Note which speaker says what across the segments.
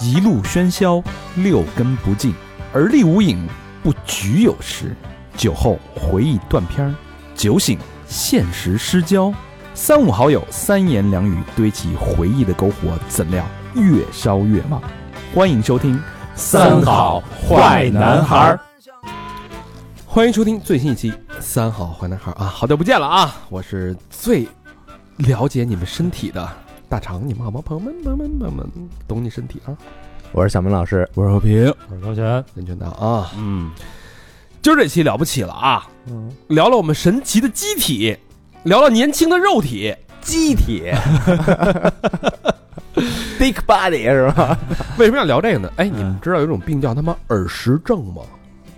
Speaker 1: 一路喧嚣，六根不净，而立无影，不局有时。酒后回忆断片儿，酒醒现实失焦。三五好友，三言两语堆起回忆的篝火，怎料越烧越旺。欢迎收听《
Speaker 2: 儿》，欢迎收听最新一期《三好坏男孩》啊！好久不见了啊！我是最了解你们身体的大肠，你们好吗？朋友们，朋友们，朋友们，懂你身体啊！
Speaker 3: 我是小明老师，
Speaker 1: 我是和平。
Speaker 4: 我是高泉，
Speaker 2: 任全堂啊！
Speaker 4: 嗯，
Speaker 2: 今儿这期了不起了啊！
Speaker 1: 嗯
Speaker 2: 聊了我们神奇的机体，聊了年轻的肉体，
Speaker 3: 机体，big body 是吧？
Speaker 2: 为什么要聊这个呢？哎，你们知道有一种病叫他妈耳石症吗？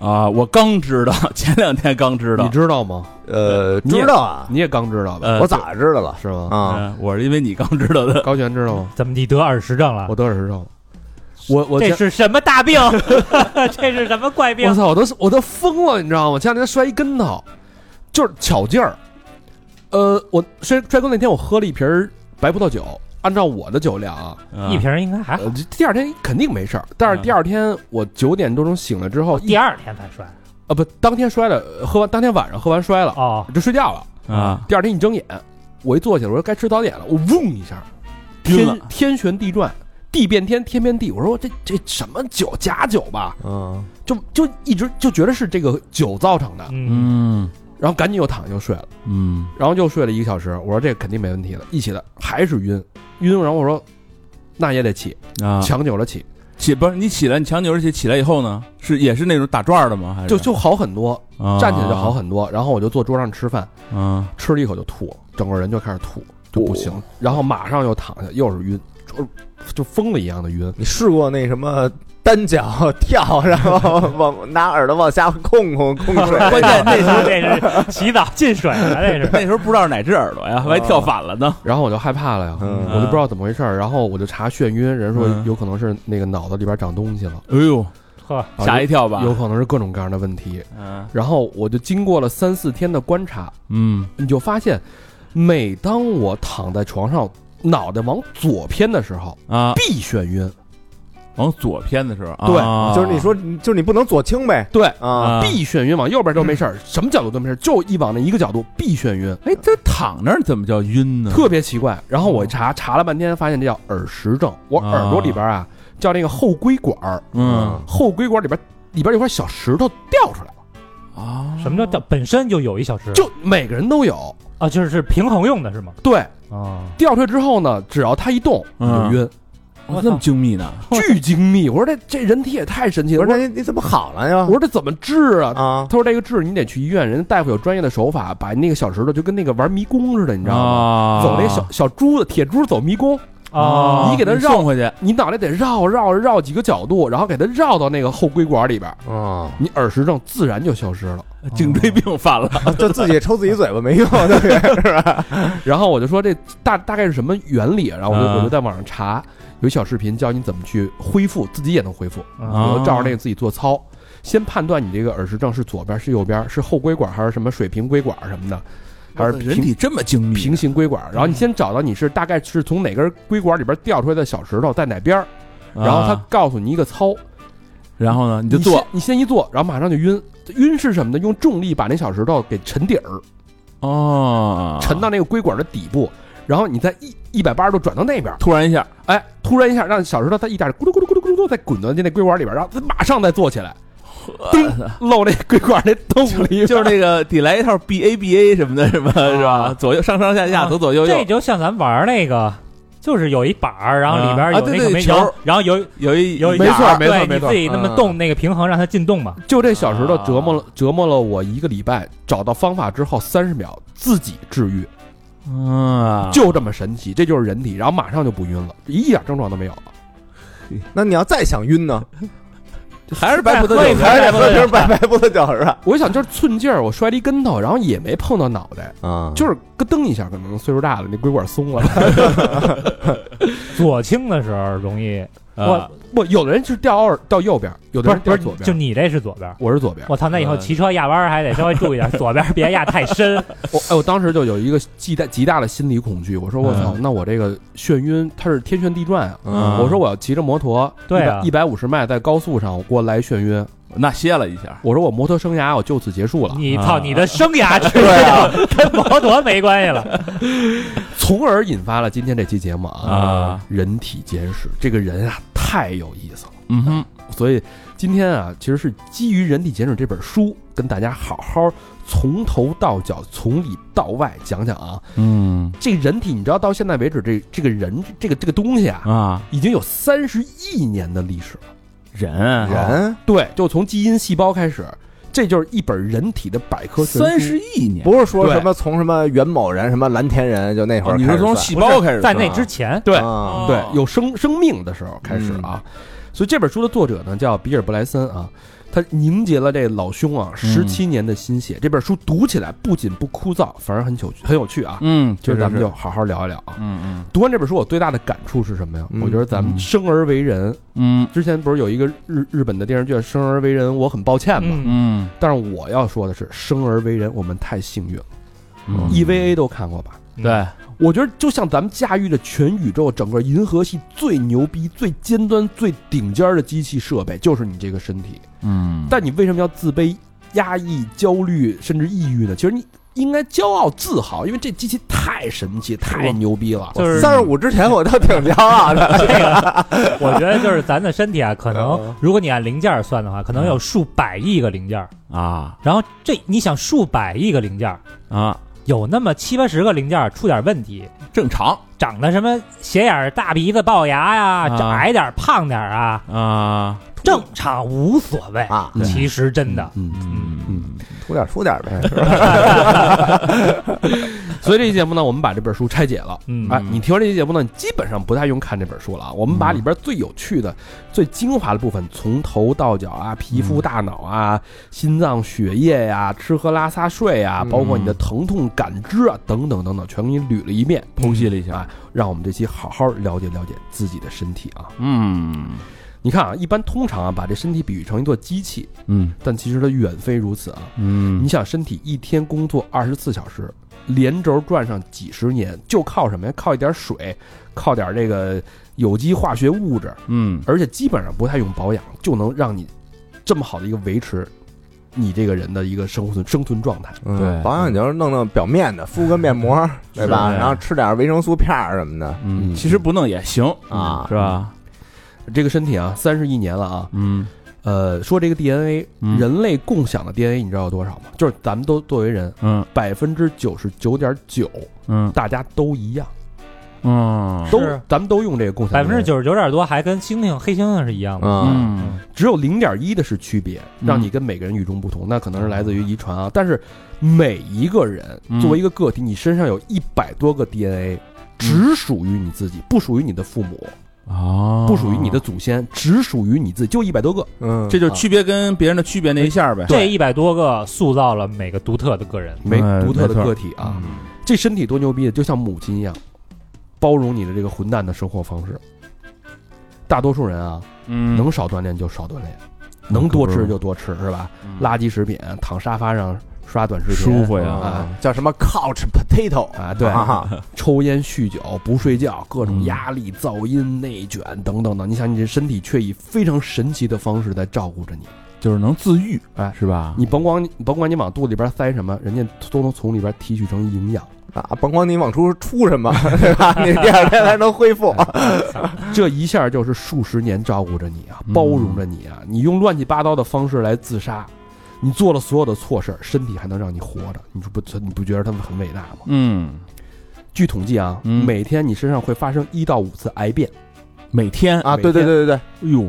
Speaker 4: 啊，我刚知道，前两天刚知道
Speaker 2: 你，知道吗？
Speaker 3: 呃，
Speaker 2: 你也
Speaker 3: 知道啊，
Speaker 2: 你也刚知道吧？
Speaker 4: 呃
Speaker 3: 我咋知道了
Speaker 2: 是吗？
Speaker 3: 啊？
Speaker 4: 嗯，我是因为你刚知道的，
Speaker 2: 高璇知道吗？
Speaker 5: 怎么你得耳石症了
Speaker 2: 我？得耳石症，我我
Speaker 5: 这
Speaker 2: 前
Speaker 5: 是什么大病？ 这是什么怪病
Speaker 2: 我？操，我都我都疯了，你知道吗？前两天摔一跟头，就是巧劲儿。呃，我摔摔跟头那天，我喝了一瓶儿白葡萄酒，按照我的酒量啊，
Speaker 4: 嗯
Speaker 5: 一瓶应该还好，
Speaker 2: 呃，这第二天肯定没事儿。但是第二天我九点多钟醒了之后，一
Speaker 5: 第二天才摔。
Speaker 2: 啊不，当天摔了，呃喝完当天晚上喝完摔了，
Speaker 5: 哦，
Speaker 2: 就睡觉了。
Speaker 4: 啊，
Speaker 2: 第二天一睁眼，我一坐起来，我说该吃早点了，我嗡一下，
Speaker 4: 晕
Speaker 2: 天
Speaker 4: 了
Speaker 2: 天旋地转，地变天，天变地。我说这这什么酒假酒吧？
Speaker 3: 嗯，
Speaker 2: 就就一直就觉得是这个酒造成的，
Speaker 5: 嗯，
Speaker 4: 嗯
Speaker 2: 然后赶紧又躺下就睡了，
Speaker 4: 嗯
Speaker 2: 然后又睡了一个小时。我说这肯定没问题的，一起来还是晕晕。然后我说那也得起，
Speaker 4: 啊，
Speaker 2: 强扭着起，
Speaker 4: 起不是你起来，你强扭而且起来以后呢，是也是那种打转的吗？还是
Speaker 2: 就就好很多，
Speaker 4: 啊
Speaker 2: 站起来就好很多。然后我就坐桌上吃饭，
Speaker 4: 啊，
Speaker 2: 吃了一口就吐，整个人就开始吐，就不
Speaker 4: 哦
Speaker 2: 行。然后马上又躺下，又是晕，就就疯了一样的 晕。
Speaker 3: 你试过那什么单脚跳，然后往拿耳朵往下控控控水？
Speaker 4: 关键那时候
Speaker 5: 这是洗澡进水了，这是。
Speaker 4: 那时候不知道是哪只耳朵
Speaker 3: 啊
Speaker 4: 呀，万一跳反了呢。
Speaker 2: 然后我就害怕了呀，
Speaker 3: 嗯
Speaker 2: 我就不知道怎么回事儿。然后我就查眩晕，人说
Speaker 4: 嗯
Speaker 2: 有可能是那个脑子里边长东西了，
Speaker 4: 哎呦，
Speaker 5: 呵，
Speaker 2: 啊
Speaker 4: 吓一跳吧
Speaker 2: 有，有可能是各种各样的问题。
Speaker 4: 嗯
Speaker 2: 然后我就经过了三四天的观察，
Speaker 4: 嗯
Speaker 2: 你就发现，每当我躺在床上，脑袋往左偏的时候，
Speaker 4: 啊，
Speaker 2: 必眩晕，
Speaker 4: 往左偏的时候，
Speaker 2: 对
Speaker 4: 啊
Speaker 3: 就是你说，就是你不能左倾呗？
Speaker 2: 对
Speaker 3: 啊，
Speaker 4: 啊
Speaker 2: 必眩晕，往右边都没事儿，什么角度都没事儿，就一往那一个角度必眩晕，
Speaker 4: 哎，这躺那儿怎么叫晕呢？
Speaker 2: 特别奇怪。然后我一查查了半天，发现这叫耳石症，我耳朵里边啊叫那个后归管儿，
Speaker 4: 嗯
Speaker 2: 后归管里边里边有块小石头掉出来了，
Speaker 4: 啊，
Speaker 5: 什么叫叫本身就有一小时？
Speaker 2: 就每个人都有，
Speaker 5: 啊，就是是平衡用的是吗？
Speaker 2: 对。
Speaker 5: 啊，
Speaker 2: 掉出来之后呢，只要它一动你就
Speaker 4: 嗯
Speaker 2: 晕，
Speaker 4: 哇这么精密呢？
Speaker 2: 巨精密。我说这这人体也太神奇了，
Speaker 3: 不
Speaker 2: 我
Speaker 3: 是，
Speaker 2: 说
Speaker 3: 那你你怎么好了呀
Speaker 2: 我？说这怎么治啊？
Speaker 3: 啊，
Speaker 2: 他说这个治你得去医院，人家大夫有专业的手法，把那个小石头就跟那个玩迷宫似的，你知道吗？
Speaker 4: 啊
Speaker 2: 走那小小珠子，铁珠走迷宫，
Speaker 5: 哦，
Speaker 2: 你给它绕
Speaker 4: 送回去，
Speaker 2: 你脑袋得绕绕绕几个角度，然后给它绕到那个后归管里边，
Speaker 3: 啊，
Speaker 2: 你耳石症自然就消失了。
Speaker 4: 颈椎病犯了。
Speaker 3: 就自己抽自己嘴巴没用，对不对？
Speaker 2: 然后我就说这大大概是什么原理啊，然后我就
Speaker 4: 啊
Speaker 2: 我就在网上查，有小视频教你怎么去恢复，自己也能恢复，
Speaker 5: 啊
Speaker 2: 我就照着那个自己做操。先判断你这个耳石症是左边是右边，是后归管还是什么水平归管什么的，还是
Speaker 4: 人
Speaker 2: 平
Speaker 4: 体这么精密？
Speaker 2: 平行归管，然后你先找到你是大概是从哪根归管里边掉出来的小石头在哪边儿，然后他
Speaker 4: 啊
Speaker 2: 告诉你一个操，
Speaker 4: 然后呢，你
Speaker 2: 你
Speaker 4: 就做
Speaker 2: 先，你先一坐，然后马上就晕。晕是什么呢？用重力把那小石头给沉底儿，
Speaker 4: 哦，
Speaker 2: 沉到那个归管的底部，然后你再一一百八十度转到那边儿，
Speaker 4: 突然 一下，
Speaker 2: 哎，突然一下让小石头它一点咕噜咕噜咕噜咕噜咕噜再滚到那归管里边儿，然后它马上再坐起来，叮，漏那归管那洞里边儿，
Speaker 4: 就是那个得来一套 B A B A 什么的，什么是吧？左右上上下下，
Speaker 5: 啊
Speaker 4: 左左右
Speaker 5: 这
Speaker 4: 右，
Speaker 5: 就像咱玩那个，就是有一板儿，然后里边
Speaker 4: 啊
Speaker 5: 有
Speaker 4: 对
Speaker 5: 那
Speaker 4: 对
Speaker 5: 个没
Speaker 4: 球
Speaker 5: 有，然后有
Speaker 4: 有一
Speaker 5: 有一
Speaker 2: 没
Speaker 5: 眼
Speaker 2: 错
Speaker 5: 儿
Speaker 2: 没错
Speaker 5: 对
Speaker 2: 没错
Speaker 5: 你自己那么动那个平衡，让它进洞嘛。
Speaker 2: 就这小石头折磨了折磨了我一个礼拜，找到方法之后三十秒自己治愈。
Speaker 4: 嗯，
Speaker 2: 就这么神奇，这就是人体，然后马上就不晕了，一点症状都没有了。
Speaker 3: 那你要再想晕呢，
Speaker 4: 还是白葡萄
Speaker 5: 再喝一
Speaker 4: 酒
Speaker 5: 杯
Speaker 3: 还是得喝瓶白白葡萄酒是吧？
Speaker 2: 我想就是寸劲儿，我摔了一跟头，然后也没碰到脑袋，
Speaker 3: 啊
Speaker 2: 就是咯噔一下，可能岁数大了，那龟管松了。
Speaker 5: 左倾的时候容易，
Speaker 4: 啊，
Speaker 2: 不，有的人就是掉二到右边，有
Speaker 5: 呃不
Speaker 2: 的
Speaker 5: 是
Speaker 2: 人掉
Speaker 5: 不
Speaker 2: 左
Speaker 5: 是，
Speaker 2: 边。
Speaker 5: 就你这是左边。
Speaker 2: 我是左边，
Speaker 5: 我操，那以后
Speaker 4: 嗯
Speaker 5: 骑车压弯儿还得稍微注意点， 左边别压太
Speaker 4: 啊
Speaker 5: 深。
Speaker 2: 我哎，我当时就有一个极大极大的心理恐惧，我
Speaker 5: 嗯
Speaker 2: 说我操，那我这个眩晕，它是天旋地转啊！
Speaker 4: 嗯
Speaker 2: 我说我要骑着摩托，
Speaker 5: 对啊
Speaker 2: 一百五十迈在高速上，我给我来眩晕，
Speaker 4: 嗯那歇了一下，
Speaker 2: 我说我摩托生涯我就此结束了，
Speaker 5: 你
Speaker 4: 啊
Speaker 5: 操，你的生 涯只有跟摩托没关系了。
Speaker 2: 从而引发了今天这期节目
Speaker 4: 啊
Speaker 2: 人体简史，这个人啊太有意思了。
Speaker 4: 嗯哼，
Speaker 2: 所以今天啊，其实是基于《人体简史》这本书，跟大家好好从头到脚、从里到外讲讲啊。
Speaker 4: 嗯
Speaker 2: 这个人体，你知道到现在为止，这这个人这个这个东西啊，
Speaker 4: 啊，
Speaker 2: 已经有三十亿年的历史了。
Speaker 4: 人
Speaker 3: 人啊
Speaker 2: 对，就从基因细胞开始，这就是一本人体的百科全书。
Speaker 4: 三十亿年，
Speaker 3: 不是说
Speaker 2: 对
Speaker 3: 什么从什么元某人什么蓝田人就那会
Speaker 4: 哦
Speaker 3: 儿
Speaker 4: 你
Speaker 3: 开
Speaker 4: 是
Speaker 3: 始
Speaker 4: 从
Speaker 3: 算，
Speaker 4: 细胞开始
Speaker 5: 在
Speaker 4: 算啊，
Speaker 5: 那之前，
Speaker 2: 对
Speaker 4: 哦
Speaker 3: 啊
Speaker 2: 对，有生生命的时候开始啊。
Speaker 4: 嗯
Speaker 2: 所以这本书的作者呢叫比尔布莱森啊，他凝结了这老兄啊十七年的心血。这本书读起来不仅不枯燥，反而很有趣很有趣啊。
Speaker 4: 嗯，就
Speaker 2: 今儿
Speaker 4: 是
Speaker 2: 咱们就好好聊一聊啊。
Speaker 4: 嗯
Speaker 2: 读完这本书，我最大的感触是什么呀？
Speaker 3: 嗯
Speaker 2: 我觉得咱们
Speaker 4: 嗯
Speaker 2: 生而为人，
Speaker 4: 嗯
Speaker 2: 之前不是有一个日日本的电视剧《生而为人》，我很抱歉嘛。
Speaker 4: 嗯嗯
Speaker 2: 但是我要说的是，生而为人，我们太幸运了。
Speaker 4: 嗯
Speaker 2: EVA 都看过吧？
Speaker 4: 对，
Speaker 2: 我觉得就像咱们驾驭了全宇宙整个银河系最牛逼、最尖端、最顶尖儿的机器设备，就是你这个身体。
Speaker 4: 嗯，
Speaker 2: 但你为什么要自卑、压抑、焦虑，甚至抑郁呢？其实你应该骄傲、自豪，因为这机器太神奇、太牛逼了。
Speaker 5: 就是
Speaker 3: 三十五之前我倒挺骄傲 的，
Speaker 5: 这个，我觉得就是咱的身体啊，可
Speaker 4: 嗯
Speaker 5: 能如果你按零件儿算的话，可能有数百亿个零件儿。
Speaker 4: 啊
Speaker 5: 然后这你想数百亿个零件儿，
Speaker 4: 啊，
Speaker 5: 有那么七八十个零件儿出点问题，
Speaker 4: 正常
Speaker 5: 长得什么斜眼儿、大鼻子、龅牙呀、
Speaker 4: 啊
Speaker 5: 长矮点儿、胖点儿啊，
Speaker 4: 啊，
Speaker 5: 正常无所谓
Speaker 3: 啊
Speaker 4: 对
Speaker 5: 其实真的，
Speaker 2: 嗯，
Speaker 4: 嗯嗯
Speaker 3: 出点出点呗，是吧？
Speaker 2: 所以这期节目呢，我们把这本书拆解了。
Speaker 5: 嗯
Speaker 2: 哎，你听完这期节目呢，你基本上不太用看这本书了啊。我们把里边最有趣的、最精华的部分，从头到脚啊，皮肤、大脑啊，心脏、血液呀、吃喝拉撒睡呀，
Speaker 3: 嗯
Speaker 2: 包括你的疼痛感知啊，等等等等，全给你捋了一遍，
Speaker 4: 剖析了一下
Speaker 2: 啊，让我们这期好好了解了解自己的身体啊。
Speaker 4: 嗯
Speaker 2: 你看啊，一般通常啊，把这身体比喻成一座机器，
Speaker 4: 嗯
Speaker 2: 但其实它远非如此啊。
Speaker 4: 嗯
Speaker 2: 你想，身体一天工作二十四小时，连轴转上几十年，就靠什么呀？靠一点水，靠点这个有机化学物质，
Speaker 4: 嗯
Speaker 2: 而且基本上不太用保养，就能让你这么好的一个维持你这个人的一个生存生存状态。
Speaker 3: 嗯
Speaker 4: 对
Speaker 3: 保养你就是弄弄表面的，敷个面膜，对吧？
Speaker 4: 是
Speaker 3: 然后吃点维生素片儿什么的，
Speaker 4: 嗯，其实不弄也行
Speaker 3: 啊
Speaker 4: 是吧？
Speaker 2: 这个身体啊，三十亿年了啊，
Speaker 4: 嗯
Speaker 2: 呃，说这个 DNA，、
Speaker 4: 嗯
Speaker 2: 人类共享的 DNA 你知道有多少吗？就是咱们都作为人，
Speaker 4: 嗯
Speaker 2: 百分之九十九点九，
Speaker 4: 嗯
Speaker 2: 大家都一样，
Speaker 4: 嗯
Speaker 2: 都
Speaker 5: 是
Speaker 2: 咱们都用这个共享
Speaker 5: 百分之
Speaker 2: DNA
Speaker 5: 九十九点多还跟猩猩、黑猩猩是一样的。
Speaker 2: 啊
Speaker 3: 嗯，
Speaker 4: 嗯
Speaker 2: 只有零点一的是区别，
Speaker 4: 嗯哦
Speaker 2: 让你跟每个人与众不同，那可能是来自于遗传啊。但是每一个人
Speaker 4: 嗯
Speaker 2: 作为一个个体，你身上有一百多个 DNA，只属于你自己，不属于你的父母，
Speaker 4: 哦，
Speaker 2: 不属于你的祖先，只属于你自己，就一百多个。
Speaker 3: 嗯，
Speaker 4: 这就是区别跟别人的区别那一下呗。
Speaker 5: 这一百多个塑造了每个独特的个人，
Speaker 2: 没
Speaker 4: 嗯
Speaker 2: 独特
Speaker 4: 没
Speaker 2: 的
Speaker 4: 错
Speaker 2: 个体啊，
Speaker 4: 嗯
Speaker 2: 这身体多牛逼，就像母亲一样，包容你的这个混蛋的生活方式。大多数人啊，
Speaker 4: 嗯，
Speaker 2: 能少锻炼就少锻炼，能多吃就多吃，是吧？垃圾食品，躺沙发上刷短视频，
Speaker 4: 嗯舒服呀
Speaker 2: 啊
Speaker 3: 啊，叫什么 couch potato
Speaker 2: 啊，对，
Speaker 3: 啊，
Speaker 2: 抽烟、酗酒、不睡觉，各
Speaker 4: 嗯
Speaker 2: 种压力、噪音、内卷等等等。你想，你这身体却以非常神奇的方式在照顾着你。
Speaker 4: 就是能自愈，
Speaker 2: 哎
Speaker 4: 是吧？
Speaker 2: 你甭管你甭管你往肚里边塞什么，人家都能从里边提取成营养。
Speaker 3: 啊甭管你往出出什么，对吧？你第二天还能恢复，
Speaker 4: 啊
Speaker 2: 这一下就是数十年照顾着你啊，
Speaker 4: 嗯
Speaker 2: 包容着你啊。你用乱七八糟的方式来自杀，你做了所有的错事儿，身体还能让你活着，你就不你不觉得他们很伟大吗？
Speaker 4: 嗯，
Speaker 2: 据统计啊，
Speaker 4: 嗯
Speaker 2: 每天你身上会发生一到五次癌变，
Speaker 4: 每天
Speaker 3: 啊，对对对对对，
Speaker 4: 哎呦，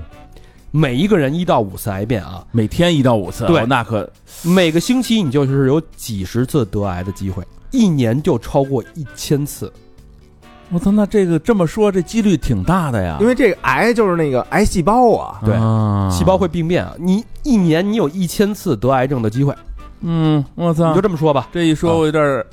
Speaker 2: 每一个人一到五次癌变啊，
Speaker 4: 每天一到五次，
Speaker 2: 对
Speaker 4: 哦那可
Speaker 2: 每个星期你就是有几十次得癌的机会，一年就超过一千次。
Speaker 4: 我操，那这个这么说，这几率挺大的呀，
Speaker 3: 因为这个癌就是那个癌细胞啊，
Speaker 2: 对
Speaker 4: 啊
Speaker 2: 细胞会，病变啊，你一年你有一千次得癌症的机会，
Speaker 4: 嗯，我
Speaker 2: 你
Speaker 4: 操
Speaker 2: 就，这么说吧。啊
Speaker 4: 这一说我有点儿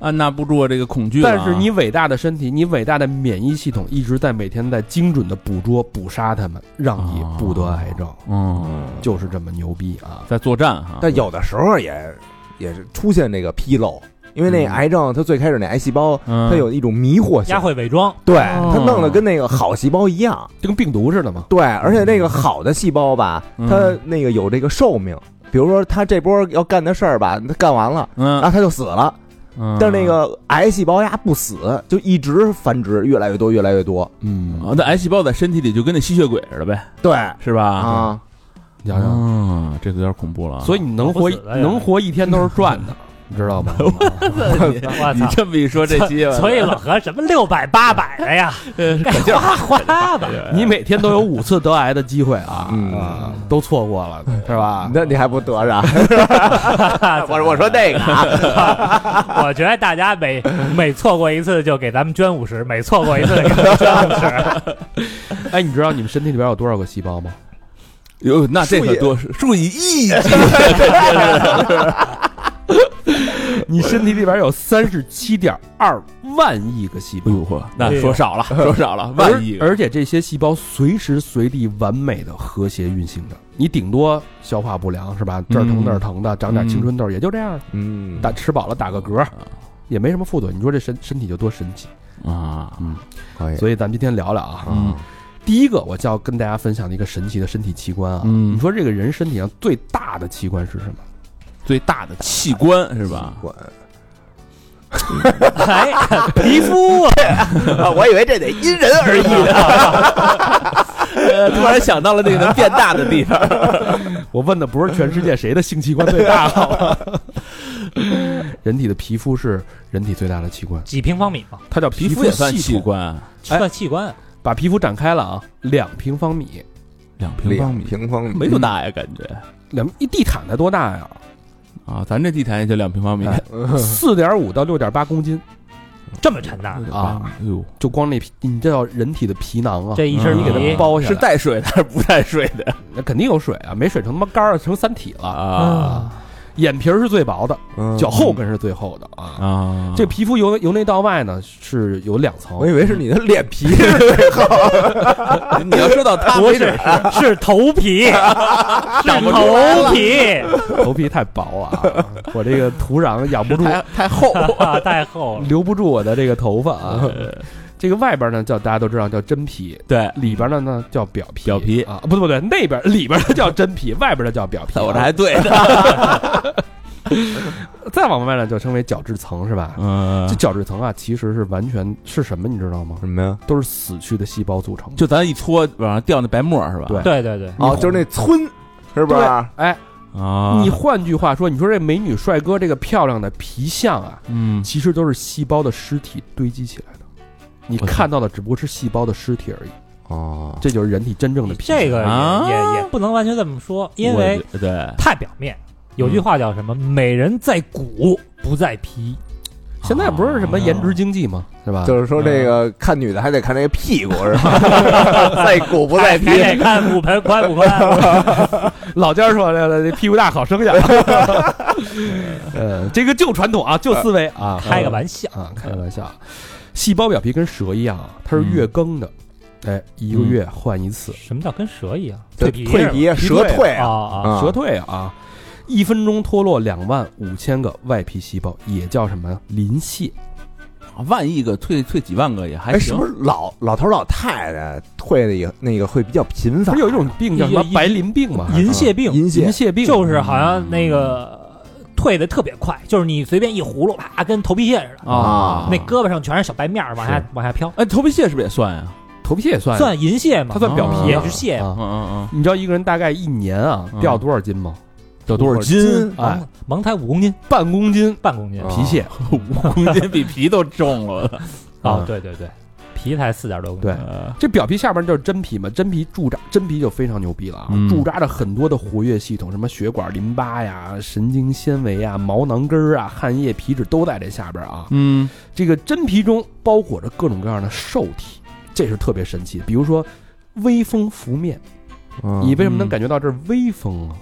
Speaker 4: 按捺不住这个恐惧了啊。
Speaker 2: 但是你伟大的身体，你伟大的免疫系统一直在每天在精准的捕捉、捕杀他们，让你不得癌症，
Speaker 4: 嗯，
Speaker 2: 就是这么牛逼啊！
Speaker 4: 在作战哈，
Speaker 3: 但有的时候也也是出现这个纰漏，因为那
Speaker 4: 嗯
Speaker 3: 癌症它最开始那癌细胞，
Speaker 4: 嗯
Speaker 3: 它有一种迷惑性
Speaker 5: 压，会伪 装，
Speaker 3: 对，
Speaker 4: 哦
Speaker 3: 它弄得跟那个好细胞一样，
Speaker 2: 就跟病毒似的嘛。
Speaker 3: 对，而且那个好的细胞吧，
Speaker 4: 嗯
Speaker 3: 它那个有这个寿命，比如说它这波要干的事儿吧，它干完了，然
Speaker 4: 嗯
Speaker 3: 后它就死了，
Speaker 4: 嗯，
Speaker 3: 但是那个癌细胞呀不死，就一直繁殖，越来越多，越来越多，
Speaker 2: 嗯，
Speaker 4: 啊，那癌细胞在身体里就跟那吸血鬼似的呗，
Speaker 3: 对
Speaker 4: 是吧？，
Speaker 3: 啊，
Speaker 2: 想想，
Speaker 4: 嗯，这个有点恐怖了啊。
Speaker 2: 所以你能活一
Speaker 5: 活不死了呀
Speaker 2: 能活一天都是赚的，你知道吗？
Speaker 4: 以
Speaker 5: 我
Speaker 4: 你
Speaker 5: 操！
Speaker 4: 这么一说，这期
Speaker 5: 所以老何什么六百八百的呀， 该花花吧。
Speaker 2: 你每天都有五次得癌的机会啊，
Speaker 3: 嗯
Speaker 2: 啊都错过了，是吧？
Speaker 3: 那你还不得 着？我我说那个啊，
Speaker 5: 我觉得大家每 每错过一次就给咱们捐五十，每错过一次就给咱们捐五 十。
Speaker 2: 哎，你知道你们身体里边有多少个细胞吗？
Speaker 4: 哟，那这
Speaker 3: 数
Speaker 4: 可
Speaker 3: 以
Speaker 4: 多数以亿计，
Speaker 2: 你身体里边有三十七点二万亿个细
Speaker 4: 哎
Speaker 2: 胞，
Speaker 4: 呦嚯，那说少了，说少了，万亿个，
Speaker 2: 而而且这些细胞随时随地完美的和谐运行着，你顶多消化不良是吧？这儿疼
Speaker 4: 嗯
Speaker 2: 那儿疼的，长点青春痘也就这样，
Speaker 3: 嗯
Speaker 2: 打吃饱了打个嗝
Speaker 4: 啊，
Speaker 2: 也没什么副作用。你说这身身体就多神奇？
Speaker 4: 啊，嗯
Speaker 3: 可以，
Speaker 2: 所以咱们今天聊聊啊，
Speaker 4: 嗯
Speaker 2: 第一个我就要跟大家分享的一个神奇的身体器官啊。
Speaker 4: 嗯
Speaker 2: 你说这个人身体上最大的器官是什么？
Speaker 4: 最大的器官是吧？
Speaker 3: 我
Speaker 5: 哎，皮肤啊，
Speaker 3: 啊我以为这得因人而异，
Speaker 4: 呃，突然想到了那个能变大的地方，
Speaker 2: 我问的不是全世界谁的性器官最大，好吧？人体的皮肤是人体最大的器官，
Speaker 5: 几平方米嘛，
Speaker 2: 它叫
Speaker 4: 皮
Speaker 2: 肤
Speaker 4: 肤也算
Speaker 2: 系
Speaker 4: 器
Speaker 2: 统。
Speaker 4: 官，
Speaker 2: 哎
Speaker 5: 算器官。啊
Speaker 2: 把皮肤展开了啊，两平方米，
Speaker 4: 两平方
Speaker 3: 两
Speaker 4: 米，
Speaker 3: 平方米
Speaker 4: 没多大呀，感觉
Speaker 2: 两一地毯才多大呀？
Speaker 4: 啊，咱这地毯也就两平方米
Speaker 2: 哎
Speaker 4: 嗯
Speaker 3: 嗯
Speaker 2: 四点五到六点八公斤，
Speaker 5: 这么沉呐，
Speaker 2: 啊，
Speaker 4: 哎呦，
Speaker 2: 就光那皮，你这叫人体的皮囊啊，
Speaker 5: 这一身
Speaker 4: 嗯
Speaker 2: 你
Speaker 5: 皮
Speaker 2: 给它包下
Speaker 4: 是
Speaker 2: 来，
Speaker 4: 带水的还是不带水的
Speaker 2: 那肯定有水啊，没水成他妈干儿成三体了。
Speaker 4: 啊
Speaker 2: 眼皮儿是最薄的，
Speaker 3: 嗯
Speaker 2: 脚后跟是最厚的
Speaker 5: 嗯
Speaker 2: 啊。
Speaker 4: 啊？
Speaker 2: 这皮肤由由内到外呢是有两层
Speaker 4: 哎
Speaker 3: 我，以为是你的脸皮，
Speaker 4: 你要说到他
Speaker 5: 不
Speaker 4: 没
Speaker 5: 是
Speaker 4: 准，
Speaker 5: 是头皮， 是
Speaker 4: 不出
Speaker 5: 头皮
Speaker 2: 头皮太薄 啊，我这个土壤养不住，
Speaker 4: 太太 厚，
Speaker 5: 啊，太厚了。
Speaker 2: 留不住我的这个头发啊。这个外边呢叫大家都知道叫真皮，
Speaker 4: 对。
Speaker 2: 里边呢呢叫表皮，
Speaker 4: 表皮
Speaker 2: 啊，不对不对，那边里边的叫真皮，外边的叫表皮 啊、
Speaker 4: 我这还对呢，
Speaker 2: 再往外呢就称为角质层是吧？
Speaker 4: 嗯
Speaker 2: 这，角质层啊，其实是完全是什么，你知道吗？
Speaker 3: 什么呀？
Speaker 2: 都是死去的细胞组成的。
Speaker 4: 就咱一搓往上掉那白沫是吧？
Speaker 2: 对
Speaker 5: 对对对，
Speaker 3: 哦，就是那村，是不是？
Speaker 2: 哎，
Speaker 4: 啊，
Speaker 2: 你换句话说，你说这美女帅哥这个漂亮的皮相啊，
Speaker 4: 嗯
Speaker 2: 其实都是细胞的尸体堆积起来的。你
Speaker 4: 我操
Speaker 2: 看到的只不过是细胞的尸体而已，
Speaker 3: 哦，
Speaker 2: 这就是人体真正的皮相。
Speaker 5: 这个
Speaker 4: 啊
Speaker 5: 也也也不能完全这么说，因为
Speaker 4: 我对
Speaker 5: 太表面。有句话叫什么？
Speaker 2: 嗯
Speaker 5: 美人在骨，不在皮。
Speaker 2: 现在不是什么颜值经济吗？是吧？
Speaker 3: 就是说这个看女的还得看那个屁股，是吧？ 在骨不在
Speaker 5: 还
Speaker 3: 皮，
Speaker 5: 得哎看骨 盆宽不宽。
Speaker 2: 老家说的，这屁股大好生 养。呃，这个旧传统啊，旧思维啊，
Speaker 5: 开个玩笑，
Speaker 2: 啊，开个玩笑。细胞表皮跟蛇一样啊，它是月更的，哎，一个月换一次，
Speaker 5: 什么叫跟蛇 一样？
Speaker 3: 这
Speaker 5: 皮
Speaker 3: 蜕皮蛇蜕
Speaker 5: 啊
Speaker 3: 啊，
Speaker 5: 啊！
Speaker 2: 蛇蜕啊，一分钟脱落两万五千个外皮细胞，也叫什么呀？鳞屑。
Speaker 4: 啊万亿个退退几万个也还
Speaker 3: 哎，
Speaker 4: 行
Speaker 3: 是不是老老头老太太会的也那个会比较频
Speaker 2: 不
Speaker 3: 繁？
Speaker 2: 是哎有一种病叫什么白鳞病吗？
Speaker 5: 银屑病，
Speaker 3: 银屑
Speaker 2: 嗯银屑病嗯
Speaker 5: 就是好像那个退的特别快，就是你随便一葫芦，啪，跟头皮屑似的，
Speaker 4: 啊
Speaker 5: 那胳膊上全是小白面儿，往下往下飘，
Speaker 4: 哎，头皮屑是不是也算呀？
Speaker 2: 头皮屑也算，
Speaker 5: 算银屑吗
Speaker 2: 哎它？算表皮
Speaker 5: 也
Speaker 2: 啊
Speaker 5: 是屑
Speaker 2: 啊
Speaker 4: 嗯嗯
Speaker 2: 你知道一个人大概一年啊
Speaker 4: 嗯
Speaker 2: 掉多少斤吗？
Speaker 4: 有多少斤？
Speaker 3: 金
Speaker 2: 哎，
Speaker 5: 盲盲哦胎五公斤，
Speaker 2: 半公斤
Speaker 5: 半公斤
Speaker 3: 啊
Speaker 2: 皮屑。
Speaker 4: 五公 斤比皮都重 了。
Speaker 5: 哦
Speaker 2: 啊，
Speaker 5: 对对对，皮才四点多公斤
Speaker 2: 对，这表皮下边就是真皮嘛，真皮驻扎，真皮就非常牛逼了啊，
Speaker 4: 嗯
Speaker 2: 驻扎着很多的活跃系统，什么血管、淋巴呀、神经纤维啊、毛囊根儿啊、汗液、皮脂都在这下边啊。
Speaker 4: 嗯
Speaker 2: 这个真皮中包裹着各种各样的受体，这是特别神奇的。比如说微风拂面，
Speaker 3: 嗯
Speaker 2: 你为什么能感觉到这是微风啊？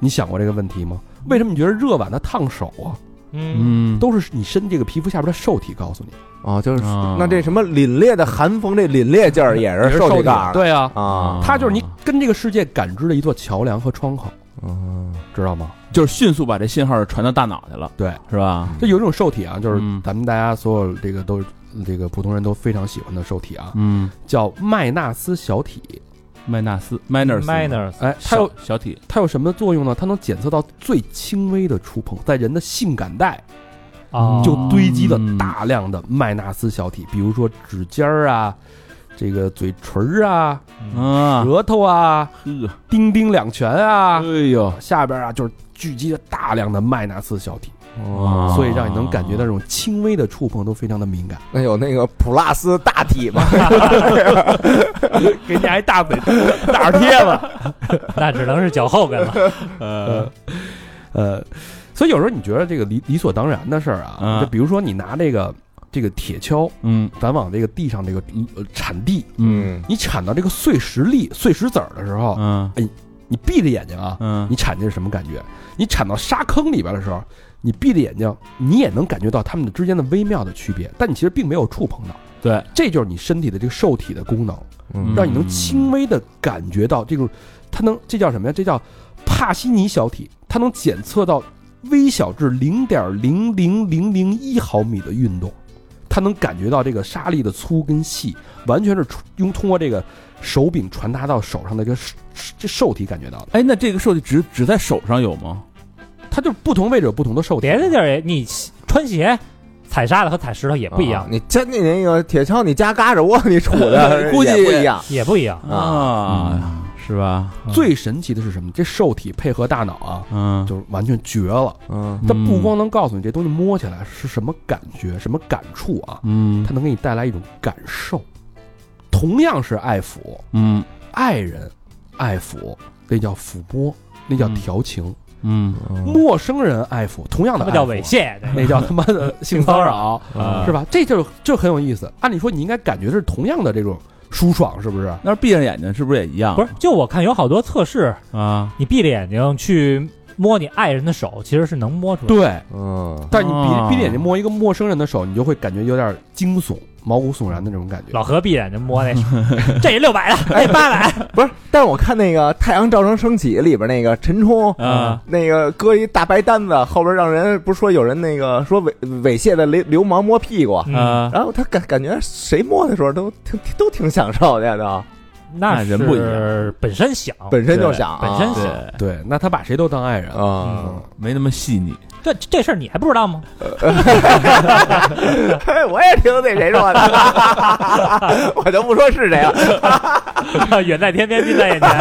Speaker 2: 你想过这个问题吗？为什么你觉得热碗它烫手啊？
Speaker 5: 嗯，
Speaker 4: 嗯，
Speaker 2: 都是你身这个皮肤下边的受体告诉你，
Speaker 3: 哦，就是
Speaker 4: 啊
Speaker 3: 那这什么凛冽的寒风，这凛冽劲儿也是受
Speaker 2: 体
Speaker 3: 这杠
Speaker 2: 对啊，
Speaker 3: 啊，
Speaker 2: 它就是你跟这个世界感知的一座桥梁和窗口，
Speaker 3: 嗯
Speaker 2: 知道吗？
Speaker 4: 就是迅速把这信号传到大脑去了，
Speaker 2: 对，
Speaker 4: 是吧？
Speaker 2: 这有一种受体啊，就是
Speaker 4: 嗯
Speaker 2: 咱们大家所有这个都这个普通人都非常喜欢的受体啊，
Speaker 4: 嗯，
Speaker 2: 叫麦纳斯小体。
Speaker 4: 麦纳斯 （Miners）
Speaker 5: minors
Speaker 2: 哎，
Speaker 4: 小
Speaker 2: 它有
Speaker 4: 小体，
Speaker 2: 它有什么作用呢？它能检测到最轻微的触碰，在人的性感带
Speaker 5: 啊，
Speaker 2: 就堆积了
Speaker 4: 嗯
Speaker 2: 大量的麦纳斯小体，比如说指尖儿啊，这个嘴唇儿啊，
Speaker 5: 嗯
Speaker 4: 啊，
Speaker 2: 舌头啊，
Speaker 4: 呵，
Speaker 2: 丁丁两拳啊
Speaker 4: 哎，呦，
Speaker 2: 下边啊就是聚集了大量的麦纳斯小体，
Speaker 4: 啊
Speaker 2: 所以让你能感觉到这种轻微的触碰都非常的敏感。
Speaker 3: 那有那个普拉斯大体吗？
Speaker 2: 给你还大嘴大耳贴子，
Speaker 5: 那只能是脚后跟了。
Speaker 4: 呃，
Speaker 2: 呃，所以有时候你觉得这个理理所当然的事儿啊，
Speaker 4: 嗯
Speaker 2: 就比如说你拿这个这个铁锹，
Speaker 4: 嗯
Speaker 2: 咱往这个地上这个呃铲地，
Speaker 4: 嗯
Speaker 2: 你铲到这个碎石粒、碎石子儿的时候，
Speaker 4: 嗯
Speaker 2: 你闭着眼睛啊，
Speaker 4: 嗯
Speaker 2: 你铲进是什么感觉？你铲到沙坑里边的时候，你闭着眼睛，你也能感觉到它们的之间的微妙的区别，但你其实并没有触碰到。
Speaker 4: 对，
Speaker 2: 这就是你身体的这个受体的功能，
Speaker 3: 嗯
Speaker 2: 让你能轻微的感觉到这种，它能这叫什么呀？这叫帕西尼小体，它能检测到微小至零点零零零零一毫米的运动，它能感觉到这个沙粒的粗跟细，完全是出用通过这个手柄传达到手上的一个受这受体感觉到的。
Speaker 4: 哎，那这个受体只只在手上有吗？
Speaker 2: 它就不同位置有不同的受体，
Speaker 5: 别的地儿也，你穿鞋踩沙子和踩石头也不一
Speaker 3: 啊
Speaker 5: 样，
Speaker 3: 你加你那个铁锹，你加嘎吱窝，你杵 的
Speaker 4: 估计
Speaker 3: 也不一样
Speaker 5: 也不一样。
Speaker 3: 啊。
Speaker 4: 啊，是吧？
Speaker 2: 最神奇的是什么？这受体配合大脑啊，
Speaker 4: 嗯，
Speaker 2: 就是完全绝了。
Speaker 3: 嗯，
Speaker 2: 它不光能告诉你这东西摸起来是什么感觉、什么感触啊，
Speaker 4: 嗯
Speaker 2: 它能给你带来一种感受。同样是爱抚、
Speaker 4: 嗯
Speaker 2: 爱人、爱抚，那叫抚摸，那叫调情。
Speaker 4: 嗯
Speaker 2: 陌生人爱抚，同样
Speaker 5: 他
Speaker 2: 的
Speaker 5: 妈叫
Speaker 2: 爱
Speaker 5: 猥
Speaker 2: 抚，
Speaker 5: 亵，
Speaker 2: 那叫他妈的性骚 扰，
Speaker 5: 啊
Speaker 2: 是吧？这就就很有意思。按理说你应该感觉是同样的这种舒爽，是不是？
Speaker 4: 那闭上眼睛是不是也一样？
Speaker 5: 不是？就我看有好多测试，
Speaker 4: 啊，
Speaker 5: 你闭着眼睛去摸你爱人的手，其实是能摸出来。
Speaker 2: 对，啊
Speaker 3: 嗯，
Speaker 2: 但是你
Speaker 4: 哦
Speaker 2: 闭闭着眼睛摸一个陌生人的手，你就会感觉有点惊悚、毛骨悚然的那种感觉。
Speaker 5: 老何闭着眼睛摸那手，这也六百
Speaker 3: 啊
Speaker 5: 的，哎八百，
Speaker 3: 不是， 但是我看那个《太阳照常升起》里边那个陈冲，
Speaker 4: 啊
Speaker 3: 那个搁一大白单子，后边让人不是说有人那个说猥猥亵的流流氓摸屁股，
Speaker 5: 嗯
Speaker 4: 啊，
Speaker 3: 然后他感感觉谁摸的时候都挺都挺享受的，都
Speaker 5: 那
Speaker 4: 那人不一样
Speaker 5: 是本身想，
Speaker 3: 本身就
Speaker 5: 对
Speaker 3: 想
Speaker 5: 本身想。嗯
Speaker 4: 对，
Speaker 2: 对，那他把谁都当爱 人，
Speaker 3: 啊。
Speaker 4: 没那么细腻。
Speaker 5: 这这事儿你还不知道吗？
Speaker 3: 嘿， 我也听那谁说的， 我就不说是谁了。
Speaker 5: 远在天边，近在眼 前。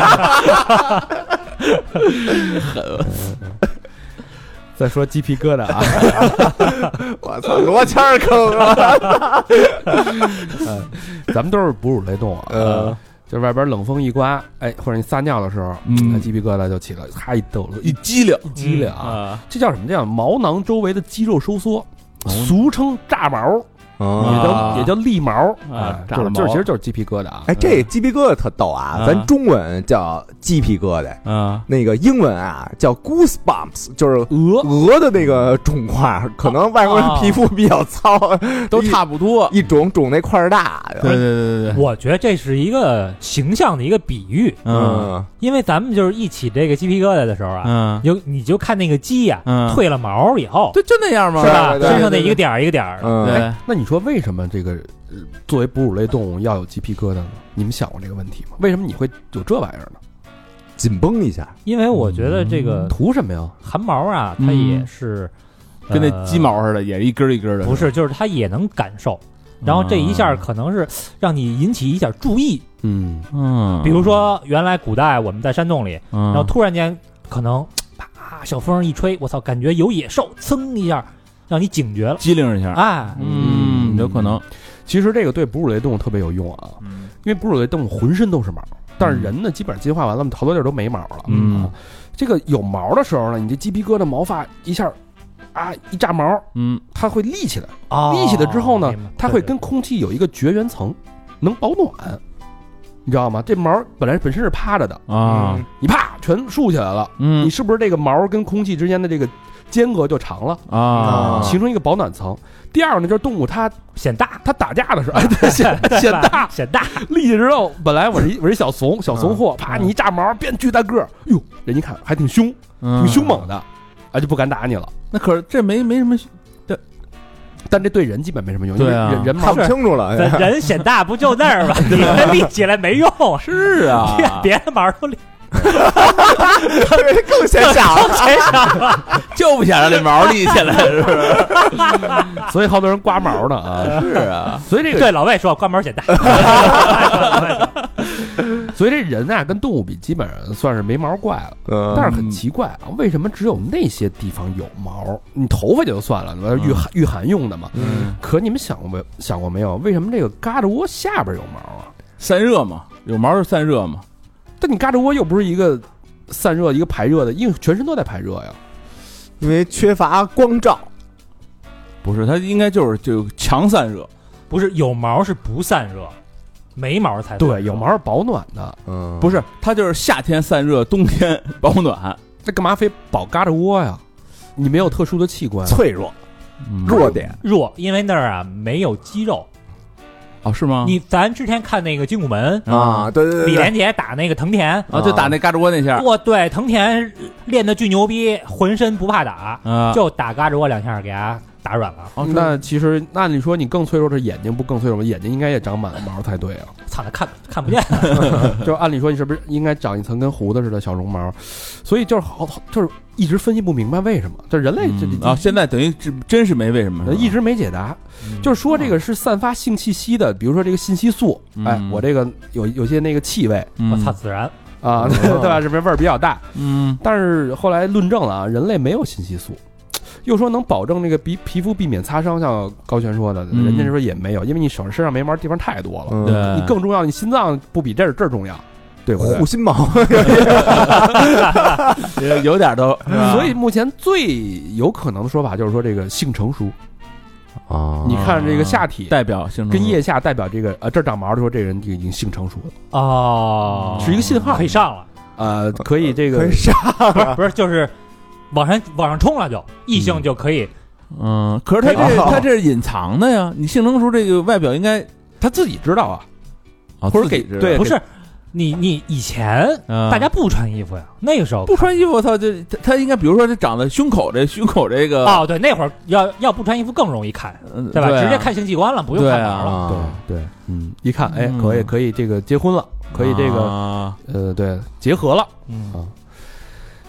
Speaker 2: 再说鸡皮疙瘩啊，
Speaker 3: 我操，罗圈儿坑啊！
Speaker 2: 咱们都是哺乳类动物啊，
Speaker 3: 呃
Speaker 2: 就是外边冷风一刮，哎，或者你撒尿的时候，
Speaker 4: 嗯
Speaker 2: 那鸡皮疙瘩就起了，咔一抖了，
Speaker 4: 一
Speaker 2: 一
Speaker 4: 激灵
Speaker 2: 激灵啊，
Speaker 4: 啊，
Speaker 2: 这叫什么？这叫毛囊周围的肌肉收缩，
Speaker 4: 哦
Speaker 2: 俗称炸毛，也
Speaker 4: 啊
Speaker 2: 叫也叫立毛
Speaker 4: 啊
Speaker 2: 就
Speaker 4: 炸毛
Speaker 2: 是就是其实就是鸡皮疙瘩啊。
Speaker 3: 哎，这鸡皮疙瘩特逗啊！
Speaker 4: 啊
Speaker 3: 咱中文叫鸡皮疙瘩，
Speaker 4: 啊，
Speaker 3: 那个英文啊叫 goosebumps，就是
Speaker 2: 鹅
Speaker 3: 鹅的那个肿块，可能外国人
Speaker 5: 啊
Speaker 3: 皮肤比较糙，
Speaker 4: 都
Speaker 3: 一
Speaker 4: 差不多。
Speaker 3: 一肿肿那块儿大。
Speaker 4: 对对对对对，
Speaker 5: 我觉得这是一个形象的一个比喻，
Speaker 4: 嗯
Speaker 5: 因为咱们就是一起这个鸡皮疙瘩的时候啊，
Speaker 4: 嗯，
Speaker 5: 有你就看那个鸡呀、
Speaker 4: 嗯
Speaker 5: 褪了毛以后，
Speaker 4: 对，就那样吗？
Speaker 5: 是吧？
Speaker 3: 对对对
Speaker 5: 身上那一个点儿一个点儿，
Speaker 3: 嗯，
Speaker 4: 对，
Speaker 2: 那你说为什么这个呃作为哺乳类动物要有鸡皮疙瘩呢？你们想过这个问题吗？为什么你会有这玩意儿呢？
Speaker 3: 紧绷一下，
Speaker 5: 因为我觉得这个
Speaker 2: 图什么呀？
Speaker 5: 汗毛啊，
Speaker 4: 嗯
Speaker 5: 它也是、
Speaker 4: 跟那
Speaker 5: 呃
Speaker 4: 鸡毛似的，也一根一根的。嗯
Speaker 5: 不是，就是它也能感受。然后这一下可能是让你引起一点注意，
Speaker 2: 嗯，
Speaker 4: 嗯，
Speaker 5: 比如，说原来古代我们在山洞里，
Speaker 4: 然
Speaker 5: 然后突然间可能啪小风一吹，我操，感觉有野兽，噌一下让你警觉了，
Speaker 4: 机灵一下，
Speaker 5: 哎，
Speaker 4: 嗯，有可能。
Speaker 2: 其实这个对哺乳类动物特别有用啊，因为哺乳类动物浑身都是毛，但是人呢，基本上进化完了，好多地儿都没毛了。
Speaker 4: 嗯
Speaker 2: 啊，这个有毛的时候呢，你这鸡皮疙瘩毛发一下啊一炸毛，
Speaker 4: 嗯，
Speaker 2: 它会立起来，
Speaker 5: 哦
Speaker 2: 立起来之后呢
Speaker 5: 明白，
Speaker 2: 它会跟空气有一个绝缘层，能保暖，你知道吗？这毛本来本身是趴着的，
Speaker 4: 啊，
Speaker 3: 嗯
Speaker 2: 你啪全竖起来了，
Speaker 4: 嗯
Speaker 2: 你，是不是这个毛跟空气之间的这个间隔就长了，
Speaker 4: 啊，
Speaker 2: 形成一个保暖层。第二呢，就是动物它
Speaker 5: 显大，，
Speaker 2: 它打架的时候，哎，对显显大
Speaker 5: 显大，
Speaker 2: 立起之后，本来我是一我是一小怂小怂货，啪，
Speaker 5: 嗯
Speaker 2: 你一炸毛变巨大个儿，哟，人一看还挺凶，挺
Speaker 4: 挺
Speaker 2: 凶。猛的，啊就不敢打你了。
Speaker 4: 嗯那可是这没没什么，
Speaker 2: 但这对人基本没什么用，因为
Speaker 4: 对啊
Speaker 2: 人人嘛
Speaker 3: 看不清楚了，
Speaker 5: 人人显大不就那儿吗？你们立起来没用啊，
Speaker 4: 是啊，
Speaker 5: 别的毛儿都立，
Speaker 3: 更显小了。
Speaker 5: 谁想啊？
Speaker 4: 就不想让这毛立起来，是不是？
Speaker 2: 所以好多人刮毛呢啊。
Speaker 4: 是啊，
Speaker 2: 所以这个，
Speaker 5: 对老魏说关门显大，
Speaker 2: 所以这人啊，跟动物比，基本上算是没毛怪了。
Speaker 3: 嗯
Speaker 2: 但是很奇怪啊，为什么只有那些地方有毛？你头发也就算了，那御寒御寒用的嘛。
Speaker 3: 嗯
Speaker 2: 可你们想过没想过没有？为什么这个胳肢窝下边有毛啊？
Speaker 4: 散热嘛，有毛是散热嘛，
Speaker 2: 但你胳肢窝又不是一个散热、一个排热的，因为全身都在排热呀。
Speaker 3: 因为缺乏光照，
Speaker 4: 不是，它应该就是就强散热，
Speaker 5: 不是有毛是不散热，没毛才
Speaker 2: 对，有毛是保暖的，
Speaker 3: 嗯，
Speaker 4: 不是，它就是夏天散热，冬天保暖，
Speaker 2: 那干嘛非保胳肢窝呀？你没有特殊的器官，
Speaker 3: 脆弱嗯弱
Speaker 4: 弱
Speaker 3: 点，
Speaker 5: 弱，因为那儿啊没有肌肉。
Speaker 4: 啊是吗？
Speaker 5: 你咱之前看那个筋骨门，
Speaker 3: 啊，对对对
Speaker 5: 李
Speaker 3: 对，
Speaker 5: 连杰打那个藤田，
Speaker 4: 啊，就打那嘎吱窝那下
Speaker 5: 哇，对，藤田练的巨牛逼，浑身不怕打，
Speaker 4: 啊，
Speaker 5: 就打胳肢窝两下给他打软了。
Speaker 4: 哦
Speaker 2: 那其实那你说你更脆弱是眼睛不更脆弱吗？眼睛应该也长满了毛才对啊。
Speaker 5: 操，他看看不见，
Speaker 2: 就是按理说你是不是应该长一层跟胡子似的小绒毛？所以就是好，好就是一直分析不明白为什么，这人类这
Speaker 4: 嗯啊，现在等于这真是没为什么，是吧
Speaker 2: 一直没解答，
Speaker 5: 嗯
Speaker 2: 就是说这个是散发性气息的，比如说这个信息素，哎
Speaker 4: 嗯，
Speaker 2: 我这个有有些那个气味
Speaker 4: 嗯
Speaker 5: 我操，自然
Speaker 2: 啊，
Speaker 3: 哦
Speaker 2: 对吧？这边味儿比较大，
Speaker 4: 嗯
Speaker 2: 但是后来论证了啊，人类没有信息素。又说能保证那个皮皮肤避免擦伤，像高璇说的，
Speaker 4: 嗯
Speaker 2: 人家说也没有，因为你手上身上没毛地方太多了。
Speaker 3: 嗯
Speaker 4: 对
Speaker 2: 你更重要，你心脏不比这儿这儿重要，对不对
Speaker 3: 护？心毛，
Speaker 4: 有有点都，是吧
Speaker 2: 所以目前最有可能的说法就是说这个性成熟。
Speaker 3: 啊
Speaker 2: 你看这个下体
Speaker 4: 代表性
Speaker 2: 跟腋下代表这个呃这儿长毛的时候，这个人就已经性成熟了，
Speaker 5: 哦，
Speaker 2: 是一个信号
Speaker 4: 啊
Speaker 5: 可以上了，
Speaker 2: 呃，可以这
Speaker 3: 可
Speaker 2: 个
Speaker 3: 以上
Speaker 5: 不是不是，就是往上往上冲了就，异性就可以
Speaker 4: 嗯，可是他这
Speaker 3: 哦
Speaker 4: 他这是隐藏的呀，你性成熟这个外表应该
Speaker 2: 他自己知道啊，
Speaker 4: 啊
Speaker 2: 或者给
Speaker 4: 自己知道
Speaker 2: 对
Speaker 5: 不是你你以前
Speaker 4: 嗯
Speaker 5: 大家不穿衣服呀，那个时候
Speaker 4: 不穿衣服，我操，这他他应该比如说这长在胸口这胸口这个
Speaker 5: 哦，对，那会儿要要不穿衣服更容易看，
Speaker 4: 嗯
Speaker 5: 对吧？
Speaker 4: 啊
Speaker 5: 直接看性器官了，不用
Speaker 4: 对
Speaker 5: 看
Speaker 4: 啊
Speaker 5: 毛了。
Speaker 2: 对对，嗯，一看哎，
Speaker 4: 嗯
Speaker 2: 可以可以这个结婚了，可以这个
Speaker 4: 啊
Speaker 2: 呃对结合了。
Speaker 5: 嗯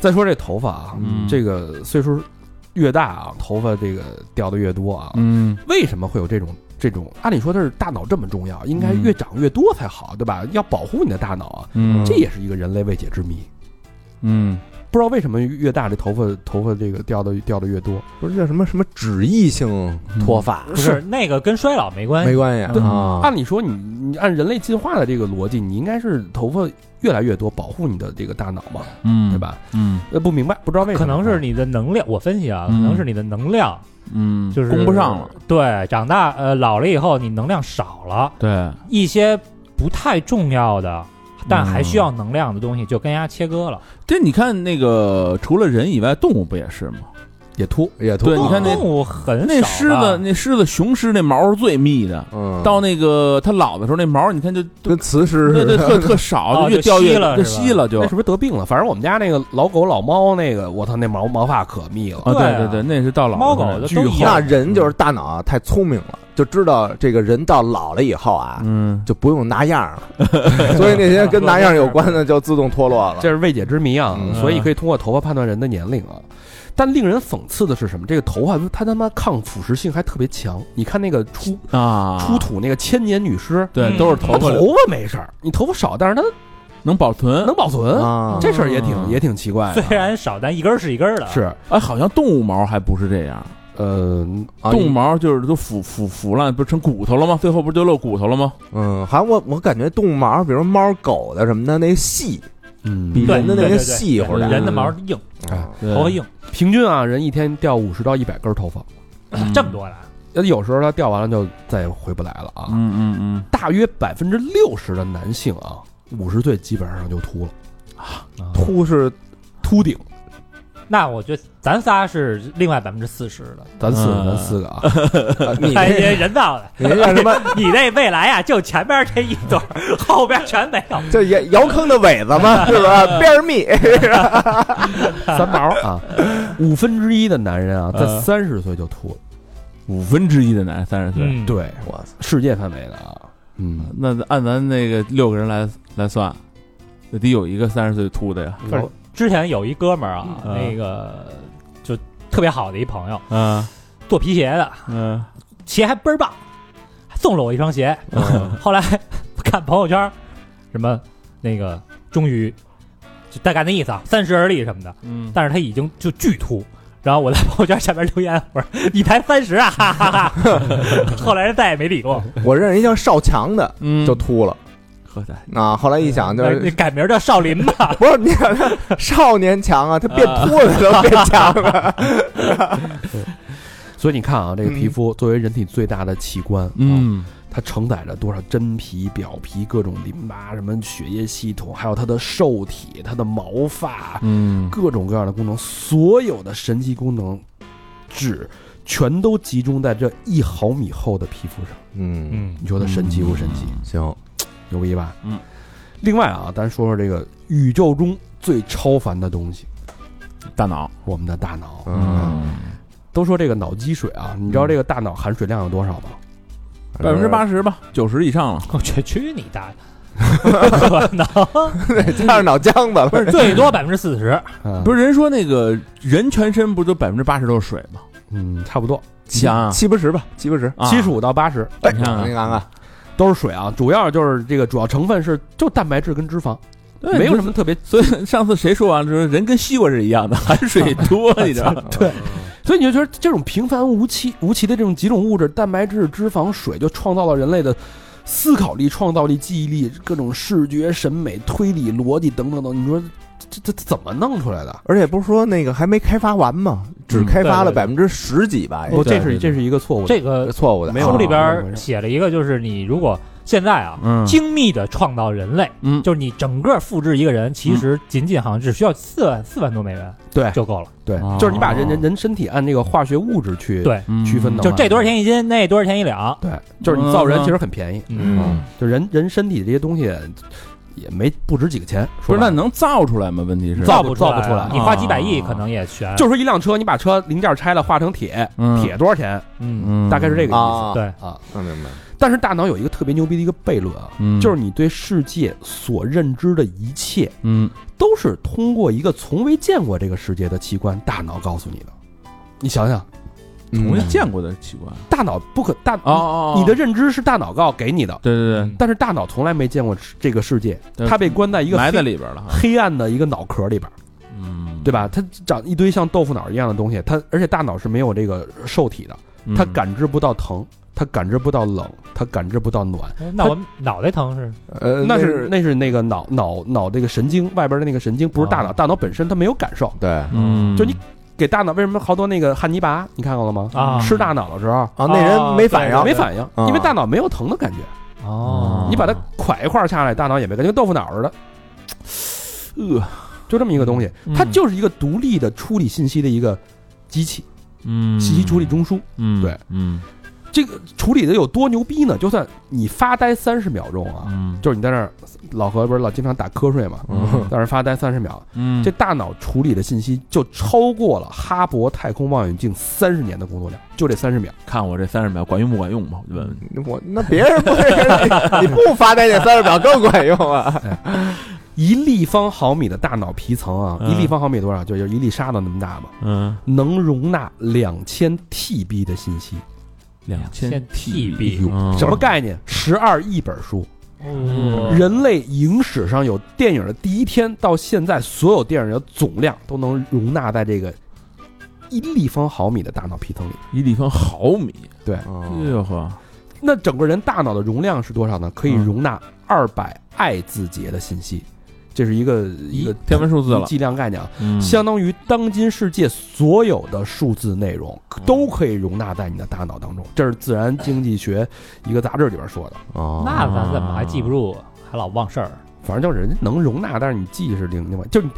Speaker 2: 再说这头发啊
Speaker 4: 嗯，
Speaker 2: 这个岁数越大啊，头发这个掉的越多啊，
Speaker 4: 嗯
Speaker 2: 为什么会有这种这种？按理说它是大脑这么重要，应该
Speaker 4: 嗯
Speaker 2: 越长越多才好，对吧？要保护你的大脑啊，
Speaker 4: 嗯
Speaker 2: 这也是一个人类未解之谜。
Speaker 4: 嗯
Speaker 2: 不知道为什么越大这头发头发这个掉的掉的越多，
Speaker 3: 不是叫什么什么脂溢性脱发，
Speaker 5: 不是那个跟衰老没关
Speaker 3: 没
Speaker 5: 系，
Speaker 3: 关系
Speaker 4: 对
Speaker 3: 啊，
Speaker 2: 按理说你你按人类进化的这个逻辑，你应该是头发越来越多，保护你的这个大脑嘛，
Speaker 4: 嗯
Speaker 2: 对？吧？
Speaker 4: 嗯
Speaker 2: 呃，不明白，不知道为什么，啊
Speaker 5: 可能是你的能量，我分析啊，可
Speaker 4: 嗯
Speaker 5: 能是你的能量
Speaker 4: 嗯，
Speaker 5: 就是
Speaker 4: 供不上了，。
Speaker 5: 对，长大呃老了以后，你能量少了，
Speaker 4: 对，
Speaker 5: 一些不太重要的。但还
Speaker 4: 嗯
Speaker 5: 需要能量的东西就跟人家切割了。
Speaker 4: 这你看那个除了人以外，动物不也是吗？
Speaker 2: 也秃，
Speaker 3: 也脱
Speaker 4: 对你看那
Speaker 5: 动物很
Speaker 4: 那
Speaker 5: 少
Speaker 4: 狮
Speaker 5: 吧
Speaker 4: 子，那狮子雄狮那毛是最密的，
Speaker 3: 嗯
Speaker 4: 到那个它老的时候，那毛你看就
Speaker 3: 跟磁石
Speaker 4: 对
Speaker 3: 似
Speaker 4: 对
Speaker 3: 的，
Speaker 4: 特 特少，
Speaker 5: 哦
Speaker 4: 越
Speaker 5: 就
Speaker 4: 掉
Speaker 5: 稀
Speaker 4: 越
Speaker 5: 了
Speaker 4: 就是
Speaker 5: 吧
Speaker 4: 稀了就
Speaker 2: 那是不是得病了？反正我们家那个老狗老猫那个，我操，那毛毛发可密了。
Speaker 4: 啊，
Speaker 5: 对
Speaker 4: 对
Speaker 5: 啊
Speaker 4: 对对，那是到老
Speaker 5: 猫
Speaker 4: 的时
Speaker 5: 狗
Speaker 4: 候
Speaker 5: 的
Speaker 4: 巨
Speaker 5: 都一
Speaker 4: 厚
Speaker 5: 样
Speaker 3: 那人就是大脑太聪明了，就知道这个人到老了以后啊，
Speaker 4: 嗯，
Speaker 3: 就不用拿样儿了， 所以那些跟拿样儿有关的就自动脱落了。
Speaker 2: 这是未解之谜啊，
Speaker 3: 嗯
Speaker 2: 所以可以通过头发判断人的年龄啊。但令人讽刺的是什么？这个头发它他妈抗腐蚀性还特别强。你看那个出
Speaker 4: 啊，
Speaker 2: 出土那个千年女尸，
Speaker 4: 对，
Speaker 5: 嗯
Speaker 4: 都是
Speaker 2: 她
Speaker 4: 头
Speaker 2: 头
Speaker 4: 发
Speaker 2: 发没事儿，你头发少，但是它
Speaker 4: 能保
Speaker 5: 嗯
Speaker 4: 存
Speaker 2: 能保存，
Speaker 3: 啊，
Speaker 2: 这事儿也挺
Speaker 4: 嗯
Speaker 2: 也挺奇怪的。 啊
Speaker 5: 虽然少，但一根儿是一根儿的。
Speaker 2: 是，
Speaker 4: 哎，好像动物毛还不是这样，
Speaker 2: 呃，
Speaker 3: 啊
Speaker 4: 动物毛就是都腐腐腐烂，不是成骨头了吗？最后不是就露骨头了吗？
Speaker 3: 嗯，好像我我感觉动物毛，比如猫、狗的什么的，那个细
Speaker 2: 嗯，
Speaker 3: 比
Speaker 5: 对
Speaker 3: 人的那
Speaker 5: 对
Speaker 3: 个
Speaker 5: 对对
Speaker 3: 细乎点
Speaker 5: 人的毛硬，
Speaker 3: 啊
Speaker 5: 头
Speaker 4: 哎
Speaker 5: 发硬，
Speaker 2: 平均啊，人一天掉五十到一百根头发，
Speaker 4: 嗯
Speaker 5: 这么，多呢？
Speaker 2: 呃有时候它掉完了就再也回不来了啊。
Speaker 4: 嗯嗯嗯，
Speaker 2: 大约百分之六十的男性啊，五十岁基本上就秃了，
Speaker 3: 秃是
Speaker 2: 秃顶，
Speaker 5: 那我觉得咱仨是另外百分之四十的，
Speaker 2: 咱四个，
Speaker 4: 嗯
Speaker 2: 咱四个啊，
Speaker 3: 你
Speaker 5: 哎
Speaker 3: 这
Speaker 5: 人造的。
Speaker 3: 呃你这什么？
Speaker 5: 你那未来啊，就前边这一对儿，后边全没 有。
Speaker 3: 就摇摇坑的尾子嘛，是吧？边儿蜜，
Speaker 2: 三毛啊，五分之一的男人啊，在
Speaker 4: 嗯
Speaker 2: 三十岁就秃了，
Speaker 4: 五分之一的男，三十岁，
Speaker 5: 嗯，
Speaker 2: 对，
Speaker 3: 我操！
Speaker 2: 世界范围的啊，嗯，
Speaker 4: 那按咱那个六个人来来算，那得有一个三十岁秃的呀。
Speaker 2: 嗯
Speaker 5: 不是之前有一哥们儿啊，
Speaker 4: 嗯
Speaker 5: 那个就特别好的一朋友，
Speaker 4: 嗯
Speaker 5: 做皮鞋的，
Speaker 4: 嗯
Speaker 5: 鞋还倍儿棒，还送了我一双鞋。
Speaker 2: 嗯
Speaker 5: 后来看朋友圈儿，什么那个终于就大概那意思啊，三十而立什么的，
Speaker 4: 嗯，
Speaker 5: 但是他已经就巨秃。然后我在朋友圈下边留言，我说你才三十啊，哈哈哈哈。 后来人再也没理过，
Speaker 3: 我认识一叫少强的，
Speaker 4: 嗯
Speaker 3: 就秃了
Speaker 4: 喝彩。
Speaker 3: 啊。后来一想，就
Speaker 5: 那
Speaker 3: 是
Speaker 5: 改名叫少林吧。
Speaker 3: 不是你想他少年强啊，他变秃了都变强了。
Speaker 2: 所以你看啊，这个皮肤作为人体最大的器官，啊，
Speaker 4: 嗯
Speaker 2: 它承载着多少真皮、表皮、各种淋巴、什么血液系统，还有它的受体、它的毛发，
Speaker 4: 嗯
Speaker 2: 各种各样的功能，所有的神奇功能，只全都集中在这一毫米厚的皮肤上。
Speaker 3: 嗯，
Speaker 5: 嗯
Speaker 2: 你说它神奇不神奇？
Speaker 3: 行，
Speaker 2: 牛逼吧？
Speaker 4: 嗯。
Speaker 2: 另外啊，咱说说这个宇宙中最超凡的东西，
Speaker 4: 大脑。
Speaker 2: 我们的大脑。
Speaker 3: 嗯，
Speaker 2: 都说这个脑积水啊，你知道这个大脑含水量有多少吗？
Speaker 4: 百分之八十吧，九十以上了。
Speaker 5: 我去，去你大爷！可能
Speaker 3: 十，加上脑浆吧，不是
Speaker 5: 最多百分之四十，
Speaker 2: 啊
Speaker 4: 嗯不
Speaker 2: 是，
Speaker 4: 是人说那个人全身不都百分之八十都是水吗？
Speaker 2: 嗯，差不多
Speaker 4: 你想啊，
Speaker 3: 七八十吧，七八十。
Speaker 4: 啊
Speaker 2: 七十五到八十
Speaker 3: 哎，
Speaker 4: 你看啊
Speaker 3: 你看看，
Speaker 2: 都是水啊，主要就是这个主要成分是就蛋白质跟脂肪，
Speaker 4: 对
Speaker 2: 没有
Speaker 4: 你
Speaker 2: 什么特别。
Speaker 4: 所以上次谁说完了说人跟西瓜是一样的，含水多，你知道吗？
Speaker 2: 对，所以你就觉得这种平凡无奇无奇的这种几种物质，蛋白质、脂肪、水，就创造了人类的思考力、创造力、记忆力、各种视觉、审美、推理、逻辑等等等。你说这这这怎么弄出来的？
Speaker 3: 而且不是说那个还没开发完吗？只开发了
Speaker 5: 对
Speaker 3: 百分之十几吧，
Speaker 2: 不，
Speaker 3: 也
Speaker 2: 这是这是一个错误的。
Speaker 5: 这个
Speaker 3: 错误的。
Speaker 2: 没有
Speaker 5: 书里
Speaker 2: 啊没有没
Speaker 5: 边
Speaker 2: 有
Speaker 5: 写了一个，就是你如果现在啊，
Speaker 4: 嗯
Speaker 5: 精密的创造人类，
Speaker 4: 嗯
Speaker 5: 就是你整个复制一个人，其实仅仅好像只需要四万四万多美元
Speaker 2: 嗯对
Speaker 5: 就够了。
Speaker 2: 对
Speaker 4: 哦，
Speaker 2: 就是你把人人人身体按这个化学物质去
Speaker 5: 对，
Speaker 2: 区分的话，
Speaker 5: 就这多少钱一斤，那多少钱一两。
Speaker 2: 对，嗯就是你造人其实很便宜，
Speaker 3: 嗯，
Speaker 2: 就人人身体这些东西也没不值几个钱。
Speaker 4: 不
Speaker 2: 说
Speaker 4: 是，那
Speaker 2: 白了
Speaker 4: 能造出来吗？问题是
Speaker 2: 造
Speaker 5: 不
Speaker 2: 不嗯造不出来
Speaker 5: 你花几百亿
Speaker 4: 啊
Speaker 5: 可能也悬。
Speaker 2: 就说一辆车，你把车零件拆了化成铁，
Speaker 4: 嗯
Speaker 2: 铁多少钱？
Speaker 5: 嗯，
Speaker 4: 嗯
Speaker 2: 大概是这个
Speaker 3: 啊，
Speaker 5: 对，
Speaker 2: 啊。
Speaker 3: 嗯，明白。
Speaker 2: 但是大脑有一个特别牛逼的一个悖论啊，
Speaker 4: 嗯
Speaker 2: 就是你对世界所认知的一切，
Speaker 4: 嗯
Speaker 2: 都是通过一个从未见过这个世界的器官大脑告诉你的。你想想，
Speaker 4: 从未见过的奇怪
Speaker 2: 大脑不可大
Speaker 4: 哦哦，
Speaker 2: 你的认知是大脑告给你的，
Speaker 4: 对对
Speaker 2: 但是大脑从来没见过这个世界，
Speaker 4: 对，
Speaker 2: 它被关在一个
Speaker 4: 埋在
Speaker 2: 黑
Speaker 4: 里边了哈，
Speaker 2: 黑暗的一个脑壳里边，
Speaker 4: 嗯，
Speaker 2: 对吧？它长一堆像豆腐脑一样的东西，它而且大脑是没有这个受体的，
Speaker 4: 嗯？
Speaker 2: 它感知不到疼，它感知不到冷，它感知不到暖，
Speaker 5: 那我脑袋疼是
Speaker 3: 呃，
Speaker 2: 那是那是那个脑脑脑这个神经外边的那个神经，不是大脑，
Speaker 5: 哦
Speaker 2: 大脑本身它没有感受。
Speaker 3: 对啊
Speaker 4: 嗯，
Speaker 2: 就你给大脑为什么好多那个汉尼拔，你看过了吗？
Speaker 5: 啊，
Speaker 2: 吃大脑的时候
Speaker 3: 啊，那人没反
Speaker 5: 啊
Speaker 3: 应，
Speaker 2: 没反应，
Speaker 3: 啊
Speaker 2: 因为大脑没有疼的感觉。
Speaker 5: 哦，
Speaker 2: 你把它蒯一块儿下来，大脑也没感觉，跟豆腐脑似的，呃
Speaker 4: 饿，
Speaker 2: 就这么一个东西，
Speaker 4: 嗯
Speaker 2: 它就是一个独立的处理信息的一个机器，
Speaker 4: 嗯，
Speaker 2: 信息处理，中枢。
Speaker 4: 嗯，
Speaker 2: 对，
Speaker 4: 嗯
Speaker 2: 这个处理的有多牛逼呢？就算你发呆三十秒钟啊，
Speaker 4: 嗯，
Speaker 2: 就是你在那儿，老何不是老经常打瞌睡嘛，
Speaker 4: 嗯
Speaker 2: 在那儿发呆三十秒，
Speaker 4: 嗯
Speaker 2: 这大脑处理的信息就超过了哈勃太空望远镜三十年的工作量，就这三十秒。
Speaker 4: 看我这三十秒管用不管用吧？我就问问你，
Speaker 3: 我那别人不是你不发呆那三十秒更管用啊！
Speaker 2: 一立方毫米的大脑皮层啊，
Speaker 4: 嗯
Speaker 2: 一立方毫米多少？就就是一粒沙子那么大吧，
Speaker 4: 嗯，
Speaker 2: 能容纳两千 TB 的信息，
Speaker 4: 两千
Speaker 5: TB
Speaker 2: 什么概念？十二亿本书，
Speaker 4: 嗯
Speaker 2: 人类影史上有电影的第一天到现在，所有电影的总量都能容纳在这个一立方毫米的大脑皮层里。
Speaker 4: 一立方毫米， 哎呦呵，
Speaker 2: 那整个人大脑的容量是多少呢？可以
Speaker 4: 嗯
Speaker 2: 容纳二百爱字节的信息，这是一个一个
Speaker 4: 天文数字了
Speaker 2: 计量概念，啊，
Speaker 4: 嗯
Speaker 2: 相当于当今世界所有的数字内容
Speaker 4: 嗯
Speaker 2: 都可以容纳在你的大脑当中。这是《自然经济学》一个杂志里边说的，
Speaker 3: 哦
Speaker 5: 那咱怎么还记不住，还老忘事儿？
Speaker 2: 嗯反正就是人家能容纳，但是你记是另另外，就是你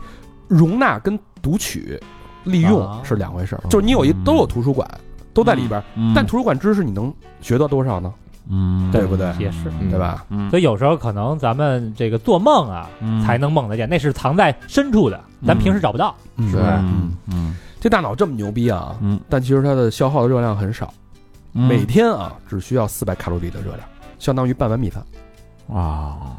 Speaker 2: 容纳跟读取利用
Speaker 5: 啊
Speaker 2: 是两回
Speaker 4: 哦
Speaker 2: 事儿，就是你有一
Speaker 1: 嗯
Speaker 2: 都有图书馆，都在里边儿，
Speaker 1: 嗯
Speaker 2: 但图书馆知识你能学到多少呢？
Speaker 1: 嗯，
Speaker 2: 对不对
Speaker 5: 也是
Speaker 1: 嗯
Speaker 2: 对？吧？
Speaker 1: 嗯
Speaker 5: 所，以有时候可能咱们这个做梦啊，
Speaker 1: 嗯
Speaker 5: 才能梦得见，那是藏在深处的，咱平时找不到。
Speaker 2: 嗯
Speaker 3: 对
Speaker 1: 嗯嗯
Speaker 2: 这大脑这么牛逼啊，
Speaker 1: 嗯
Speaker 2: 但其实它的消耗的热量很少，
Speaker 1: 嗯，
Speaker 2: 每天啊只需要四百卡路里的热量，相当于半碗米饭。
Speaker 4: 嗯
Speaker 1: 啊，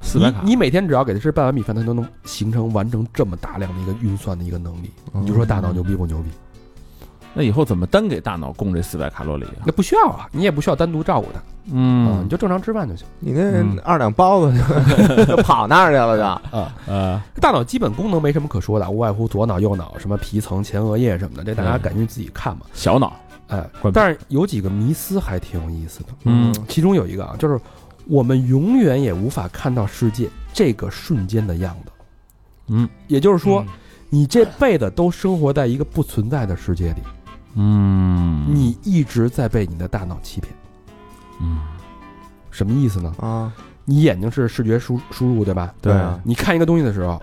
Speaker 4: 四百卡
Speaker 2: 你，你每天只要给它吃半碗米饭，它都能形成完成这么大量的一个运算的一个能力。
Speaker 4: 嗯
Speaker 2: 你就说大脑牛逼不牛逼？
Speaker 4: 那以后怎么单给大脑供这四百卡路里啊？
Speaker 2: 那不需要啊，你也不需要单独照顾它，啊
Speaker 1: 嗯，
Speaker 2: 你就正常吃饭就行。
Speaker 3: 你
Speaker 1: 嗯
Speaker 3: 那二两包子就就跑那儿去了，就
Speaker 4: 呃，
Speaker 2: 啊大脑基本功能没什么可说的，无外乎左脑、右脑，什么皮层、前额叶什么的，这大家
Speaker 4: 嗯
Speaker 2: 感兴趣自己看吧。
Speaker 4: 小脑，
Speaker 2: 哎
Speaker 4: 关，闭
Speaker 2: 但是有几个迷思还挺有意思的。
Speaker 1: 嗯，
Speaker 2: 其中有一个啊，就是我们永远也无法看到世界这个瞬间的样子。
Speaker 1: 嗯，
Speaker 2: 也就是说，你这辈子都生活在一个不存在的世界里，
Speaker 1: 嗯，
Speaker 2: 你一直在被你的大脑欺骗。
Speaker 1: 嗯
Speaker 2: 什么意思呢？
Speaker 3: 啊，
Speaker 2: 你眼睛是视觉输输入对吧？
Speaker 3: 对啊
Speaker 2: 你看一个东西的时候，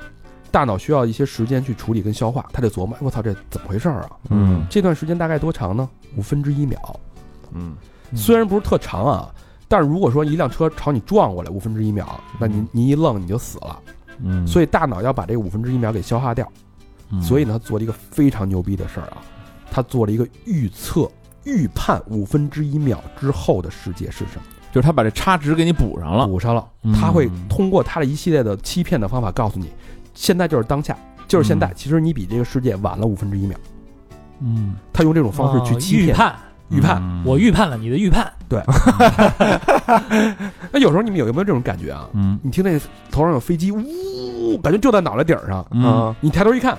Speaker 2: 大脑需要一些时间去处理跟消化，他得琢磨，哎我操，这怎么回事儿啊？
Speaker 1: 嗯
Speaker 2: 这段时间大概多长呢？五分之一秒。
Speaker 1: 嗯
Speaker 2: 虽然不是特长啊，但是如果说一辆车朝你撞过来五分之一秒，那你你一愣你就死了。
Speaker 1: 嗯，
Speaker 2: 所以大脑要把这五分之一秒给消化掉。
Speaker 4: 嗯
Speaker 1: 以
Speaker 2: 所以呢，他做了一个非常牛逼的事儿啊，他做了一个预测、预判五分之一秒之后的世界是什么，
Speaker 4: 就是他把这差值给你补上了。
Speaker 2: 补上了
Speaker 1: 嗯。
Speaker 2: 他会通过他的一系列的欺骗的方法告诉你，现在就是当下，就是现在。其实你比这个世界晚了五分之一秒。
Speaker 1: 嗯，
Speaker 2: 他用这种方式去
Speaker 5: 哦
Speaker 2: 欺
Speaker 5: 预
Speaker 2: 骗、嗯
Speaker 5: 判，
Speaker 2: 预判。
Speaker 4: 嗯
Speaker 5: 我预判了你的预判，
Speaker 2: 那有时候你们有没有这种感觉啊？
Speaker 1: 嗯
Speaker 2: 你听那头上有飞机，呜，感觉就在脑袋顶儿上。
Speaker 3: 啊
Speaker 1: 嗯
Speaker 2: 你抬头一看，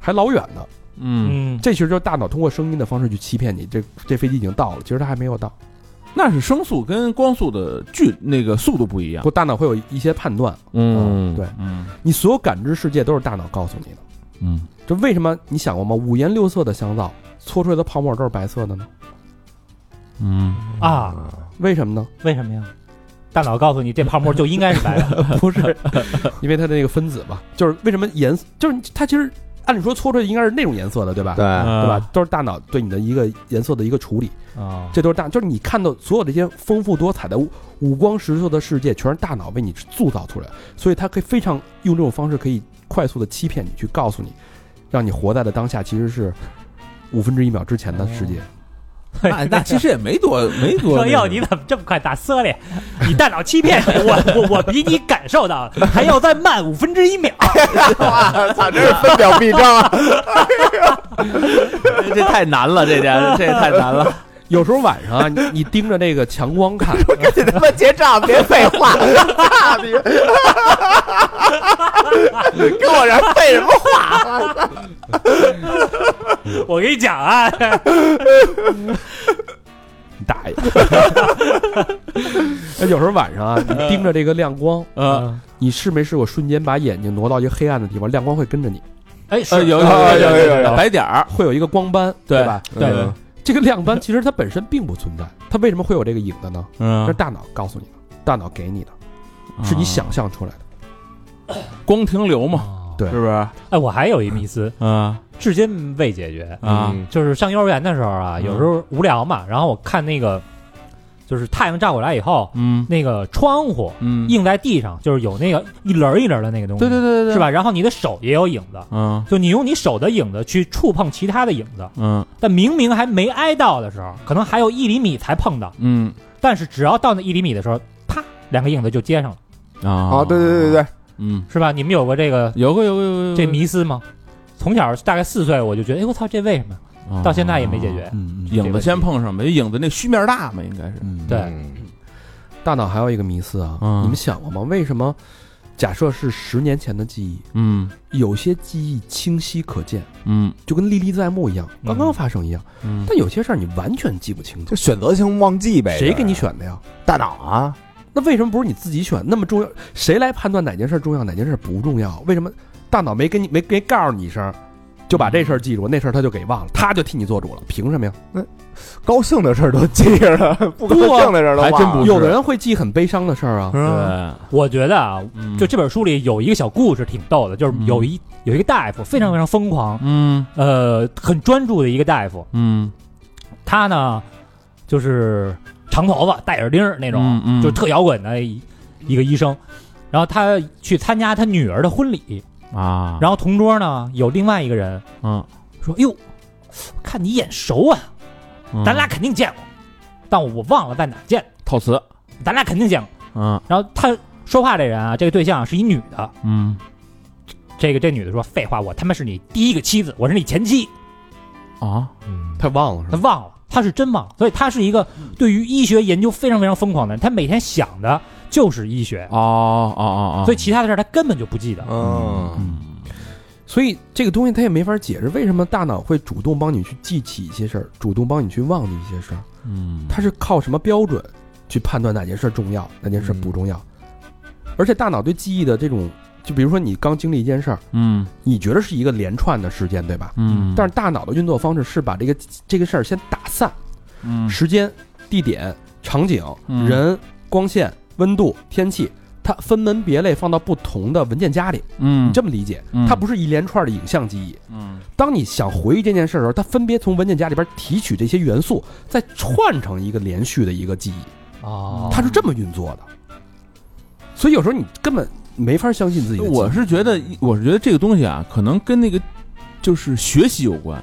Speaker 2: 还老远呢。
Speaker 1: 嗯
Speaker 5: 嗯，
Speaker 2: 这其实就是大脑通过声音的方式去欺骗你，这这飞机已经到了，其实它还没有到。
Speaker 4: 那是声速跟光速的距那个速度不一样。
Speaker 2: 不，大脑会有一些判断。
Speaker 1: 嗯，
Speaker 2: 哦对
Speaker 1: 嗯
Speaker 2: 你所有感知世界都是大脑告诉你的。
Speaker 1: 嗯
Speaker 2: 这为什么你想过吗？五颜六色的香皂搓出来的泡沫都是白色的呢？
Speaker 1: 嗯
Speaker 5: 啊，
Speaker 2: 为什么呢？
Speaker 5: 为什么呀？大脑告诉你，这泡沫就应该是白的， 不是？
Speaker 2: 因为它的那个分子嘛，就是为什么颜，就是它其实按理说搓出来应该是那种颜色的，对啊吧？
Speaker 3: 对，
Speaker 2: 对吧？都是大脑对你的一个颜色的一个处理，
Speaker 5: 啊，
Speaker 2: 这都是大，就是你看到所有这些丰富多彩的五五光十色的世界，全是大脑为你塑造出来的，所以它可以非常用这种方式可以快速的欺骗你，去告诉你，让你活在的当下其实是五分之一秒之前的世界。
Speaker 4: 那那其实也没多没 多那
Speaker 5: 说
Speaker 4: 个。
Speaker 5: 哟，你怎么这么快打撕 裂？你大脑欺骗你，我我我比你感受到还要再慢五分之一 秒。
Speaker 3: 哇，操，这是分秒必争啊！
Speaker 4: 这这太难了，这这这太难了。
Speaker 2: 有时候晚上啊，你你盯着那个强光看，
Speaker 3: 赶紧他妈结账，别废 话！操你！跟我这儿废什么话？
Speaker 5: 我跟你讲啊，
Speaker 2: 你大爷！那有时候晚上啊，你盯着这个亮光，啊
Speaker 4: 呃，
Speaker 2: 你试没试过瞬间把眼睛挪到一个黑暗的地方，亮光会跟着你，
Speaker 5: 哎，
Speaker 4: 呃
Speaker 5: 是
Speaker 4: 有
Speaker 3: 啊有有有有
Speaker 4: 白点儿，
Speaker 2: 会有一个光斑，
Speaker 4: 对
Speaker 2: 吧？
Speaker 5: 对
Speaker 4: 嗯
Speaker 2: 这个亮斑其实它本身并不存在，它为什么会有这个影子呢？
Speaker 1: 啊
Speaker 2: 这是
Speaker 4: 嗯，
Speaker 2: 大脑告诉你的，大脑给你的，是你想象出来的。
Speaker 4: 光停留嘛，
Speaker 2: 对
Speaker 4: 是不是？
Speaker 3: 啊
Speaker 5: 哎，我还有一迷思，
Speaker 4: 嗯
Speaker 5: 至今未解决，
Speaker 4: 啊，
Speaker 5: 就是上幼儿园的时候啊，
Speaker 4: 嗯
Speaker 5: 有时候无聊嘛，然后我看那个，就是太阳照过来以后，
Speaker 4: 嗯
Speaker 5: 那个窗户
Speaker 4: 嗯，
Speaker 5: 映在地上，就是有那个一轮儿一轮儿的那个东西，
Speaker 4: 对对对对对，
Speaker 5: 是？吧？然后你的手也有影子，
Speaker 4: 嗯
Speaker 5: 就你用你手的影子去触碰其他的影子，
Speaker 4: 嗯
Speaker 5: 但明明还没挨到的时候，可能还有一厘米才碰到，
Speaker 4: 嗯
Speaker 5: 但是只要到那一厘米的时候，啪，两个影子就接上了，
Speaker 4: 啊
Speaker 3: 哦，对对对对
Speaker 4: 对，
Speaker 3: 对，
Speaker 4: 嗯，
Speaker 5: 是吧？你们有过这个
Speaker 4: 有个有个有个
Speaker 5: 这迷思吗？从小大概四岁我就觉得，哎，我操，这为什么？
Speaker 4: 哦
Speaker 5: 到现在也没解。决。
Speaker 1: 嗯
Speaker 4: 影子先碰上没？影子那虚面大嘛，应该是。
Speaker 1: 嗯，
Speaker 5: 对
Speaker 2: 大脑还有一个迷思啊，
Speaker 4: 嗯
Speaker 2: 你们想过吗？为什么假设是十年前的记忆，
Speaker 4: 嗯
Speaker 2: 有些记忆清晰可见，
Speaker 4: 嗯
Speaker 2: 就跟历历在目一样，
Speaker 5: 嗯
Speaker 2: 刚刚发生一样，
Speaker 4: 嗯，
Speaker 2: 但有些事儿你完全记不清楚
Speaker 3: 就，选择性忘记呗。
Speaker 2: 谁给你
Speaker 3: 这
Speaker 2: 选的呀？
Speaker 3: 是大脑啊？
Speaker 2: 那为什么不是你自己选？那么重要，谁来判断哪件事重要，哪件事不重要？为什么大脑没跟你没没告诉你一声？就把这事儿记住，那事儿他就给忘了，他就替你做主了，凭什么呀？
Speaker 3: 高兴的事儿都记着了，不高兴的事儿都
Speaker 4: 哎
Speaker 3: 忘了
Speaker 4: 还真不是
Speaker 2: 有的人会记很悲伤的事儿啊，
Speaker 3: 嗯
Speaker 4: 对，
Speaker 5: 我觉得啊，
Speaker 4: 嗯
Speaker 5: 就这本书里有一个小故事挺逗的，就是有一有一个大夫非常非常疯狂，
Speaker 4: 嗯
Speaker 5: 呃，很专注的一个大夫，
Speaker 4: 嗯
Speaker 5: 他呢就是长头发、戴耳钉儿那种，
Speaker 4: 嗯
Speaker 5: 就是特摇滚的一一个医生。然后他去参加他女儿的婚礼，
Speaker 4: 啊，
Speaker 5: 然后同桌呢有另外一个人
Speaker 4: 嗯，
Speaker 5: 说：“哟，看你眼熟啊，
Speaker 4: 嗯
Speaker 5: 咱俩肯定见过，但我忘了在哪儿见，
Speaker 4: 套词，
Speaker 5: 咱俩肯定见过。
Speaker 4: 嗯”
Speaker 5: 然后他说话这人啊，这个对象是一女的，
Speaker 4: 嗯
Speaker 5: 这个这女的说：“废话，我他妈是你第一个妻子，我是你前妻。
Speaker 4: 啊，
Speaker 2: 他忘了是
Speaker 5: 他
Speaker 2: 吧？
Speaker 5: 忘了，他是真忘了，所以他是一个
Speaker 4: 嗯
Speaker 5: 对于医学研究非常非常疯狂的人。他每天想的就是医学，
Speaker 4: 哦哦哦哦，
Speaker 5: 所以其他的事儿他根本就不记得。
Speaker 3: 嗯，
Speaker 4: 嗯
Speaker 2: 所以这个东西他也没法解释，为什么大脑会主动帮你去记起一些事儿，主动帮你去忘记一些事儿？
Speaker 4: 嗯，
Speaker 2: 它是靠什么标准去判断哪件事儿重要，哪件
Speaker 4: 嗯
Speaker 2: 事儿不重要？而且大脑对记忆的这种，就比如说你刚经历一件事儿，
Speaker 4: 嗯
Speaker 2: 你觉得是一个连串的事件，对吧？
Speaker 4: 嗯，
Speaker 2: 但是大脑的运作方式是把这个这个事儿先打散，
Speaker 4: 嗯
Speaker 2: 时间、地点、场景、
Speaker 4: 嗯
Speaker 2: 人、光线、温度、天气，它分门别类放到不同的文件夹里。
Speaker 4: 嗯
Speaker 2: 你这么理解，
Speaker 4: 嗯
Speaker 2: 它不是一连串的影像记忆。
Speaker 4: 嗯
Speaker 2: 当你想回忆这件事儿的时候，它分别从文件夹里边提取这些元素，再串成一个连续的一个记忆，
Speaker 5: 哦
Speaker 2: 它是这么运作的。所以有时候你根本没法相信自己的记忆。
Speaker 4: 我是觉得，我是觉得这个东西啊，可能跟那个就是学习有关，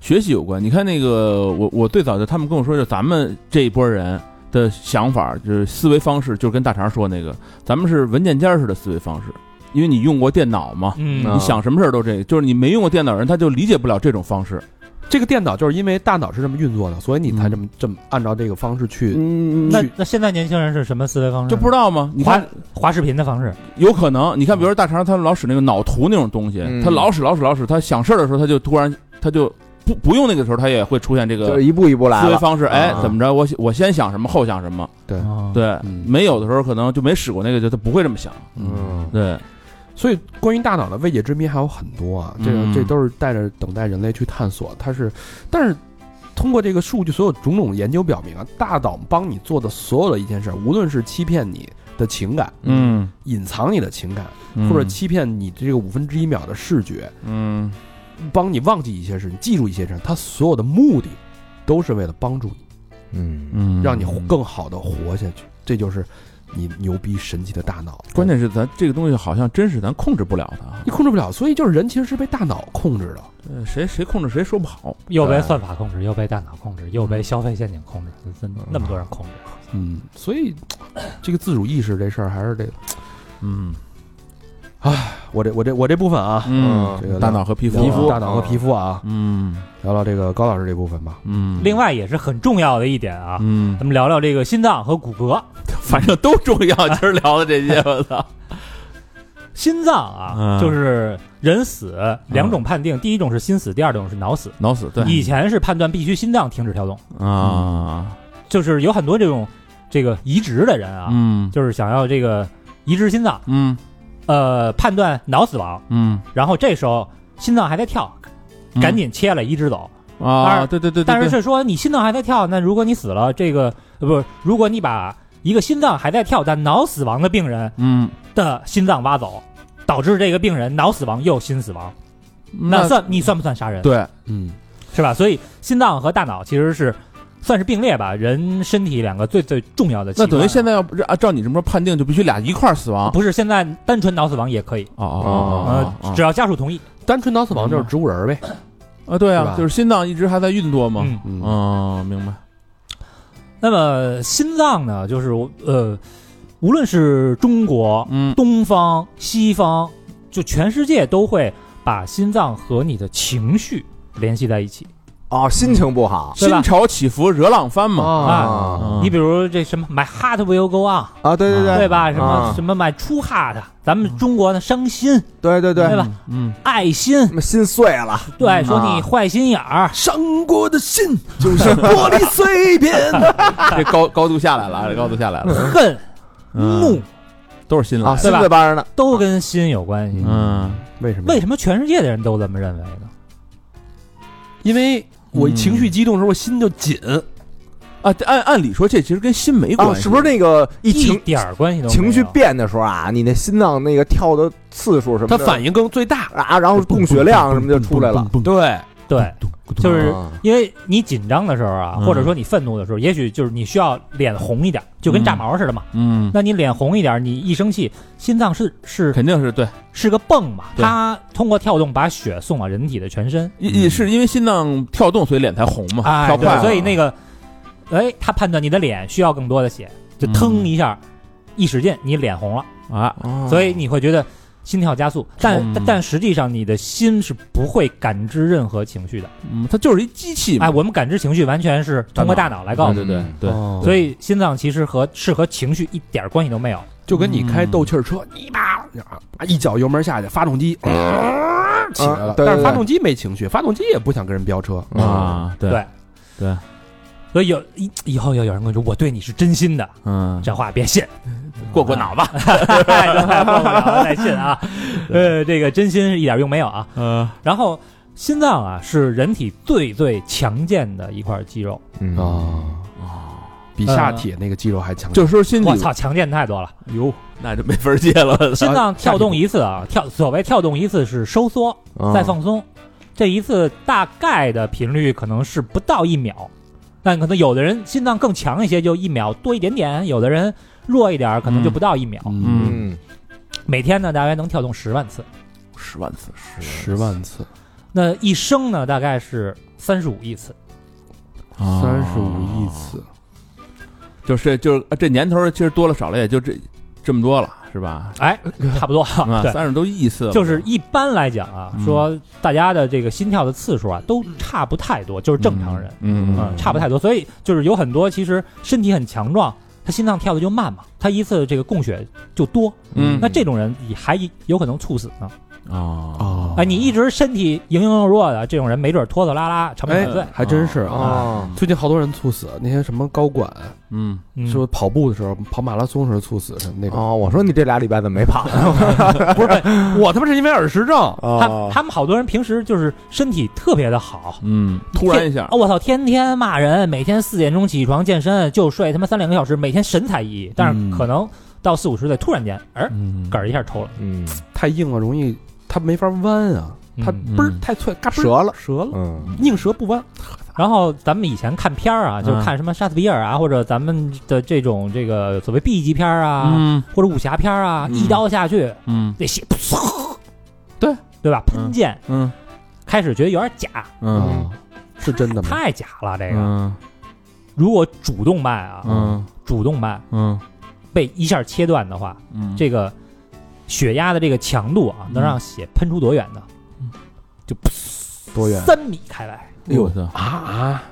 Speaker 4: 学习有关。你看那个，我我最早就他们跟我说，就咱们这一波人的想法，就是思维方式，就是跟大肠说那个，咱们是文件夹式的思维方式，因为你用过电脑嘛，
Speaker 5: 嗯
Speaker 4: 你想什么事儿都这，就是你没用过电脑人，他就理解不了这种方式。
Speaker 2: 这个电脑就是因为大脑是这么运作的，所以你
Speaker 4: 嗯
Speaker 2: 才这么、这么按照这个方式去。
Speaker 3: 嗯
Speaker 5: 那那现在年轻人是什么思维方式？
Speaker 4: 就不知道吗？你
Speaker 5: 滑
Speaker 4: 看，
Speaker 5: 滑视频的方式，
Speaker 4: 有可能，你看，比如说大肠，他老使那个脑图那种东西，
Speaker 3: 嗯
Speaker 4: 他老使老使老使，他想事儿的时候，他就突然他就不不用那个时候，他也会出现这个
Speaker 3: 就是一步一步来
Speaker 4: 思维
Speaker 3: 了，
Speaker 4: 方式，哎
Speaker 3: 啊，
Speaker 4: 怎么着？我我先想什么，后想什么？
Speaker 5: 哦，
Speaker 4: 对，
Speaker 2: 嗯
Speaker 4: 没有的时候可能就没使过那个，就他不会这么想。
Speaker 2: 嗯，
Speaker 4: 对，
Speaker 2: 所以关于大脑的未解之谜还有很多啊，这个
Speaker 4: 嗯
Speaker 2: 这都是带着等待人类去探索。它是，但是通过这个数据，所有种种研究表明啊，大脑帮你做的所有的一件事，无论是欺骗你的情感，，
Speaker 4: 嗯，
Speaker 2: 隐藏你的情感，
Speaker 4: 嗯
Speaker 2: 或者欺骗你这个五分之一秒的视觉，
Speaker 4: 嗯
Speaker 2: 帮你忘记一些事，你记住一些事，它所有的目的都是为了帮助你，
Speaker 3: 嗯，
Speaker 4: 嗯，
Speaker 2: 让你更好的活下去。这就是你牛逼神奇的大脑。
Speaker 4: 关键是咱这个东西好像真是咱控制不了它，
Speaker 2: 你控制不了，所以就是人其实是被大脑控制的。
Speaker 4: 呃谁谁控制谁说不好。
Speaker 5: 又被算法控制，又被大脑控制，又被消费陷阱控制，
Speaker 4: 嗯
Speaker 5: 真那么多人控制。
Speaker 2: 嗯，所以这个自主意识这事儿还是得
Speaker 4: 嗯
Speaker 2: 我这我这我这部分啊，
Speaker 4: 嗯
Speaker 2: 这个，
Speaker 4: 大脑和皮肤，
Speaker 2: 聊聊大脑和皮肤啊，
Speaker 4: 嗯
Speaker 2: 聊聊这个高老师这部分吧。
Speaker 4: 嗯，
Speaker 5: 另外也是很重要的一点啊，
Speaker 4: 嗯
Speaker 5: 咱，们聊聊这个心脏和骨骼。
Speaker 4: 反正都重要。今儿聊的这些，我操，
Speaker 5: 心脏啊，
Speaker 4: 嗯
Speaker 5: 就是人死两种判定，第一种是心死，第二种是脑死。
Speaker 4: 脑死对
Speaker 5: 以前是判断必须心脏停止跳动，
Speaker 4: 啊，
Speaker 5: 就是有很多这种这个移植的人啊，
Speaker 4: 嗯
Speaker 5: 就是想要这个移植心脏，
Speaker 4: 嗯
Speaker 5: 呃，判断脑死亡，
Speaker 4: 嗯，
Speaker 5: 然后这时候心脏还在跳，
Speaker 4: 嗯
Speaker 5: 赶紧切了移植走。
Speaker 4: 啊，对对对，对
Speaker 5: 但是
Speaker 4: 对
Speaker 5: 是说你心脏还在跳，那如果你死了，这个呃不，如果你把一个心脏还在跳但脑死亡的病人
Speaker 4: 嗯，
Speaker 5: 的心脏挖走，导致这个病人脑死亡又心死亡，那
Speaker 4: 那
Speaker 5: 算你算不算杀人？
Speaker 4: 对，
Speaker 2: 嗯，
Speaker 5: 是吧？所以心脏和大脑其实是算是并列吧，人身体两个最最重要的器
Speaker 4: 那
Speaker 5: 官。
Speaker 4: 等于现在要不是按照你这么说判定，就必须俩一块儿死亡。
Speaker 5: 不是现在单纯脑死亡也可以，
Speaker 4: 哦
Speaker 5: 呃
Speaker 4: 哦，哦
Speaker 5: 只要家属同意。
Speaker 2: 单纯脑死亡就是植物人儿呗。
Speaker 4: 啊，对
Speaker 2: 是吧
Speaker 4: 啊，就是心脏一直还在运作嘛。
Speaker 5: 嗯，
Speaker 2: 嗯，
Speaker 4: 哦，明白。
Speaker 5: 那么心脏呢，就是我呃，无论是中国、
Speaker 4: 嗯
Speaker 5: 东方、西方，就全世界都会把心脏和你的情绪联系在一起。
Speaker 3: 哦，心情不好
Speaker 5: 对吧
Speaker 4: 心潮起伏，惹浪翻嘛。
Speaker 5: 啊
Speaker 3: 啊
Speaker 4: 嗯
Speaker 5: 你比如这什么 My heart will go on，
Speaker 3: 啊，对对
Speaker 5: 对
Speaker 3: 对
Speaker 5: 吧？什么、
Speaker 3: 啊
Speaker 5: 什么 My true heart，咱们中国呢伤心、
Speaker 3: 对对对
Speaker 5: 对吧
Speaker 4: 嗯，
Speaker 5: 爱心，
Speaker 3: 什么心碎了，啊
Speaker 5: 对，
Speaker 4: 嗯
Speaker 5: 说你坏心眼儿，
Speaker 2: 伤过的心就是玻璃碎片。
Speaker 4: 这 高高度下来了，这高度下来了，
Speaker 5: 恨、
Speaker 4: 嗯
Speaker 5: 怒
Speaker 4: 都是心
Speaker 3: 啊，
Speaker 4: 了。
Speaker 5: 对
Speaker 3: 心
Speaker 5: 吧
Speaker 3: 碎班呢，
Speaker 5: 都跟心有关系。
Speaker 4: 嗯
Speaker 2: 为什么？
Speaker 5: 为什么全世界的人都这么认为呢？
Speaker 2: 因为我
Speaker 4: 嗯
Speaker 2: 情绪激动的时候，我心就紧。
Speaker 4: 啊，这按按理说这其实跟心没关
Speaker 3: 啊，
Speaker 4: 系，
Speaker 3: 是不是那个一
Speaker 5: 一
Speaker 3: 情
Speaker 5: 点儿关系都没有
Speaker 3: 情绪变的时候啊，你那心脏那个跳的次数什么
Speaker 2: 它
Speaker 3: 的，
Speaker 2: 反应更最大。
Speaker 3: 啊，然后供血量什么就出来了，
Speaker 2: 对，
Speaker 5: 对，就是
Speaker 3: 啊
Speaker 5: 因为你紧张的时候啊，
Speaker 4: 嗯
Speaker 5: 或者说你愤怒的时候，也许就是你需要脸红一点，就跟炸毛似的嘛。
Speaker 4: 嗯，
Speaker 5: 那你脸红一点，你一生气，心脏是是
Speaker 4: 肯定是对，
Speaker 5: 是个泵嘛，
Speaker 4: 对
Speaker 5: 它通过跳动把血送到人体的全身，
Speaker 4: 也也是因为心脏跳动，所以脸才红嘛，
Speaker 5: 嗯
Speaker 4: 啊
Speaker 5: 哎，
Speaker 4: 哦跳
Speaker 5: 对
Speaker 4: 快，了，
Speaker 5: 所以那个，哎，他判断你的脸需要更多的血，就
Speaker 4: 嗯
Speaker 5: 腾一下，一使劲，你脸红了，
Speaker 4: 啊，
Speaker 5: 所以你会觉得心跳加速，但
Speaker 4: 嗯
Speaker 5: 但但实际上你的心是不会感知任何情绪的。
Speaker 4: 嗯，它就是一机器嘛，
Speaker 5: 哎，我们感知情绪完全是通过大脑来告诉
Speaker 4: 对对对对，
Speaker 2: 哦
Speaker 5: 所以心脏其实和是和情绪一点儿关系都没有。
Speaker 2: 就跟你开斗气儿车，你吧，啊一脚油门下去，发动机啊起来了
Speaker 3: 啊，对对对
Speaker 2: 但是发动机没情绪，发动机也不想跟人飙车。
Speaker 4: 啊，对
Speaker 5: 嗯对
Speaker 4: 对，
Speaker 5: 所以有以以后要有人跟我说我对你是真心的，
Speaker 4: 嗯，
Speaker 5: 这话别信，
Speaker 4: 过过脑子，
Speaker 5: 太太过不了再信啊。呃，这个真心是一点用没有啊。
Speaker 4: 嗯
Speaker 5: 然后心脏啊是人体最最强健的一块肌肉，
Speaker 3: 嗯
Speaker 2: 啊比下体那个肌肉还强。
Speaker 4: 这时候心里
Speaker 5: 我操，强健太多了。
Speaker 2: 哟，
Speaker 4: 那就没法接了，
Speaker 5: 心脏跳动一次啊，跳所谓跳动一次是收缩
Speaker 4: 嗯
Speaker 3: 啊
Speaker 5: 再放松，这一次大概的频率可能是不到一秒，但可能有的人心脏更强一些，就一秒多一点点；有的人弱一点，可能就不到一秒。
Speaker 4: 嗯，
Speaker 3: 嗯
Speaker 5: 每天呢，大概能跳动十万次，
Speaker 4: 十万次，十
Speaker 2: 十万次，
Speaker 5: 那一生呢，大概是三十五亿次。
Speaker 2: 三十五亿，次，
Speaker 4: 啊就是就是啊这年头其实多了少了也就这这么多了，是吧？
Speaker 5: 哎，差不多啊，
Speaker 4: 啊，
Speaker 5: 对。
Speaker 4: 三十多亿次了，
Speaker 5: 就是一般来讲啊，
Speaker 4: 嗯
Speaker 5: 说大家的这个心跳的次数啊，都差不太多，就是正常人，
Speaker 4: 嗯，
Speaker 5: 嗯
Speaker 4: 嗯，
Speaker 5: 差不太多。所以就是有很多其实身体很强壮，他心脏跳的就慢嘛，他一次这个供血就多，
Speaker 4: 嗯
Speaker 5: 那这种人也还有可能猝死呢。
Speaker 4: 啊，
Speaker 2: 哦
Speaker 5: 哎，你一直身体营营弱弱的，这种人没准拖拖拉拉，长命百岁
Speaker 2: 哎。还真是啊。
Speaker 3: 啊
Speaker 2: 最近好多人猝死，那些什么高管
Speaker 4: 哦嗯，
Speaker 5: 嗯
Speaker 2: 说跑步的时候，跑马拉松时候猝死什么那种。
Speaker 3: 哦，我说你这俩礼拜怎么没跑啊
Speaker 2: 不是，我他妈是因为耳石症，
Speaker 4: 哦
Speaker 5: 他
Speaker 3: 哦
Speaker 5: 他们好多人平时就是身体特别的好，
Speaker 4: 嗯，突然一下
Speaker 5: 啊、，我操，天天骂人，每天四点钟起床健身，就睡他妈三两个小时，每天神采奕奕，但
Speaker 4: 嗯
Speaker 5: 是可能到四五十岁突然间，哎、
Speaker 4: 嗯
Speaker 5: 杆儿一下抽了，
Speaker 3: 嗯
Speaker 2: 太硬了，容易它没法弯啊，它
Speaker 5: 嗯
Speaker 2: 嘣儿太脆，嘎嘣儿
Speaker 3: 折了
Speaker 2: 折了，
Speaker 3: 嗯
Speaker 2: 宁折不弯。
Speaker 5: 然后咱们以前看片儿啊，
Speaker 4: 嗯
Speaker 5: 就是看什么莎士比亚啊，或者咱们的这种这个所谓 B 级片儿啊，
Speaker 4: 嗯
Speaker 5: 或者武侠片儿啊，
Speaker 4: 嗯
Speaker 5: 一刀下去
Speaker 4: 嗯
Speaker 5: 那血，
Speaker 4: 对
Speaker 5: 对吧？喷溅，
Speaker 4: 嗯
Speaker 5: 开始觉得有点假，
Speaker 4: 嗯，
Speaker 5: 哦
Speaker 2: 是真的吗？
Speaker 5: 太假了。这个、
Speaker 4: 嗯
Speaker 5: 如果主动脉啊，
Speaker 4: 嗯
Speaker 5: 主动脉
Speaker 4: 嗯
Speaker 5: 被一下切断的话，
Speaker 4: 嗯，
Speaker 5: 这个血压的这个强度啊，
Speaker 4: 嗯
Speaker 5: 能让血喷出多远呢？就
Speaker 2: 多远
Speaker 5: 三米开外。
Speaker 4: 哎我操，
Speaker 2: 啊啊！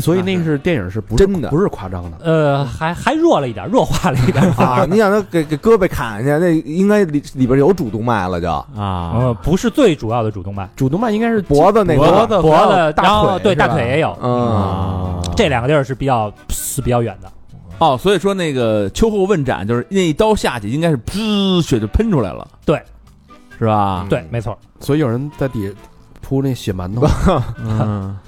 Speaker 2: 所以那个是电影是不是
Speaker 3: 真的
Speaker 2: 不是夸张的？
Speaker 5: 呃，还还弱了一点，弱化了一点
Speaker 3: 啊，你想他给给胳膊砍下，那应该里里边有主动脉了，就
Speaker 4: 啊，
Speaker 5: 呃，不是最主要的主动脉，
Speaker 2: 主动脉应该是
Speaker 3: 脖子那
Speaker 2: 脖子
Speaker 3: 个，
Speaker 2: 子
Speaker 5: 脖子，
Speaker 2: 大
Speaker 5: 然后
Speaker 2: 腿
Speaker 5: 对
Speaker 2: 是吧
Speaker 5: 大腿也有，
Speaker 3: 嗯
Speaker 4: 啊，
Speaker 5: 这两个地儿是比较是比较远的。
Speaker 2: 嗯
Speaker 4: 哦，所以说那个秋后问斩就是那一刀下去，应该是噗，血就喷出来了，
Speaker 5: 对，
Speaker 4: 是吧？
Speaker 3: 啊
Speaker 5: 对，没错。
Speaker 2: 所以有人在底下铺那血馒头，
Speaker 4: 嗯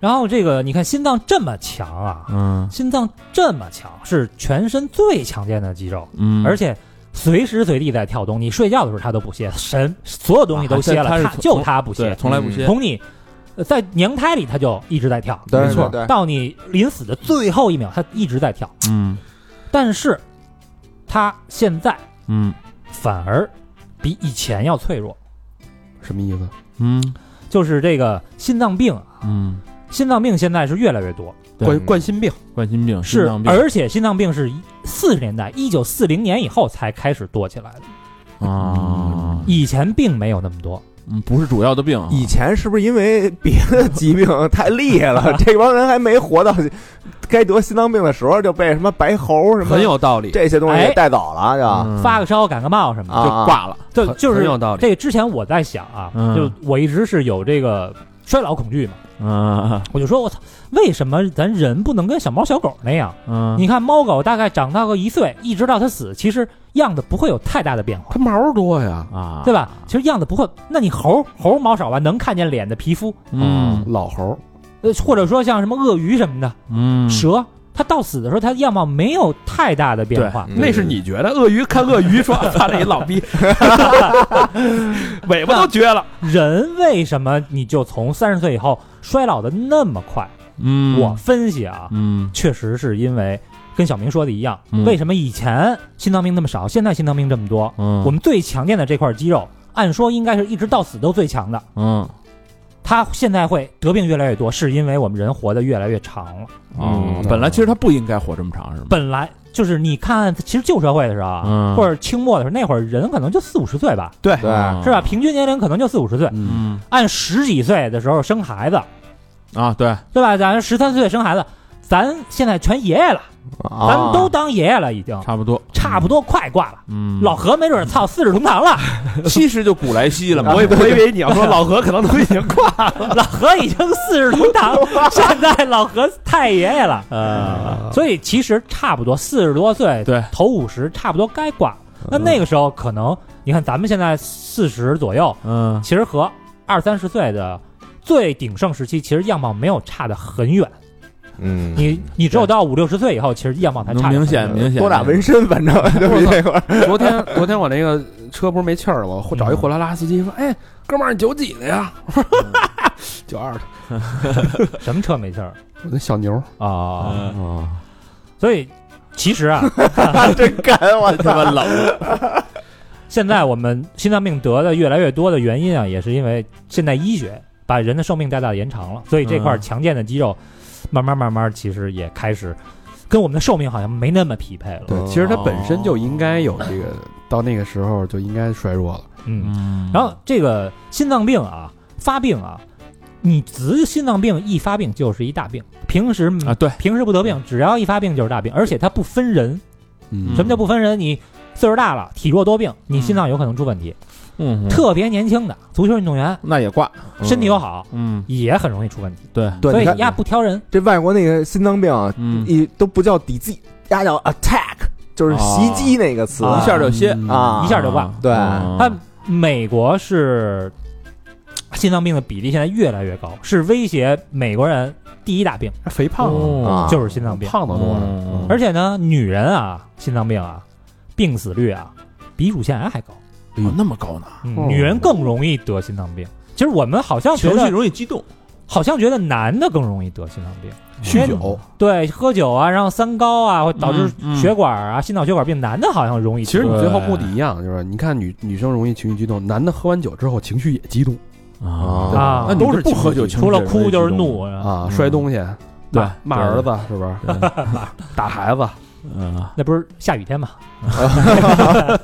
Speaker 5: 然后这个你看心脏这么强啊，
Speaker 4: 嗯
Speaker 5: 心脏这么强是全身最强健的肌肉，
Speaker 4: 嗯，
Speaker 5: 而且随时随地在跳动。你睡觉的时候它都不歇，神所有东西都歇了，
Speaker 4: 啊它它是
Speaker 5: 它
Speaker 4: 从
Speaker 5: 就它不
Speaker 4: 对嗯
Speaker 5: 歇，。
Speaker 4: 从来不歇，
Speaker 5: 从你呃在娘胎里它就一直在跳，
Speaker 3: 对
Speaker 2: 没错
Speaker 3: 对对
Speaker 5: 到你临死的最后一秒它一直在跳，
Speaker 4: 嗯
Speaker 5: 但是它现在
Speaker 4: 嗯
Speaker 5: 反而比以前要脆弱，
Speaker 2: 什么意思？
Speaker 4: 嗯
Speaker 5: 就是这个心脏病啊，
Speaker 4: 嗯，
Speaker 5: 心脏病现在是越来越多。
Speaker 4: 对
Speaker 2: 冠冠心病
Speaker 4: 冠心病心
Speaker 5: 是
Speaker 4: 脏，病
Speaker 5: 而且心脏病是四十年代，一九四零年以后才开始多起来的，
Speaker 4: 啊，
Speaker 5: 以前并没有那么多。
Speaker 4: 嗯不是主要的病啊，
Speaker 3: 以前是不是因为别的疾病太厉害 了，这帮人还没活到该得心脏病的时候，就被什么白喉什么
Speaker 2: 很有道理，
Speaker 3: 这些东西给带走了，就
Speaker 4: 嗯
Speaker 5: 啊发个烧、感个冒什么的，
Speaker 4: 就
Speaker 3: 啊
Speaker 4: 挂了，
Speaker 5: 就
Speaker 2: 很
Speaker 5: 就是
Speaker 2: 很有道理。
Speaker 5: 这之前我在想啊，
Speaker 4: 嗯
Speaker 5: 就我一直是有这个衰老恐惧嘛，
Speaker 4: 啊
Speaker 5: 我就说我操，为什么咱人不能跟小猫小狗那样？
Speaker 4: 啊！
Speaker 5: 你看猫狗大概长到个一岁，一直到它死，其实样子不会有太大的变化，
Speaker 2: 它毛儿多呀，
Speaker 4: 啊，
Speaker 5: 对吧？其实样子不会。那你猴猴毛少吧，能看见脸的皮肤，
Speaker 2: 啊
Speaker 4: 嗯
Speaker 2: 老猴儿，
Speaker 5: 呃，或者说像什么鳄鱼什么的，
Speaker 4: 嗯，
Speaker 5: 蛇，它到死的时候，它样貌没有太大的变化。
Speaker 3: 嗯
Speaker 2: 那是你觉得鳄鱼看鳄 鱼说他这一老逼，尾巴都撅了，
Speaker 5: 人为什么你就从三十岁以后衰老的那么快？
Speaker 4: 嗯，
Speaker 5: 我分析啊，
Speaker 4: 嗯
Speaker 5: 确实是因为跟小明说的一样，
Speaker 4: 嗯
Speaker 5: 为什么以前心脏病那么少，现在心脏病这么多？
Speaker 4: 嗯，
Speaker 5: 我们最强健的这块肌肉，按说应该是一直到死都最强的，
Speaker 4: 嗯
Speaker 5: 它现在会得病越来越多，是因为我们人活得越来越长了。
Speaker 4: 哦
Speaker 3: 嗯，
Speaker 4: 本来其实他不应该活这么长，是吗？
Speaker 5: 本来就是你看，其实旧社会的时候啊，
Speaker 4: 嗯
Speaker 5: 或者清末的时候，那会儿人可能就四五十岁吧，
Speaker 3: 对，
Speaker 4: 啊
Speaker 5: 是吧？？平均年龄可能就四五十岁。
Speaker 4: 嗯
Speaker 5: 按十几岁的时候生孩子，
Speaker 4: 啊，对，
Speaker 5: 对吧？咱十三岁生孩子，咱现在全爷爷了，
Speaker 3: 啊
Speaker 5: 咱都当爷爷了，已经
Speaker 4: 差不多，
Speaker 5: 差不多快挂了。
Speaker 4: 嗯，
Speaker 5: 老何没准儿操四世同堂了，
Speaker 4: 七十就古来稀 了嘛，
Speaker 2: 我以我以为你要说老何可能都已经挂
Speaker 5: 老何已经四世同堂，现在老何太爷爷了。
Speaker 2: 了，
Speaker 5: 所以其实差不多四十多岁，
Speaker 4: 呃对，嗯
Speaker 5: 头五十差不多该挂。那那个时候可能，你看咱们现在四十左右，
Speaker 4: 嗯
Speaker 5: 其实和二三十岁的最鼎盛时期，其实样貌没有差得很远。
Speaker 3: 嗯，
Speaker 5: 你你只有到五六十岁以后，其实样貌才
Speaker 4: 能
Speaker 5: 差得
Speaker 4: 明
Speaker 5: 很
Speaker 4: 显
Speaker 5: 远
Speaker 4: 明显
Speaker 3: 多打纹身，反正 就是这会儿。
Speaker 2: 昨天昨天我那个车不是没气儿了吗？我找一货拉拉司机说：“哎，哥们儿，你九几的呀？” 九二的，
Speaker 5: 什么车没气儿
Speaker 2: 我那小牛儿
Speaker 5: 啊？
Speaker 4: 啊，
Speaker 5: 所以其实啊，
Speaker 3: 真敢我操！
Speaker 4: 么冷，
Speaker 5: 现在我们心脏病得的越来越多的原因啊，也是因为现代医学把人的寿命大大延长了，所以这块
Speaker 4: 嗯
Speaker 5: 强健的肌肉，慢慢慢慢其实也开始跟我们的寿命好像没那么匹配了。
Speaker 2: 对，哦其实它本身就应该有这个，到那个时候就应该衰弱了。
Speaker 5: 嗯，
Speaker 4: 嗯，
Speaker 5: 然后这个心脏病啊，发病啊，你只心脏病一发病就是一大病，平时
Speaker 4: 啊，对，
Speaker 5: 平时不得病，只要一发病就是大病，而且它不分人。
Speaker 2: 嗯
Speaker 5: 什么叫不分人？你岁数大了，体弱多病，你
Speaker 4: 嗯
Speaker 5: 心脏有可能出问题。
Speaker 4: 嗯，
Speaker 5: 特别年轻的足球运动员，
Speaker 4: 那也挂，
Speaker 5: 身体又好，
Speaker 4: 嗯，
Speaker 5: 也很容易出问题。
Speaker 4: 对，
Speaker 5: 所
Speaker 3: 对，
Speaker 5: 以
Speaker 3: 你看
Speaker 5: 呀，不挑人，
Speaker 3: 这外国那个心脏病啊，
Speaker 4: 嗯，
Speaker 3: 一都不叫抵制，压叫 attack，就是袭击那个词
Speaker 5: 啊
Speaker 4: 哦一下就歇
Speaker 2: 嗯
Speaker 3: 啊
Speaker 5: 一下就挂
Speaker 3: 对
Speaker 5: 他美国是呃心脏病的比例现在越来越高，是威胁美国人第一大病，
Speaker 2: 肥胖
Speaker 3: 啊
Speaker 5: 就是心脏病。
Speaker 2: 胖的多了，
Speaker 4: 嗯
Speaker 5: 而且呢，女人啊，心脏病啊，病死率啊，比乳腺癌还高。
Speaker 4: 哦那么高呢，
Speaker 5: 嗯，女人更容易得心脏病。其实我们好像觉
Speaker 4: 情绪
Speaker 5: 得，
Speaker 4: 容易激动，
Speaker 5: 好像觉得男的更容易得心脏病，
Speaker 2: 酗酒。
Speaker 5: 对，喝酒啊，然后三高啊，会导致
Speaker 4: 嗯嗯
Speaker 5: 血管啊、心脑血管病，男的好像容易得。
Speaker 2: 其实你最后目的一样，就是你看女女生容易情绪激动，男的喝完酒之后情绪也激动
Speaker 4: 啊
Speaker 5: 啊
Speaker 4: 那你
Speaker 2: 都是
Speaker 4: 不
Speaker 2: 情绪
Speaker 4: 喝酒，
Speaker 2: 激
Speaker 4: 情
Speaker 5: 除了
Speaker 4: 绪容易
Speaker 5: 哭
Speaker 4: 激
Speaker 5: 就是
Speaker 4: 动
Speaker 5: 怒，
Speaker 2: 啊，摔东西，
Speaker 4: 对
Speaker 2: 骂骂儿子是不是？
Speaker 4: 对
Speaker 2: 打孩 子，
Speaker 4: 嗯
Speaker 5: 那不是下 雨天嘛。然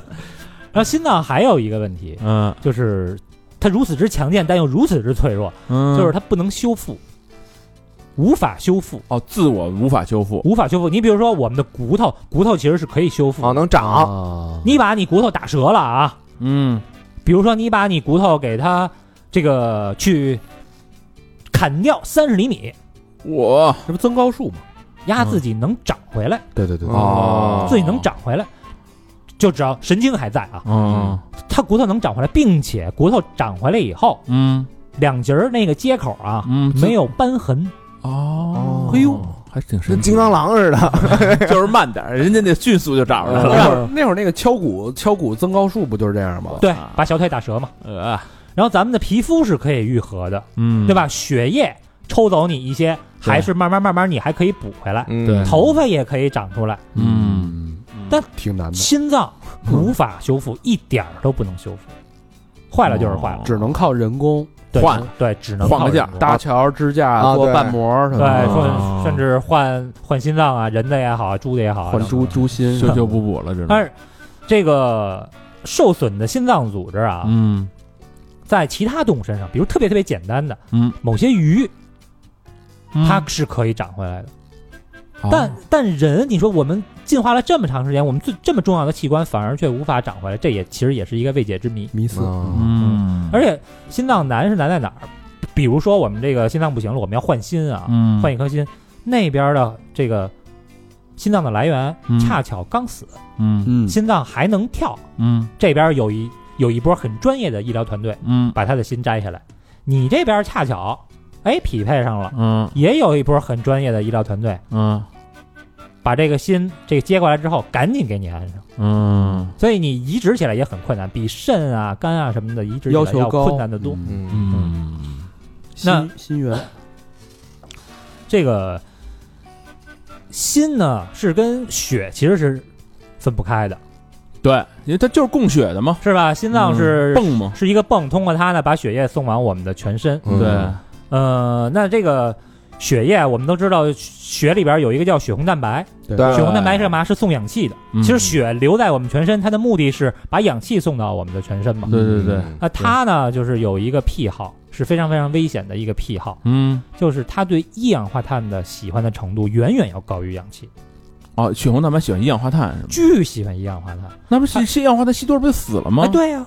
Speaker 5: 后心脏还有一个问题，
Speaker 4: 嗯
Speaker 5: 就是它如此之强健，但又如此之脆弱，
Speaker 4: 嗯，
Speaker 5: 就是它不能修复，无法修复，
Speaker 4: 哦，自我无法修复，
Speaker 5: 无法修复。你比如说我们的骨头，骨头其实是可以修复的。
Speaker 3: 啊，能
Speaker 4: 哦
Speaker 3: 长
Speaker 2: 啊，
Speaker 5: 你把你骨头打折了啊，
Speaker 4: 嗯
Speaker 5: 比如说你把你骨头给它这个去砍掉三十厘米，
Speaker 4: 我
Speaker 2: 这不增高数吗？
Speaker 5: 压自己能长回来，
Speaker 2: 对对对，对
Speaker 4: 嗯哦
Speaker 5: 自己能长回来。就只要神经还在啊，
Speaker 4: 嗯
Speaker 5: 它骨头能长回来，并且骨头长回来以后，
Speaker 4: 嗯
Speaker 5: 两节儿那个接口啊，
Speaker 4: 嗯，自
Speaker 5: 没有斑痕，
Speaker 4: 哦，
Speaker 3: 哎呦，
Speaker 4: 还挺神
Speaker 3: 跟
Speaker 4: 奇，
Speaker 3: 金 刚狼似的。
Speaker 4: 就是慢点儿，人家那迅速就长出 来
Speaker 2: 啊
Speaker 4: 了，
Speaker 2: 那会儿那会儿那个敲鼓敲鼓增高术不就是这样吗？
Speaker 5: 对
Speaker 4: 啊，
Speaker 5: 把小腿打折嘛。
Speaker 4: 呃，
Speaker 5: 然后咱们的皮肤是可以愈合的，
Speaker 4: 嗯
Speaker 5: 对？吧？血液抽走你一些，
Speaker 4: 对
Speaker 5: 还是慢慢慢慢你还可以补回来。
Speaker 3: 嗯
Speaker 4: 对
Speaker 5: 头发也可以长出来，
Speaker 4: 嗯，
Speaker 5: 但
Speaker 2: 挺难的，
Speaker 5: 心脏无法修复，一点儿都不能修复，坏了就是坏了
Speaker 4: 哦，
Speaker 2: 只能靠人工
Speaker 5: 对
Speaker 4: 换
Speaker 5: 只对，只能
Speaker 4: 换个
Speaker 5: 靠
Speaker 4: 件儿
Speaker 5: 人工
Speaker 2: 搭桥、支架、
Speaker 3: 啊
Speaker 2: 做
Speaker 3: 对
Speaker 2: 瓣膜什么
Speaker 5: 对，
Speaker 2: 的，啊
Speaker 4: 哦
Speaker 5: 说甚至换换心脏啊，人的也好，猪的也好啊，
Speaker 2: 换
Speaker 5: 等等
Speaker 2: 猪猪心
Speaker 4: 修修补补了，这
Speaker 5: 但
Speaker 4: 是，
Speaker 5: 是这个受损的心脏组织啊，
Speaker 4: 嗯
Speaker 5: 在其他动物身上，比如特别特别简单的
Speaker 4: 嗯，
Speaker 5: 某些鱼，
Speaker 4: 嗯
Speaker 5: 它是可以长回来的。
Speaker 4: 哦
Speaker 5: 但但人，你说我们进化了这么长时间，我们最这么重要的器官反而却无法长回来，这也其实也是一个未解之谜。
Speaker 2: 迷思。
Speaker 3: 嗯
Speaker 4: 嗯，
Speaker 5: 而且心脏难是难在哪儿？比如说我们这个心脏不行了，我们要换心啊，
Speaker 4: 嗯
Speaker 5: 换一颗心，那边的这个心脏的来源
Speaker 4: 嗯
Speaker 5: 恰巧刚死，
Speaker 4: 嗯
Speaker 1: 嗯
Speaker 5: 心脏还能跳，
Speaker 4: 嗯
Speaker 5: 这边有一有一波很专业的医疗团队
Speaker 4: 嗯
Speaker 5: 把他的心摘下来，你这边恰巧哎匹配上了，
Speaker 4: 嗯
Speaker 5: 也有一波很专业的医疗团队
Speaker 4: 嗯
Speaker 5: 把这个心这个接过来之后，赶紧给你安上。
Speaker 4: 嗯
Speaker 5: 所以你移植起来也很困难，比肾啊、肝啊什么的移植起来
Speaker 2: 要求
Speaker 5: 要
Speaker 2: 高
Speaker 5: 困难得多。
Speaker 3: 嗯，
Speaker 4: 嗯
Speaker 5: 那
Speaker 2: 心心源
Speaker 5: 这个心呢是跟血其实是分不开的，
Speaker 4: 对，因为它就是供血的嘛，嗯
Speaker 5: 是吧？心脏
Speaker 2: 嗯
Speaker 5: 是、
Speaker 4: 泵嘛，
Speaker 5: 是一个泵，通过它呢把血液送往我们的全身。
Speaker 3: 嗯
Speaker 4: 对，
Speaker 5: 呃，那这个血液我们都知道，血里边有一个叫血红蛋白，
Speaker 3: 对
Speaker 5: 血红蛋白是干嘛？是送氧气的。
Speaker 4: 嗯
Speaker 5: 其实血留在我们全身，它的目的是把氧气送到我们的全身嘛。
Speaker 4: 对对对，
Speaker 5: 那他呢，就是有一个癖好，是非常非常危险的一个癖好，
Speaker 4: 嗯
Speaker 5: 就是他对一氧化碳的喜欢的程度远远要高于氧气，
Speaker 4: 哦，血红蛋白喜欢一氧化碳是吗？
Speaker 5: 巨喜欢一氧化碳。
Speaker 4: 那不是是一氧化碳吸多了不就死了
Speaker 5: 啊，
Speaker 4: 吗？
Speaker 5: 对呀、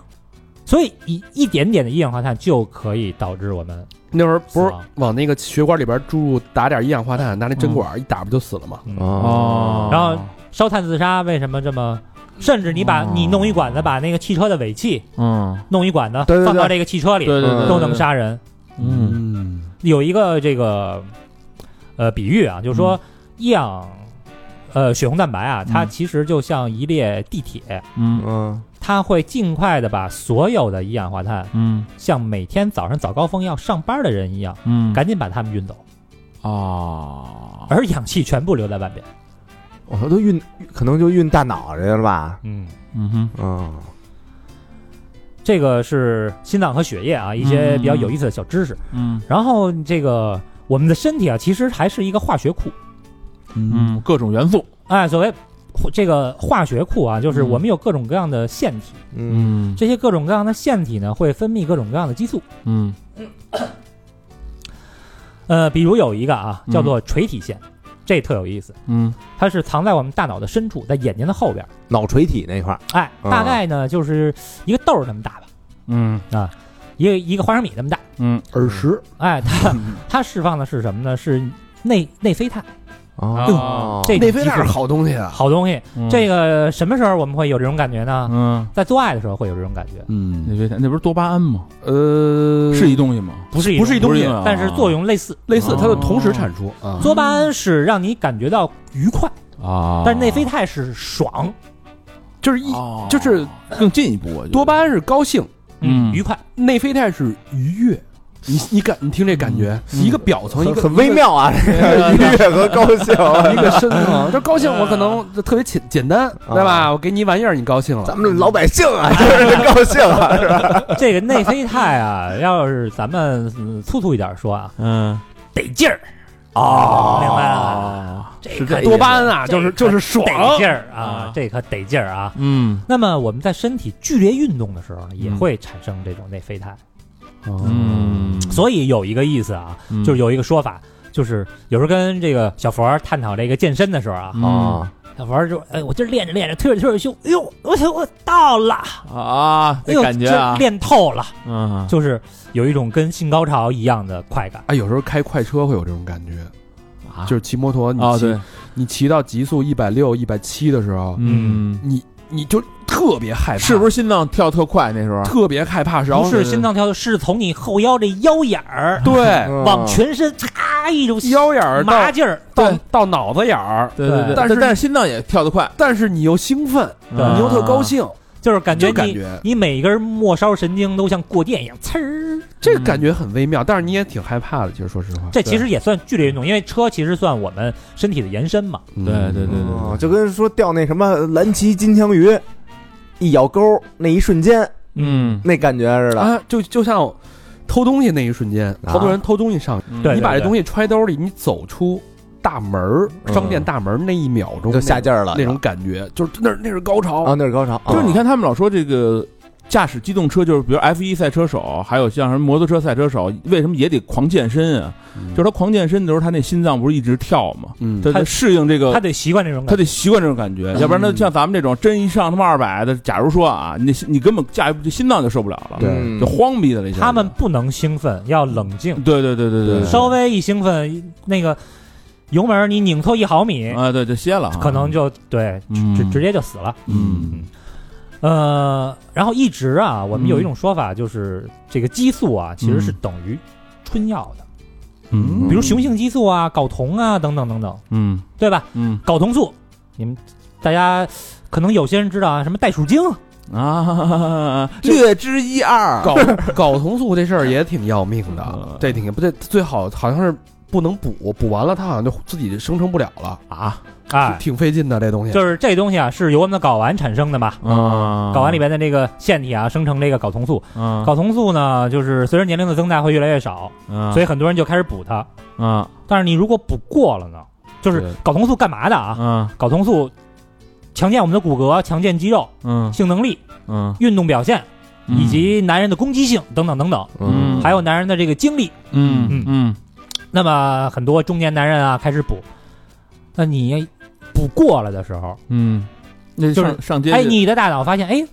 Speaker 5: 所以一一点点的一氧化碳就可以导致我们
Speaker 2: 那会儿不
Speaker 5: 死
Speaker 2: 是
Speaker 5: 亡
Speaker 2: 往那个血管里边注入打点一氧化碳，拿那针管一打不就死了吗？
Speaker 5: 嗯
Speaker 4: 哦，
Speaker 5: 然后烧炭自杀为什么这么？甚至你把
Speaker 4: 哦
Speaker 5: 你弄一管子，把那个汽车的尾气
Speaker 4: 嗯，
Speaker 5: 弄一管子
Speaker 3: 对对对
Speaker 5: 放到这个汽车里，
Speaker 4: 对对对，对
Speaker 5: 都能，杀人。
Speaker 4: 嗯
Speaker 1: 嗯
Speaker 5: 有一个这个呃比喻啊，就是说一氧呃血红蛋白啊，它
Speaker 4: 嗯
Speaker 5: 其实就像一列地铁，
Speaker 4: 嗯
Speaker 3: 嗯，
Speaker 5: 它会尽快的把所有的一氧化碳，
Speaker 4: 嗯
Speaker 5: 像每天早上早高峰要上班的人一样，
Speaker 4: 嗯，
Speaker 5: 赶紧把它们运走，
Speaker 4: 哦，
Speaker 5: 而氧气全部留在外边。
Speaker 3: 我说哦都运，可能就运大脑去了吧？
Speaker 5: 嗯，
Speaker 4: 嗯哼，
Speaker 3: 嗯
Speaker 5: 这个是心脏和血液啊一些比较有意思的小知识。
Speaker 4: 嗯
Speaker 5: 然后这个我们的身体啊，其实还是一个化学库。
Speaker 1: 嗯
Speaker 4: 嗯，各种元素，
Speaker 5: 哎，所谓这个化学库啊，就是
Speaker 4: 嗯
Speaker 5: 我们有各种各样的腺体，
Speaker 3: 嗯
Speaker 4: 嗯
Speaker 5: 这些各种各样的腺体呢会分泌各种各样的激素。
Speaker 4: 嗯
Speaker 5: 呃，比如有一个啊
Speaker 4: 嗯
Speaker 5: 叫做垂体腺，这特有意思，
Speaker 4: 嗯
Speaker 5: 它是藏在我们大脑的深处，在眼睛的后边儿。
Speaker 3: 脑垂体那块儿，
Speaker 5: 哎，
Speaker 3: 啊
Speaker 5: 大概呢就是一个豆儿那么大吧，
Speaker 4: 嗯
Speaker 5: 一个一个花生米那么大。
Speaker 4: 嗯，
Speaker 2: 耳石
Speaker 5: 哎，它 它释放的是什么呢？是内内啡肽。
Speaker 4: 哦
Speaker 3: 嗯
Speaker 5: 这
Speaker 2: 内啡
Speaker 5: 激
Speaker 2: 肽
Speaker 5: 素
Speaker 2: 是好东西啊，
Speaker 5: 好东西。
Speaker 4: 嗯
Speaker 5: 这个什么时候我们会有这种感觉呢？
Speaker 4: 嗯，
Speaker 5: 在做爱的时候会有这种感觉，
Speaker 1: 嗯
Speaker 4: 那别那不是多巴胺吗？
Speaker 2: 呃，
Speaker 4: 是一东西吗？
Speaker 5: 不是
Speaker 2: 不是一
Speaker 5: 种
Speaker 2: 东西，
Speaker 4: 啊
Speaker 5: 但是作用类似。
Speaker 2: 类似它
Speaker 4: 哦
Speaker 2: 的同时产出啊，
Speaker 5: 多巴胺是让你感觉到愉快，
Speaker 4: 啊，
Speaker 5: 但是内啡肽是爽，
Speaker 2: 就是一
Speaker 4: 哦
Speaker 2: 就是
Speaker 4: 更进一步，我觉得
Speaker 2: 多巴胺是高兴，
Speaker 4: 嗯
Speaker 5: 愉快。
Speaker 2: 内啡肽是愉悦。你你感你听这感觉，一个表层，一
Speaker 3: 很
Speaker 2: 个
Speaker 3: 很微，妙啊，这个愉悦和高兴
Speaker 2: 一
Speaker 3: 啊
Speaker 2: 个一个深层。这高兴我可能特别简简单，对吧？我给你一玩意儿，你高兴了。
Speaker 3: 咱们老百姓啊， 就是高兴啊，是吧？
Speaker 5: 这个内啡肽啊，要是咱们嗯粗俗一点说啊，
Speaker 4: 嗯
Speaker 5: 得劲儿，
Speaker 3: 哦
Speaker 5: 明白了。
Speaker 4: 啊，
Speaker 5: 这可
Speaker 2: 多巴胺啊，
Speaker 5: 这
Speaker 2: 就是
Speaker 5: 可
Speaker 2: 就是爽，
Speaker 5: 得劲儿啊
Speaker 4: 啊，
Speaker 5: 这可得劲儿啊。
Speaker 4: 嗯
Speaker 5: 那么我们在身体剧烈运动的时候呢，也
Speaker 4: 嗯
Speaker 5: 会产生这种内啡肽。
Speaker 4: 嗯，
Speaker 5: 所以有一个意思啊，
Speaker 4: 嗯
Speaker 5: 就是有一个说法，就是有时候跟这个小佛儿探讨这个健身的时候啊，
Speaker 4: 嗯
Speaker 3: 哦，
Speaker 5: 小佛儿就哎，我今儿练着练着推着推着胸，哎呦，我我到了，
Speaker 4: 啊，
Speaker 5: 哎
Speaker 4: 这
Speaker 5: 呦，
Speaker 4: 感觉
Speaker 5: 今儿
Speaker 4: 啊，
Speaker 5: 练透了，
Speaker 4: 嗯，
Speaker 5: 就是有一种跟性高潮一样的快感。
Speaker 2: 啊，有时候开快车会有这种感觉，
Speaker 4: 啊
Speaker 2: 就是骑摩托，你
Speaker 4: 啊，
Speaker 2: 骑、
Speaker 4: 对，
Speaker 2: 你骑到极速一百六、一百七的时候，
Speaker 4: 嗯，
Speaker 2: 你你就特别害怕，
Speaker 4: 是不
Speaker 2: 是
Speaker 4: 是心脏跳特快那时候？
Speaker 2: 特别害怕？然
Speaker 5: 不
Speaker 2: 后
Speaker 5: 是心脏跳的，是从你后腰这腰眼 儿
Speaker 2: 对
Speaker 5: 往全身嚓一种
Speaker 2: 啊腰眼儿
Speaker 5: 麻
Speaker 2: 到
Speaker 5: 劲儿，
Speaker 2: 到
Speaker 4: 对
Speaker 2: 到脑子眼儿，
Speaker 4: 对对对，
Speaker 2: 但是
Speaker 4: 但是心脏也跳得快，
Speaker 2: 但是你又兴奋，
Speaker 5: 啊
Speaker 2: 你又特高兴，
Speaker 5: 就是感觉
Speaker 2: 这感
Speaker 5: 你
Speaker 2: 觉
Speaker 5: 你每一根末梢神经都像过电一样，呲儿。
Speaker 2: 这个感觉很微妙，但是你也挺害怕的。其实说实话，
Speaker 5: 这其实也算剧烈运动，因为车其实算我们身体的延伸嘛。
Speaker 4: 对对对
Speaker 3: 哦
Speaker 4: 对，
Speaker 3: 就跟说钓那什么蓝鳍金枪鱼，一咬钩那一瞬间，
Speaker 4: 嗯，
Speaker 3: 那感觉似的。
Speaker 2: 啊，就就像偷东西那一瞬间，好多人偷东西上，
Speaker 5: 啊
Speaker 4: 嗯
Speaker 5: 对嗯
Speaker 2: 你把这东西揣兜里，你走出大门儿，商店大门儿那一秒钟
Speaker 3: 就下劲儿了，
Speaker 2: 那种感觉，就是那那是高
Speaker 3: 啊，
Speaker 2: 潮。
Speaker 3: 那是高潮，
Speaker 4: 就是你看他们老说这个驾驶机动车，就是比如 F 一赛车手，还有像什么摩托车赛车手，为什么也得狂健身啊？就是他狂健身的时候，他那心脏不是一直跳吗？
Speaker 2: 嗯
Speaker 4: 他
Speaker 5: 他
Speaker 4: 得适应这个
Speaker 5: 他得习惯这种感
Speaker 4: 他
Speaker 5: 觉。
Speaker 4: 得习惯这种感觉，要不然他像咱们这种真一上他妈二百的，假如说啊，你你根本驾驭不心脏就受不了
Speaker 3: 哦
Speaker 4: 了，
Speaker 2: 对
Speaker 4: 就
Speaker 3: 嗯
Speaker 4: 慌逼的了一下。
Speaker 5: 嗯他们不能兴奋，要冷静，
Speaker 4: 对对对对对，
Speaker 5: 稍微一兴奋，那个油门你拧错一毫米，
Speaker 4: 啊嗯对就歇了啊，
Speaker 5: 可能就对，直直接就死了。
Speaker 4: 嗯
Speaker 5: 呃，然后一直啊，我
Speaker 4: 嗯
Speaker 5: 们有一种说法，就是这个激素啊，其实是等于春药的，
Speaker 4: 嗯
Speaker 5: 比如雄性激素啊、睾酮啊等等等等，
Speaker 4: 嗯
Speaker 5: 对吧？
Speaker 4: 嗯
Speaker 5: 睾酮素，你们大家可能有些人知道啊，什么袋鼠精，
Speaker 4: 啊，
Speaker 2: 略知一二。
Speaker 1: 搞
Speaker 2: 睾酮素这事儿也挺要命的
Speaker 4: 嗯，
Speaker 2: 这挺不对，最好好像是不能补，补完了它好像就自己生成不了了啊，
Speaker 5: 哎，
Speaker 2: 挺费劲的这东西。
Speaker 5: 就是这东西啊，是由我们的睾丸产生的嘛。
Speaker 4: 啊，
Speaker 5: 睾丸里边的这个腺体啊，生成这个睾酮素。
Speaker 4: 啊，
Speaker 5: 睾酮素呢，就是随着年龄的增大会越来越少，所以很多人就开始补它。
Speaker 4: 啊
Speaker 5: 但是你如果补过了呢，就是
Speaker 4: 对
Speaker 5: 睾酮素干嘛的啊？
Speaker 4: 啊
Speaker 5: 睾酮素强健我们的骨骼，强健肌肉、
Speaker 4: 嗯
Speaker 5: 性能力、
Speaker 4: 嗯，
Speaker 5: 运动表现，以及男人的攻击性等等等等，
Speaker 4: 嗯
Speaker 5: 还有男人的这个精力。
Speaker 4: 嗯嗯
Speaker 5: 那么很多中年男人啊，开始补。那你补过了的时候，
Speaker 4: 嗯，那上街
Speaker 5: 哎，你的大脑发现，哎，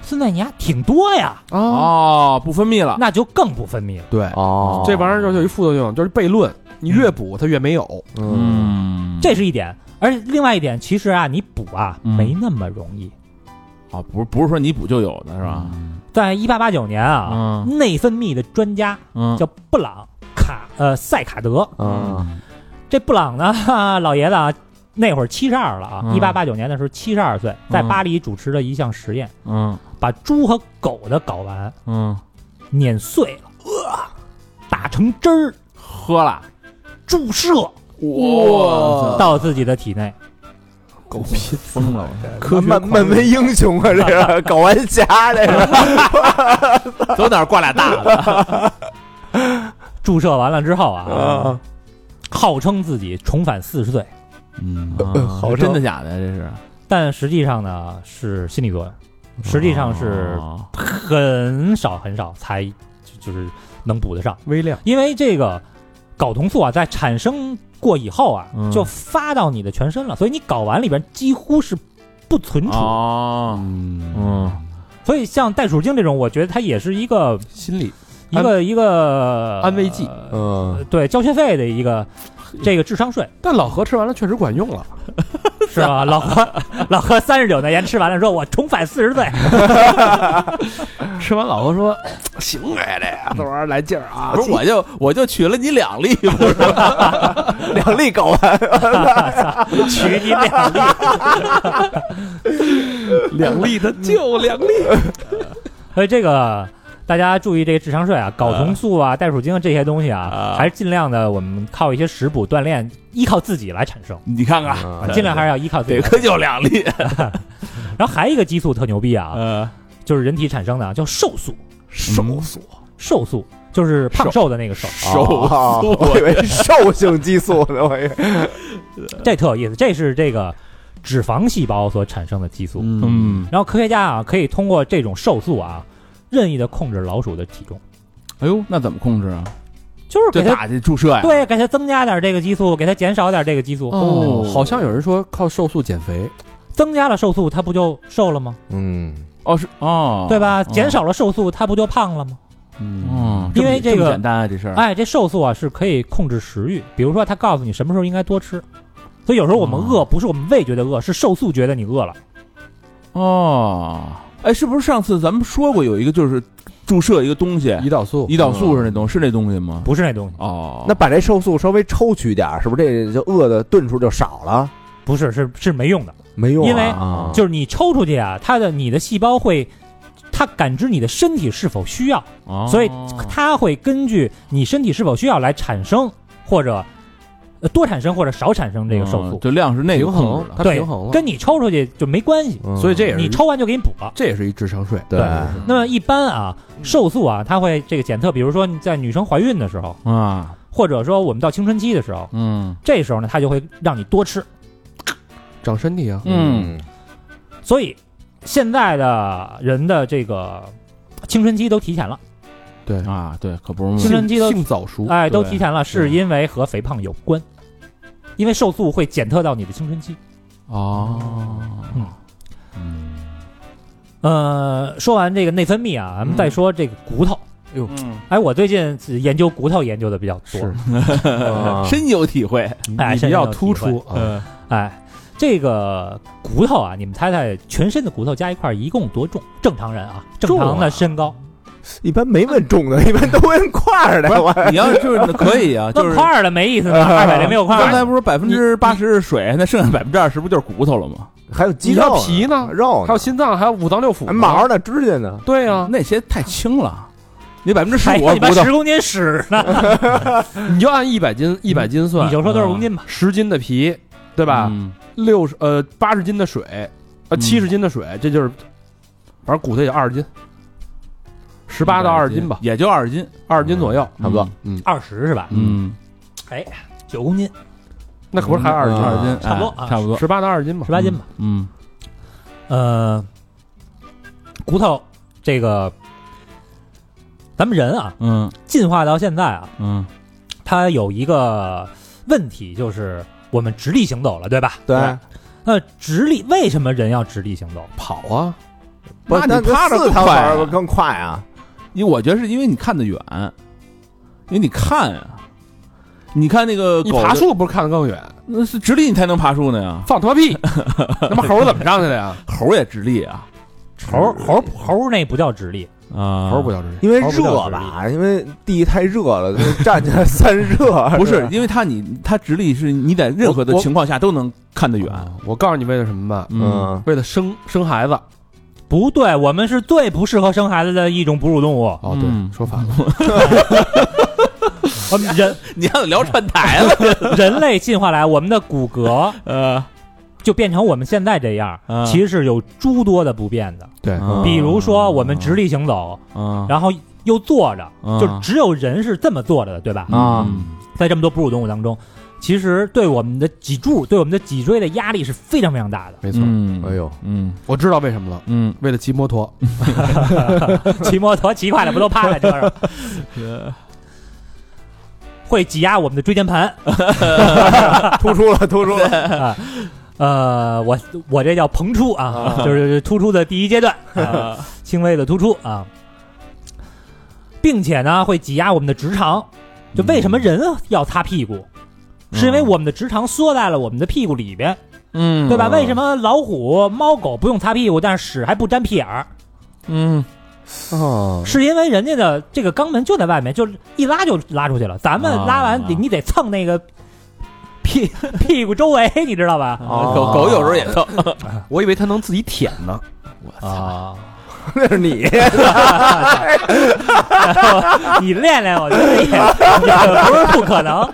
Speaker 5: 孙子你还挺多呀，
Speaker 2: 啊，
Speaker 4: 哦不分泌了，
Speaker 5: 那就更不分泌了。
Speaker 2: 对，
Speaker 3: 哦
Speaker 2: 这玩意儿就是有一副作用，就是悖论，你越补它越没有。
Speaker 3: 嗯
Speaker 4: 嗯，
Speaker 5: 这是一点。而另外一点，其实啊，你补啊
Speaker 4: 嗯
Speaker 5: 没那么容易。
Speaker 4: 啊不是不是说你补就有的是吧？
Speaker 5: 在一八八九年啊，
Speaker 4: 嗯
Speaker 5: 内分泌的专家
Speaker 4: 嗯
Speaker 5: 叫布朗卡呃塞卡德，
Speaker 3: 啊
Speaker 5: 这布朗呢， 哈老爷子啊，那会儿七十二了啊，
Speaker 4: 嗯
Speaker 5: 一八八九年的时候七十二岁，在
Speaker 4: 嗯
Speaker 5: 巴黎主持的一项实验，
Speaker 4: 嗯
Speaker 5: 把猪和狗的睾丸
Speaker 4: 嗯，
Speaker 5: 碾碎了，呃、打成汁儿
Speaker 4: 喝了。
Speaker 5: 注射
Speaker 4: 哇
Speaker 5: 到自己的体内。
Speaker 3: 狗屁
Speaker 4: 疯了！
Speaker 3: 科学漫漫威英雄啊，这个睾丸侠这个，
Speaker 4: 走哪儿挂俩大的？
Speaker 5: 注射完了之后啊，
Speaker 3: 啊
Speaker 5: 号称自己重返四十岁，
Speaker 4: 嗯，
Speaker 3: 好
Speaker 4: 是真
Speaker 3: 着
Speaker 4: 的假的？这是，
Speaker 5: 但实际上呢是心理作用，实际上是
Speaker 4: 哦
Speaker 5: 很少很少才就就是能补得上。
Speaker 2: 微量，
Speaker 5: 因为这个睾酮素啊，在产生过以后啊，
Speaker 4: 嗯
Speaker 5: 就发到你的全身了，所以你睾丸里边几乎是不存储。
Speaker 4: 哦，嗯
Speaker 5: 所以像袋鼠精这种，我觉得它也是一个
Speaker 2: 心理
Speaker 5: 一个一个
Speaker 2: 安慰剂
Speaker 5: 呃
Speaker 3: 嗯，
Speaker 5: 对，交学费的一个这个智商税
Speaker 2: 但老何吃完了确实管用了，
Speaker 5: 是吧？老何老何三十九那年吃完了，说我重返四十岁，
Speaker 2: 吃完老何说行哎这这玩意儿来劲儿啊，
Speaker 4: 不是我就我就取了你两粒，不 是
Speaker 3: 两粒睾丸，
Speaker 5: 取你两粒。
Speaker 2: 两粒它就两粒，
Speaker 5: 所以这个大家注意这个智商税啊，睾酮素啊、袋鼠精啊这些东西啊
Speaker 4: 啊，
Speaker 5: 还是尽量的我们靠一些食补锻炼，依靠自己来产生，
Speaker 4: 你看看，
Speaker 5: 啊
Speaker 3: 嗯
Speaker 5: 尽量还是要依靠自己
Speaker 4: 得。克就两粒。啊
Speaker 5: 然后还有一个激素特牛逼啊，
Speaker 4: 呃，
Speaker 5: 就是人体产生的啊，叫瘦素，
Speaker 3: 手缩，
Speaker 5: 瘦素就是胖瘦的那个瘦，
Speaker 4: 手
Speaker 3: 啊
Speaker 4: 哦
Speaker 3: 我以为兽性激素呢，我以为
Speaker 5: 这特有意思，这是这个脂肪细胞所产生的激素。
Speaker 4: 嗯，
Speaker 5: 然后科学家啊，可以通过这种瘦素啊，任意的控制老鼠的体重，
Speaker 4: 哎呦，那怎么控制啊？
Speaker 5: 就是
Speaker 4: 就
Speaker 5: 给它
Speaker 4: 打这注射呀？
Speaker 5: 对给它增加点这个激素，给它减少点这个激素。
Speaker 2: 哦，好像有人说靠瘦素减肥，
Speaker 5: 增加了瘦素，它不就瘦了吗？
Speaker 3: 嗯，
Speaker 4: 哦是哦，
Speaker 5: 对吧？
Speaker 4: 哦
Speaker 5: 减，少了瘦素，它不就胖了吗？
Speaker 4: 嗯，
Speaker 5: 因为
Speaker 4: 这
Speaker 5: 这
Speaker 4: 么
Speaker 5: 个
Speaker 4: 简单啊，这事儿。
Speaker 5: 哎，这瘦素啊是可以控制食欲，比如说它告诉你什么时候应该多吃。所以有时候我们饿，不是我们胃觉得饿，是瘦素觉得你饿了。
Speaker 4: 哦，哎，是不是上次咱们说过有一个就是注射一个东西，
Speaker 2: 胰岛素
Speaker 4: 胰岛素是那东是那东西吗？
Speaker 5: 不是那东西，
Speaker 4: 哦，
Speaker 3: 那把这瘦素稍微抽取点儿，是不是这就饿的顿数就少了？
Speaker 5: 不是是是没用的，
Speaker 3: 没用啊，
Speaker 5: 因为
Speaker 3: 啊
Speaker 5: 就是你抽出去啊，它的你的细胞会，它感知你的身体是否需要，
Speaker 4: 哦
Speaker 5: 所以它会根据你身体是否需要来产生或者呃多产生或者少产生这个瘦
Speaker 4: 嗯
Speaker 5: 素。
Speaker 4: 就量是那个
Speaker 2: 平
Speaker 4: 控制
Speaker 2: 衡，
Speaker 4: 了。
Speaker 2: 它
Speaker 5: 对
Speaker 2: 平衡了，
Speaker 5: 跟你抽出去就没关系，
Speaker 3: 嗯
Speaker 2: 所以这也
Speaker 5: 你
Speaker 2: 是
Speaker 5: 抽完就给你补了。
Speaker 2: 这也是一智商税，
Speaker 3: 对
Speaker 5: 那么一般啊，瘦素啊，它会这个检测，比如说你在女生怀孕的时候，
Speaker 4: 啊，
Speaker 5: 或者说我们到青春期的时候，
Speaker 4: 嗯
Speaker 5: 这时候呢，它就会让你多吃。
Speaker 2: 长身体啊，
Speaker 4: 嗯
Speaker 5: 所以现在的人的这个青春期都提前了，
Speaker 2: 对，
Speaker 4: 啊，对，可不是
Speaker 5: 青
Speaker 4: 嘛。
Speaker 5: 春期都
Speaker 2: 性早熟，
Speaker 5: 哎，都
Speaker 4: 对
Speaker 5: 提前了，是因为和肥胖有关，因为瘦素会检测到你的青春期。
Speaker 4: 哦，嗯
Speaker 5: 呃，说完这个内分泌啊，
Speaker 2: 嗯
Speaker 5: 咱们再说这个骨头。
Speaker 4: 嗯，
Speaker 5: 哎，我最近研究骨头研究的比较多
Speaker 2: 是，
Speaker 3: 啊
Speaker 4: 深有体会。
Speaker 2: 你
Speaker 5: 哎
Speaker 2: 你
Speaker 5: 深
Speaker 2: 比
Speaker 5: 有
Speaker 2: 较
Speaker 5: 体
Speaker 2: 突出
Speaker 5: 会
Speaker 2: 啊，
Speaker 5: 哎，这个骨头啊，你们猜猜，全身的骨头加一块儿一共多重？正常人啊，正常的身高，
Speaker 3: 一般没问重的，一般都问块儿的。我
Speaker 4: 你要是就是可以 啊，就
Speaker 5: 那
Speaker 4: 是啊
Speaker 5: 块儿的没意思呢，二百零六块
Speaker 4: 刚才
Speaker 5: 儿。
Speaker 4: 不是百分之八十是水，那剩下百分之二十不就是骨头了吗？
Speaker 3: 还有
Speaker 2: 你
Speaker 3: 肌
Speaker 2: 要
Speaker 3: 肉
Speaker 2: 皮呢，啊
Speaker 3: 肉
Speaker 2: 还有心脏，还有五脏六腑呢
Speaker 3: 呢、毛，呢、指甲呢。
Speaker 2: 对啊呀，
Speaker 4: 那些太轻了，你百分之十
Speaker 5: 还
Speaker 4: 五
Speaker 5: 哎有你妈
Speaker 4: 骨头
Speaker 5: 十公斤屎呢，
Speaker 2: 你就按一百斤一百斤算
Speaker 5: 你，就说
Speaker 4: 嗯
Speaker 5: 多少公斤吧。
Speaker 2: 十斤的皮，
Speaker 4: 对
Speaker 2: 对吧？六十呃八十斤的水，呃
Speaker 4: 嗯
Speaker 2: 七十斤的水，这就是，反正骨头也二十斤，十八到二十斤吧，
Speaker 4: 也就二十斤，
Speaker 2: 二十斤左右，
Speaker 4: 差不多。
Speaker 2: 嗯，
Speaker 5: 二十是吧？
Speaker 4: 嗯，
Speaker 5: 九公斤，
Speaker 2: 那可不是还二十
Speaker 4: 二十
Speaker 2: 斤，
Speaker 4: 斤，
Speaker 5: 差不多
Speaker 4: 哎
Speaker 5: 啊
Speaker 4: 差不多。
Speaker 2: 十八到二十斤吧
Speaker 5: 十，八斤吧。
Speaker 4: 嗯，
Speaker 5: 呃，骨头这个，咱们人啊，
Speaker 4: 嗯
Speaker 5: 进化到现在啊，
Speaker 4: 嗯
Speaker 5: 它有一个问题，就是我们直立行走了，对吧？
Speaker 3: 对，
Speaker 5: 那直立为什么人要直立行走？
Speaker 2: 跑啊，
Speaker 3: 不是
Speaker 4: 那你趴着
Speaker 3: 四
Speaker 4: 更
Speaker 3: 条
Speaker 4: 快
Speaker 3: 腿儿
Speaker 4: 啊
Speaker 3: 更快啊！
Speaker 4: 因为我觉得是因为你看得远，因为你看啊，你看那个
Speaker 2: 你
Speaker 4: 狗
Speaker 2: 爬
Speaker 4: 就，
Speaker 2: 树不是看得更远？
Speaker 4: 那是直立你才能爬树呢呀，
Speaker 2: 放他妈屁！他妈猴儿怎么上去的呀？
Speaker 4: 猴也直立啊
Speaker 5: 猴猴猴那不叫直立，
Speaker 4: 啊
Speaker 2: 猴儿不叫直立，
Speaker 3: 因为
Speaker 5: 猴不叫
Speaker 3: 热吧，因为地太热了，就站起来散热。
Speaker 4: 不是，因为它你它直立是你在任何的
Speaker 2: 我我
Speaker 4: 情况下都能看得远，
Speaker 2: 啊我告诉你为了什么吧，
Speaker 4: 嗯
Speaker 3: 嗯，
Speaker 2: 为了生生孩子。
Speaker 5: 不对，我们是最不适合生孩子的一种哺乳 动物。
Speaker 2: 哦，对，
Speaker 4: 嗯
Speaker 2: 说反了，
Speaker 5: 我们人
Speaker 4: 你要聊串台了，
Speaker 5: 人类进化来，我们的骨骼
Speaker 4: 呃，
Speaker 5: 就变成我们现在这样，
Speaker 4: 啊
Speaker 5: 其实是有诸多的不便的。
Speaker 2: 对，
Speaker 4: 嗯
Speaker 5: 比如说，我们直立行走，
Speaker 4: 啊
Speaker 5: 然后又坐着，
Speaker 4: 啊
Speaker 5: 就只有人是这么坐着的，对吧？
Speaker 4: 啊
Speaker 5: 在这么多哺乳动物当中，其实对我们的脊柱、对我们的脊椎的压力是非常非常大 的。
Speaker 2: 没错，
Speaker 4: 嗯，
Speaker 3: 哎，呦，
Speaker 4: 嗯
Speaker 2: 我知道为什么了，
Speaker 4: 嗯，
Speaker 2: 为了骑摩托，
Speaker 5: 骑摩托骑快了不都趴在车 上，会挤压我们的椎间盘。
Speaker 4: 嗯
Speaker 3: 突出了，突出 了。
Speaker 5: 呃，我我这叫膨出啊，就是突出的第一阶段，啊轻微的突出啊，并且呢会挤压我们的直肠。就为什么人啊要擦屁股，是因为我们的直肠缩在了我们的屁股里边，
Speaker 4: 嗯，
Speaker 5: 对吧？为什么老虎、猫狗不用擦屁股，但是屎还不沾屁眼儿？
Speaker 4: 嗯
Speaker 2: 哦，
Speaker 5: 是因为人家的这个肛门就在外面，就一拉就拉出去了。咱们
Speaker 4: 啊
Speaker 5: 拉完得你得蹭那个屁 屁股周围，你知道吧？
Speaker 3: 哦
Speaker 4: 狗狗有时候也蹭，
Speaker 2: 我以为他能自己舔呢，
Speaker 5: 啊，
Speaker 3: 那是你，
Speaker 5: 你练练，我觉得也也不是不可能。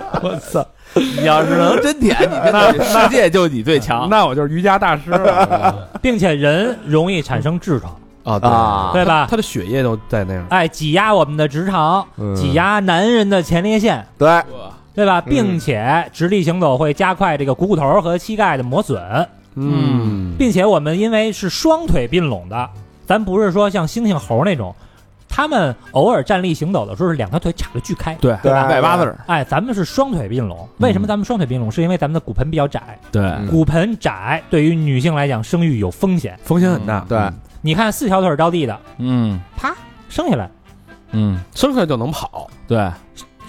Speaker 4: 你 要是能真舔，你真的世界就你最强。
Speaker 2: 啊那我就是瑜伽大师了
Speaker 5: 并且人容易产生痔疮，
Speaker 2: 啊
Speaker 3: 啊
Speaker 5: 对吧
Speaker 2: 他的血液都在那样，
Speaker 5: 哎，挤压我们的直肠，
Speaker 3: 嗯
Speaker 5: 挤压男人的前列腺，
Speaker 3: 对，
Speaker 5: 对吧？
Speaker 3: 嗯
Speaker 5: 并且直立行走会加快这个股骨头和膝盖的磨损，
Speaker 4: 嗯
Speaker 5: 并且我们因为是双腿并拢的，咱不是说像猩猩猴那种，他们偶尔站立行走的时候是两条腿岔的巨开。
Speaker 4: 对
Speaker 3: 对
Speaker 4: 外八字儿，
Speaker 5: 哎，咱们是双腿并拢，为什么咱们双腿并拢？是因为咱们的骨盆比较窄，
Speaker 4: 对
Speaker 3: 嗯
Speaker 5: 骨盆窄对于女性来讲生育有风险。
Speaker 2: 风险很大，嗯
Speaker 3: 对，
Speaker 5: 你看四条腿着地的，
Speaker 4: 嗯
Speaker 5: 啪生下来，
Speaker 4: 嗯，
Speaker 2: 生下来就能跑，
Speaker 4: 对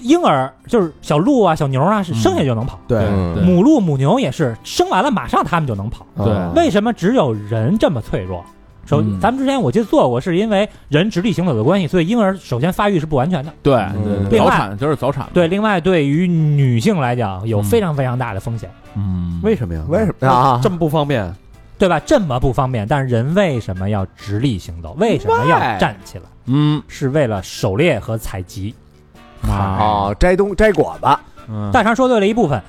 Speaker 5: 婴儿就是小鹿啊、小牛啊，是
Speaker 4: 嗯
Speaker 5: 生下就能跑。
Speaker 2: 对
Speaker 3: 嗯
Speaker 4: 对
Speaker 5: 母鹿、母牛也是生完了马上它们就能跑。
Speaker 4: 对
Speaker 3: 嗯
Speaker 2: 啊
Speaker 5: 为什么只有人这么脆弱？首，
Speaker 4: 嗯
Speaker 5: 咱们之前我记得做过，是因为人直立行走的关系，所以婴儿首先发育是不完全的。
Speaker 4: 对
Speaker 3: 嗯
Speaker 4: 对，
Speaker 5: 另
Speaker 4: 早
Speaker 5: 外
Speaker 4: 产就是早产，
Speaker 5: 对，，另外对于女性来讲，有
Speaker 4: 嗯
Speaker 5: 非常非常大的风险，
Speaker 4: 嗯，
Speaker 2: 为什么呀？
Speaker 3: 为什么呀啊？
Speaker 2: 这么不方便？
Speaker 5: 对吧？这么不方便，但是人为什么要直立行走？为什么要站起来？
Speaker 4: 嗯
Speaker 5: 是为了狩猎和采集。
Speaker 4: 啊
Speaker 3: 哦，摘东摘果子，
Speaker 4: 嗯
Speaker 5: 大肠说对了一部分，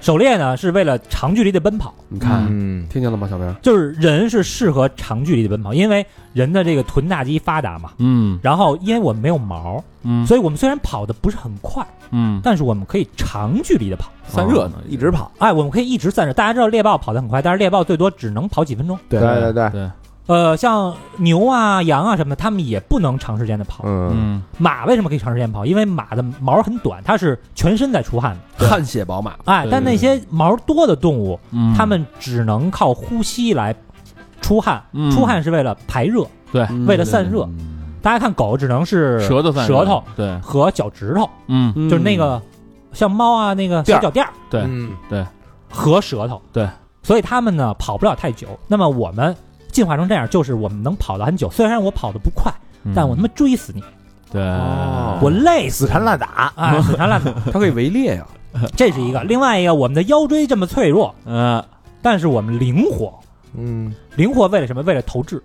Speaker 5: 狩猎呢是为了长距离的奔跑。
Speaker 2: 你看，
Speaker 3: 嗯，
Speaker 2: 听见了吗，小明？
Speaker 5: 就是人是适合长距离的奔跑，因为人的这个臀大肌发达嘛。
Speaker 4: 嗯
Speaker 5: 然后，因为我们没有毛，
Speaker 4: 嗯
Speaker 5: 所以我们虽然跑的不是很快，
Speaker 4: 嗯，哦
Speaker 5: 但是我们可以长距离的跑。
Speaker 4: 散热呢，
Speaker 3: 哦一直跑，
Speaker 5: 哎，我们可以一直散着。大家知道猎豹跑得很快，但是猎豹最多只能跑几分钟。
Speaker 3: 对对对
Speaker 4: 对，
Speaker 5: 呃，像牛啊、羊啊什么的，它们也不能长时间的跑。
Speaker 3: 嗯，
Speaker 4: 嗯，
Speaker 5: 马为什么可以长时间跑？因为马的毛很短，它是全身在出汗的。
Speaker 2: 汗血宝马，
Speaker 5: 哎，
Speaker 4: 对
Speaker 5: 但那些毛多的动物，
Speaker 4: 嗯
Speaker 5: 它们只能靠呼吸来出汗，
Speaker 4: 嗯
Speaker 5: 出汗是为了排热，
Speaker 4: 对
Speaker 3: 嗯
Speaker 5: 为了散热。大家看狗只能是
Speaker 4: 舌头散热
Speaker 5: 舌头
Speaker 4: 对，
Speaker 5: 和脚趾头，
Speaker 4: 嗯
Speaker 5: 就是那个像猫啊那个
Speaker 4: 垫
Speaker 5: 小
Speaker 4: 儿
Speaker 5: 脚垫儿
Speaker 4: 对
Speaker 3: 嗯
Speaker 5: 和舌头。
Speaker 4: 对，
Speaker 5: 所以它们呢跑不了太久。那么我们进化成这样，就是我们能跑得很久。虽然我跑得不快，但我他妈追死你，
Speaker 4: 嗯对
Speaker 3: 哦
Speaker 5: 我累 死
Speaker 3: 死缠烂打，
Speaker 5: 啊，死缠烂打，
Speaker 2: 它可以围猎呀，
Speaker 5: 这是一个。另外一个，我们的腰椎这么脆弱，
Speaker 4: 呃
Speaker 5: 但是我们灵活，
Speaker 3: 嗯，
Speaker 5: 灵活为了什么？为了投掷。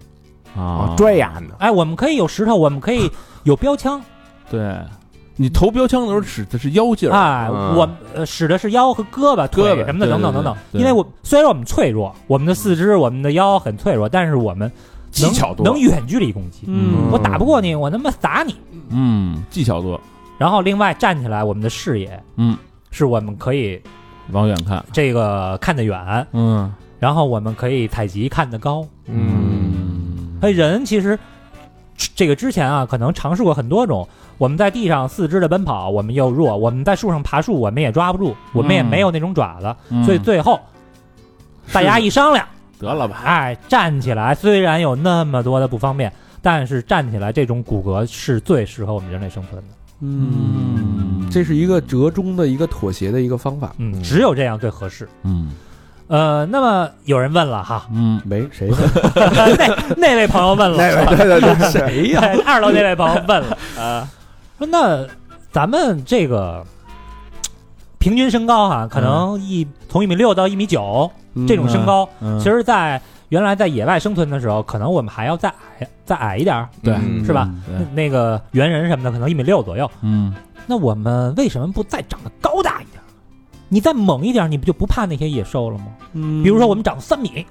Speaker 4: 啊
Speaker 3: 啊，拽呀呢，
Speaker 5: 哎，我们可以有石头，我们可以有标枪，
Speaker 4: 对。你投标枪的时候使的是腰劲儿，
Speaker 5: 哎，
Speaker 3: 嗯
Speaker 5: 我呃使的是腰和胳膊、腿
Speaker 4: 胳膊
Speaker 5: 什么
Speaker 4: 对
Speaker 5: 的，等等
Speaker 4: 对
Speaker 5: 等等。
Speaker 4: 对
Speaker 5: 因为我虽然我们脆弱，我们的四肢、我们的腰很脆弱，但是我们
Speaker 4: 技
Speaker 5: 能
Speaker 4: 巧多
Speaker 5: 能远距离攻击。
Speaker 4: 嗯
Speaker 5: 我打不过你，我他妈打你。
Speaker 4: 嗯，技巧多，
Speaker 5: 然后另外站起来，我们的视野，
Speaker 4: 嗯，
Speaker 5: 是我们可以
Speaker 4: 往远看，
Speaker 5: 这个看得远，
Speaker 4: 嗯
Speaker 5: 然后我们可以采集看得高。
Speaker 4: 嗯，
Speaker 5: 哎，人其实这个之前啊，可能尝试过很多种。我们在地上四肢的奔跑，我们又弱；我们在树上爬树，我们也抓不住，我们也
Speaker 4: 嗯
Speaker 5: 没有那种爪子。
Speaker 4: 嗯
Speaker 5: 所以最后 大家一商量，
Speaker 4: 得了吧，
Speaker 5: 哎，站起来虽然有那么多的不方便，但是站起来这种骨骼是最适合我们人类生存的。
Speaker 4: 嗯
Speaker 2: 这是一个折中的一个妥协的一个方法。
Speaker 5: 嗯，只有这样最合适。
Speaker 4: 嗯，
Speaker 5: 呃，那么有人问了哈
Speaker 4: 嗯，
Speaker 2: 没 谁问
Speaker 5: 那那位朋友问了，
Speaker 3: 那位对对对，
Speaker 2: 谁呀，
Speaker 5: 对 二楼那位朋友问了，啊，说那咱们这个平均身高哈、可能一、从一米六到一米九这种身高，
Speaker 4: 嗯
Speaker 5: 其实在原来在野外生存的时候，可能我们还要再矮再矮一点儿，
Speaker 4: 对
Speaker 3: 嗯
Speaker 5: 是吧？
Speaker 4: 对
Speaker 5: 那那个猿人什么的，可能一米六左右。
Speaker 4: 嗯
Speaker 5: 那我们为什么不再长得高大一点儿？你再猛一点儿，你不就不怕那些野兽了吗？
Speaker 2: 嗯
Speaker 5: 比如说 我们长三米，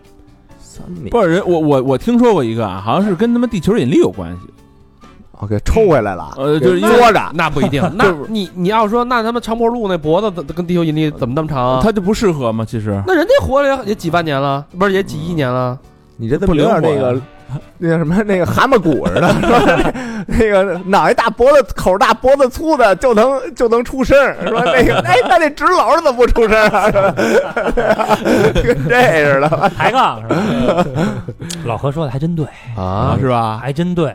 Speaker 3: 三米
Speaker 4: 不是人，我我我听说过一个啊，好像是跟他们地球引力有关系。
Speaker 3: 我给抽回来了，
Speaker 4: 呃就是
Speaker 3: 给
Speaker 4: 因为
Speaker 3: 捉着，
Speaker 2: 那不 一定，那你你要说那他妈长脖鹿那脖子怎跟地球引力怎么那么长啊？
Speaker 4: 它就不适合嘛，其实
Speaker 2: 那人家活了也几万年了，不是也几亿年了？
Speaker 3: 你这怎
Speaker 4: 不
Speaker 3: 么
Speaker 4: 灵
Speaker 3: 有
Speaker 4: 活
Speaker 3: 点那个那叫什么那个蛤蟆骨似的，说那个脑袋大脖子口大脖子粗的就能就能出声儿，说那个哎那这纸篓儿怎么不出声儿啊？跟这似的，
Speaker 5: 抬杠是吧？老何说的还真对，
Speaker 2: 啊
Speaker 4: 是吧？
Speaker 5: 还真对。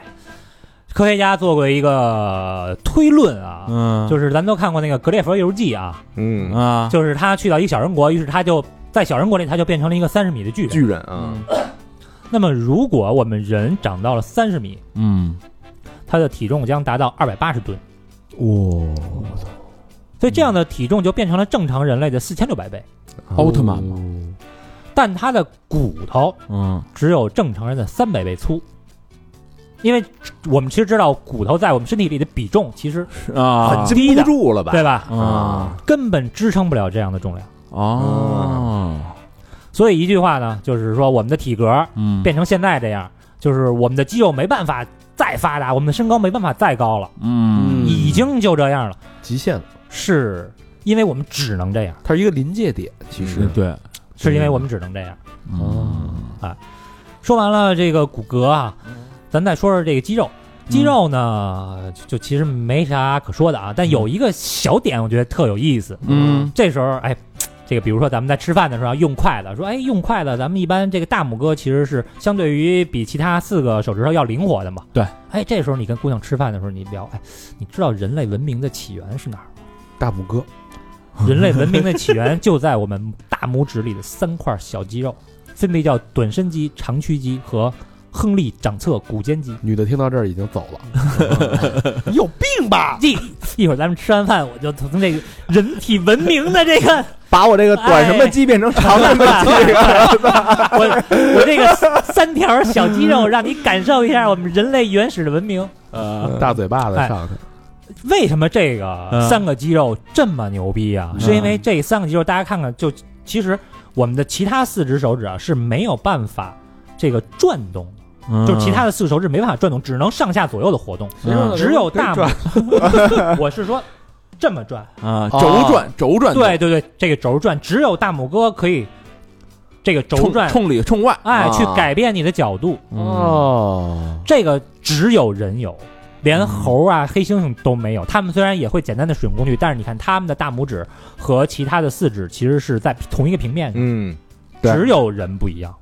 Speaker 5: 科学家做过一个推论啊，
Speaker 4: 嗯，
Speaker 5: 就是咱都看过那个《格列佛游记》啊，
Speaker 3: 嗯，
Speaker 4: 啊，
Speaker 5: 就是他去到一小人国，于是他就在小人国里，他就变成了一个三十米的巨人。
Speaker 3: 巨人啊，
Speaker 4: 嗯
Speaker 5: 那么，如果我们人长到了三十米，
Speaker 4: 嗯
Speaker 5: 他的体重将达到二百八十吨，
Speaker 2: 哇，
Speaker 5: 所以这样的体重就变成了正常人类的四千六百倍，
Speaker 4: 奥特曼
Speaker 2: 嘛，
Speaker 3: 嗯
Speaker 5: 但他的骨头
Speaker 4: 嗯
Speaker 5: 只有正常人的三百倍粗。因为我们其实知道，骨头在我们身体里的比重其实
Speaker 4: 是啊
Speaker 5: 很低的，
Speaker 3: 住了吧
Speaker 5: 对吧？
Speaker 4: 啊
Speaker 5: 根本支撑不了这样的重量。
Speaker 4: 哦
Speaker 5: 所以一句话呢，就是说我们的体格
Speaker 4: 嗯
Speaker 5: 变成现在这样，就是我们的肌肉没办法再发达，我们的身高没办法再高了，
Speaker 4: 嗯
Speaker 5: 已经就这样了，
Speaker 2: 极限了，
Speaker 5: 是因为我们只能这样，
Speaker 2: 它是一个临界点，其实
Speaker 4: 对对
Speaker 5: 是因为我们只能这样。
Speaker 4: 嗯
Speaker 5: 说完了这个骨骼啊，咱再说说这个肌肉。肌肉呢，就就其实没啥可说的啊，但有一个小点，我觉得特有意思。
Speaker 4: 嗯
Speaker 5: 这时候，哎，这个比如说咱们在吃饭的时候要用筷子，说哎用筷子，咱们一般这个大拇哥其实是相对于比其他四个手指头要灵活的嘛。
Speaker 4: 对，
Speaker 5: 哎，这时候你跟姑娘吃饭的时候，你聊，哎，你知道人类文明的起源是哪儿吗？
Speaker 2: 大拇哥
Speaker 5: 人类文明的起源就在我们大拇指里的三块小肌肉，分别叫短伸肌、长屈肌和亨利掌侧股间肌。
Speaker 2: 女的听到这儿已经走了， 你有病吧？
Speaker 5: 这一会儿咱们吃完饭，我就从这个人体文明的这 个啊
Speaker 3: 把我这个短什么肌变成长什么肌了，
Speaker 5: 我我这个三三条小肌肉，让你感受一下我们人类原始的文明。
Speaker 4: 呃
Speaker 2: 大嘴巴子上去，
Speaker 5: 为什么这个
Speaker 4: 嗯
Speaker 5: 三个肌肉这么牛逼啊？
Speaker 4: 嗯
Speaker 5: 是因为这三个肌肉，大家看看，就其实我们的其他四只手指啊是没有办法这个转动的，就是其他的四只手指没办法转动，只能上下左右的活动，
Speaker 4: 嗯
Speaker 5: 只有大拇。 我是说这么转，
Speaker 4: 啊，轴转轴转，
Speaker 5: 对对对，这个轴转，只有大拇哥可以这个轴
Speaker 4: 冲
Speaker 5: 转，
Speaker 4: 冲里冲外，
Speaker 5: 哎，
Speaker 3: 啊
Speaker 5: 去改变你的角度，
Speaker 4: 哦，
Speaker 2: 哦，
Speaker 5: 这个只有人有。
Speaker 4: 嗯
Speaker 5: 连猴啊、黑猩猩都没有，他们虽然也会简单的使用工具，但是你看他们的大拇指和其他的四指其实是在同一个平面上，
Speaker 3: 嗯， 对
Speaker 5: 只有人不一样。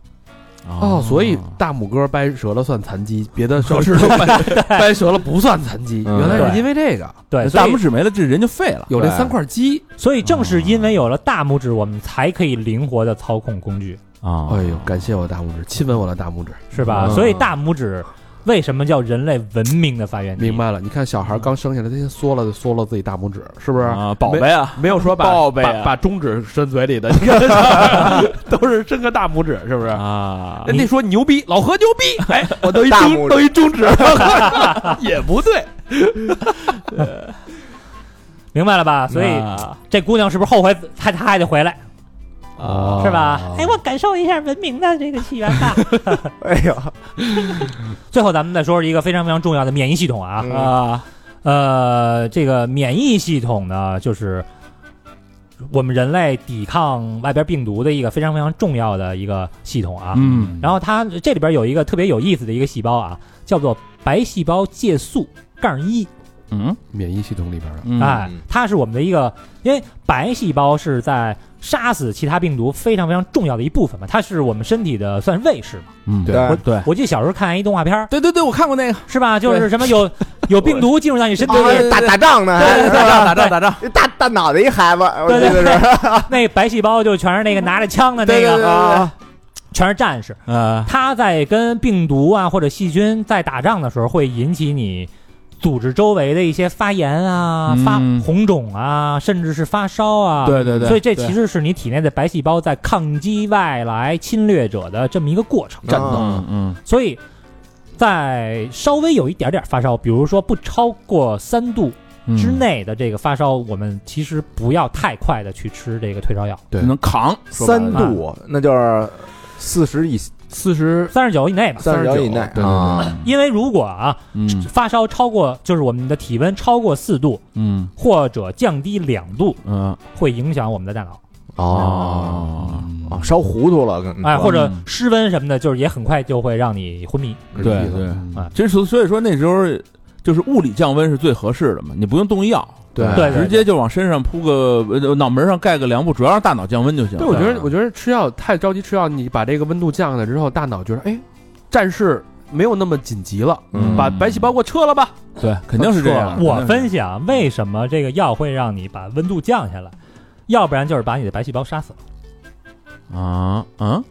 Speaker 2: 哦，嗯所以大拇哥掰折了算残疾，别的手指头 掰掰折了不算残疾，
Speaker 4: 嗯
Speaker 2: 原来是
Speaker 5: 对
Speaker 2: 因为这个
Speaker 5: 对，所
Speaker 4: 大
Speaker 5: 以
Speaker 4: 拇指嗯没了，这人就废了。
Speaker 2: 有这
Speaker 3: 对
Speaker 2: 三块肌，
Speaker 5: 所以正是因为有了大拇指，我们才可以灵活的操控工具，
Speaker 4: 啊，
Speaker 2: 哎呦，感谢我大拇指，亲吻我的大拇指。
Speaker 5: 是吧？
Speaker 4: 嗯
Speaker 5: 所以大拇指为什么叫人类文明的发源地？
Speaker 2: 明白了，你看小孩刚生下来，他先缩了就缩了自己大拇指，是不是？
Speaker 4: 啊，宝贝啊，
Speaker 2: 没有说把
Speaker 4: 宝贝啊
Speaker 2: 把把中指伸嘴里的， 你看都是伸个大拇指，是不是？
Speaker 4: 啊，
Speaker 2: 人家说牛逼，老何牛 逼，哎，我都一
Speaker 3: 大
Speaker 2: 中
Speaker 3: 拇指
Speaker 2: 都一中指，也不对，
Speaker 5: 明白了吧？所以啊
Speaker 4: 那
Speaker 5: 这姑娘是不是后悔她她还得回来，
Speaker 2: 啊
Speaker 5: 是吧？哎，我感受一下文明的这个起源吧。
Speaker 3: 哎呦，
Speaker 5: 最后，咱们再说说一个非常非常重要的免疫系统啊，
Speaker 3: 嗯
Speaker 4: 啊，
Speaker 5: 呃，这个免疫系统呢，就是我们人类抵抗外边病毒的一个非常非常重要的一个系统啊。
Speaker 4: 嗯，
Speaker 5: 然后它这里边有一个特别有意思的一个细胞啊，叫做白细胞介素杠一，
Speaker 4: 嗯
Speaker 2: 免疫系统里边的，
Speaker 4: 嗯
Speaker 5: 哎，它是我们的一个，因为白细胞是在杀死其他病毒非常非常重要的一部分嘛，它是我们身体的算是卫士嘛。
Speaker 4: 嗯，
Speaker 3: 对
Speaker 4: 我对，
Speaker 5: 我记得小时候看一动画片儿
Speaker 4: 对对对，哦我看过那个，
Speaker 5: 是吧，就是什么有有病毒进入到你身体
Speaker 3: 啊
Speaker 5: 里，
Speaker 3: 打打仗呢，
Speaker 4: 打仗打仗打仗，
Speaker 3: 还大大脑袋一孩子，我
Speaker 5: 对
Speaker 3: 记
Speaker 5: 对
Speaker 3: 得是
Speaker 5: 那白细胞就全是那个拿着枪的那
Speaker 4: 对对
Speaker 5: 个，
Speaker 4: 对
Speaker 3: 啊，
Speaker 5: 全是战士。
Speaker 4: 啊，
Speaker 5: 他在跟病毒啊或者细菌在打仗的时候，会引起你组织周围的一些发炎啊、
Speaker 4: 嗯
Speaker 5: 发红肿啊，甚至是发烧啊。
Speaker 4: 对对对，
Speaker 5: 所以这
Speaker 4: 对
Speaker 5: 其实是你体内的白细胞在抗击外来侵略者的这么一个过程。
Speaker 2: 战斗
Speaker 3: 啊
Speaker 4: 嗯嗯
Speaker 5: 所以，在稍微有一点点发烧，比如说不超过三度
Speaker 4: 嗯
Speaker 5: 之内的这个发烧，我们其实不要太快的去吃这个退烧药。
Speaker 2: 对
Speaker 4: 能扛说白
Speaker 3: 三
Speaker 4: 了
Speaker 3: 度那就是四十以
Speaker 2: 四十
Speaker 5: 三十九以内吧，
Speaker 3: 三十九以内
Speaker 2: 对对对
Speaker 3: 啊，
Speaker 5: 因为如果啊
Speaker 4: 嗯
Speaker 5: 发烧超过，就是我们的体温超过四度
Speaker 4: 嗯
Speaker 5: 或者降低两度，
Speaker 4: 嗯
Speaker 5: 会影响我们的大脑，
Speaker 3: 哦
Speaker 4: 哦，
Speaker 3: 哦，烧糊涂了，跟
Speaker 5: 哎，
Speaker 4: 嗯
Speaker 5: 或者失温什么的，就是也很快就会让你昏迷。
Speaker 4: 对对，
Speaker 2: 嗯
Speaker 5: 啊
Speaker 4: 其实所所以说那时候就是物理降温是最合适的嘛，你不用动药，啊
Speaker 2: 对
Speaker 5: 对
Speaker 4: 直接就往身上铺个呃脑门上盖个凉布，主要让大脑降温就行。啊
Speaker 2: 对，我觉得我觉得吃药太着急吃药，你把这个温度降下来之后，大脑觉得哎，战事没有那么紧急了，
Speaker 4: 嗯
Speaker 2: 把白细胞给我撤了吧。
Speaker 4: 对，肯定是这样。肯
Speaker 5: 我
Speaker 4: 定是
Speaker 5: 分析啊，为什么这个药会让你把温度降下来，要不然就是把你的白细胞杀死了。
Speaker 4: 啊啊，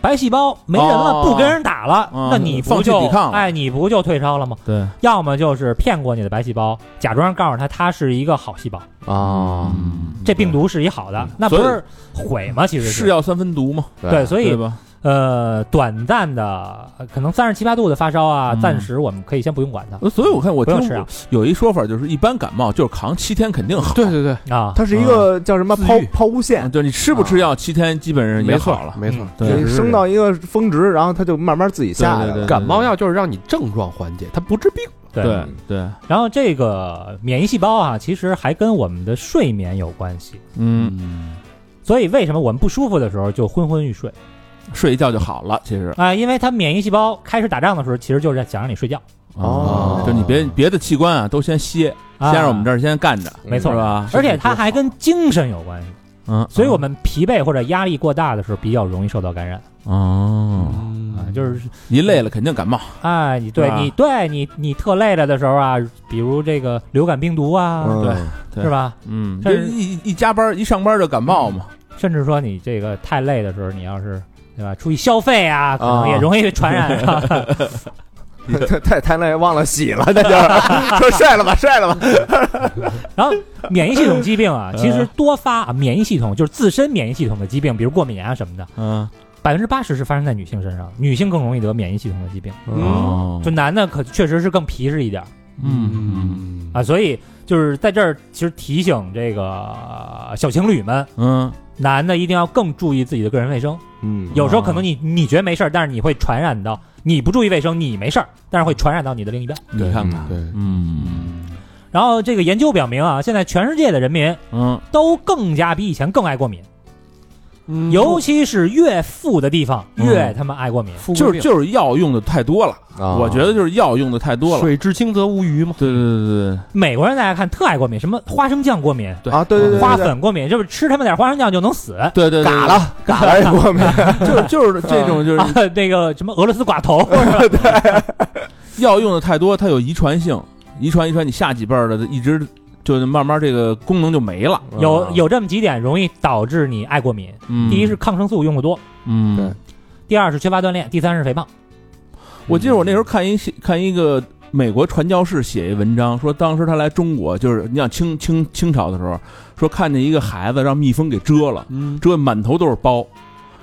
Speaker 5: 白细胞没人了，
Speaker 4: 哦
Speaker 5: 不跟人打了，
Speaker 4: 嗯
Speaker 5: 那你不
Speaker 4: 放弃
Speaker 5: 就
Speaker 4: 抵抗了
Speaker 5: 哎，你不就退烧了吗？
Speaker 4: 对
Speaker 5: 要么就是骗过你的白细胞，假装告诉他它是一个好细胞，
Speaker 3: 啊，
Speaker 4: 嗯
Speaker 5: 这病毒是一好的，那不
Speaker 4: 所以
Speaker 5: 是毁吗？其实
Speaker 4: 是药三分毒嘛，
Speaker 5: 对，所以
Speaker 4: 对吧？
Speaker 5: 呃，短暂的呃可能三十七八度的发烧啊，
Speaker 4: 嗯
Speaker 5: 暂时我们可以先不用管它，
Speaker 4: 所以我看我
Speaker 5: 不
Speaker 4: 听
Speaker 5: 用吃药
Speaker 4: 有一说法，就是一般感冒就是扛七天肯定好，
Speaker 2: 对对对，
Speaker 5: 啊。
Speaker 3: 它是一个叫什么
Speaker 4: 嗯自
Speaker 3: 抛
Speaker 4: 愈
Speaker 3: 抛物线
Speaker 4: 嗯，对你吃不吃药，七天基本上也
Speaker 2: 没错
Speaker 4: 好了。
Speaker 2: 没错
Speaker 5: 嗯，
Speaker 4: 对
Speaker 2: 确
Speaker 3: 就
Speaker 2: 实是
Speaker 3: 升到一个峰值，然后它就慢慢自己下来
Speaker 4: 对对
Speaker 3: 了
Speaker 4: 对
Speaker 2: 感冒药就是让你症状缓解，它不治病。
Speaker 5: 对嗯
Speaker 4: 对对，
Speaker 5: 然后这个免疫细胞啊，其实还跟我们的睡眠有关系，
Speaker 4: 嗯，
Speaker 5: 所以为什么我们不舒服的时候就昏昏欲睡
Speaker 4: 睡一觉就好了，其实
Speaker 5: 啊、因为它免疫细胞开始打仗的时候，其实就是想让你睡觉。
Speaker 3: 哦
Speaker 4: 啊就你别别的器官啊都先歇，
Speaker 5: 啊、
Speaker 4: 先让我们这儿先干着，
Speaker 3: 啊
Speaker 5: 没错
Speaker 4: 是吧？
Speaker 5: 而且它还跟精神有关系，
Speaker 4: 嗯，
Speaker 5: 所以我们疲惫或者压力过大的时候比较容易受到感染
Speaker 4: 哦，
Speaker 5: 啊
Speaker 2: 嗯，
Speaker 5: 就是
Speaker 4: 一累了肯定感冒，
Speaker 5: 哎，你对
Speaker 4: 是吧
Speaker 5: 你对你你特累了的时候啊，比如这个流感病毒啊，
Speaker 3: 嗯
Speaker 4: 对对
Speaker 5: 是吧？
Speaker 4: 嗯，
Speaker 5: 但
Speaker 4: 这
Speaker 5: 是
Speaker 4: 一一加班一上班就感冒嘛，
Speaker 5: 甚至说你这个太累的时候，你要是对吧，出去消费啊，可能也容易被传染啊。
Speaker 3: 太太累，忘了洗了，那就是说睡了吧，睡了吧，
Speaker 5: 然后免疫系统疾病啊，其实多发啊，免疫系统就是自身免疫系统的疾病，比如过敏啊什么的，
Speaker 4: 嗯，
Speaker 5: 百分之八十是发生在女性身上，女性更容易得免疫系统的疾病。
Speaker 2: 嗯
Speaker 4: 哦
Speaker 5: 就男的可确实是更皮实一点儿
Speaker 4: 嗯
Speaker 2: 嗯
Speaker 5: 啊，所以就是在这儿，其实提醒这个呃小情侣们，
Speaker 4: 嗯，
Speaker 5: 男的一定要更注意自己的个人卫生。
Speaker 3: 嗯
Speaker 5: 有时候可能你你觉得没事儿，但是你会传染到你不注意卫生，你没事儿，但是会传染到你的另一半。
Speaker 4: 你看看，
Speaker 2: 对，
Speaker 4: 嗯
Speaker 5: 然后这个研究表明啊，现在全世界的人民
Speaker 4: 嗯
Speaker 5: 都更加比以前更爱过敏，
Speaker 2: 嗯
Speaker 5: 尤其是越富的地方
Speaker 4: 嗯
Speaker 5: 越他妈爱过敏。
Speaker 4: 就是就是药用的太多了，
Speaker 2: 啊
Speaker 4: 我觉得就是药用的太多了。
Speaker 2: 水至清则无鱼嘛。
Speaker 4: 对对对对，
Speaker 5: 美国人大家看特爱过敏，什么花生酱过敏、
Speaker 4: 对
Speaker 3: 啊，对对对，
Speaker 5: 花粉过敏，就是吃他们点花生酱就能死。
Speaker 4: 对对对，
Speaker 3: 嘎了嘎了也过敏，
Speaker 4: 就是就是这种就是
Speaker 5: 啊， 那个什么俄罗斯寡头，
Speaker 4: 药用的太多，它有遗传性，遗传遗传，你下几辈儿的一直就是慢慢这个功能就没了。
Speaker 5: 有有这么几点容易导致你爱过敏。
Speaker 4: 嗯，
Speaker 5: 第一是抗生素用的多，
Speaker 4: 嗯，
Speaker 2: 对
Speaker 5: 第二是缺乏锻炼，第三是肥胖。
Speaker 4: 我记得我那时候看一看一个美国传教士写一文章，说当时他来中国，就是你想清清清朝的时候，说看见一个孩子让蜜蜂给蛰了，
Speaker 2: 嗯，
Speaker 4: 蛰满头都是包，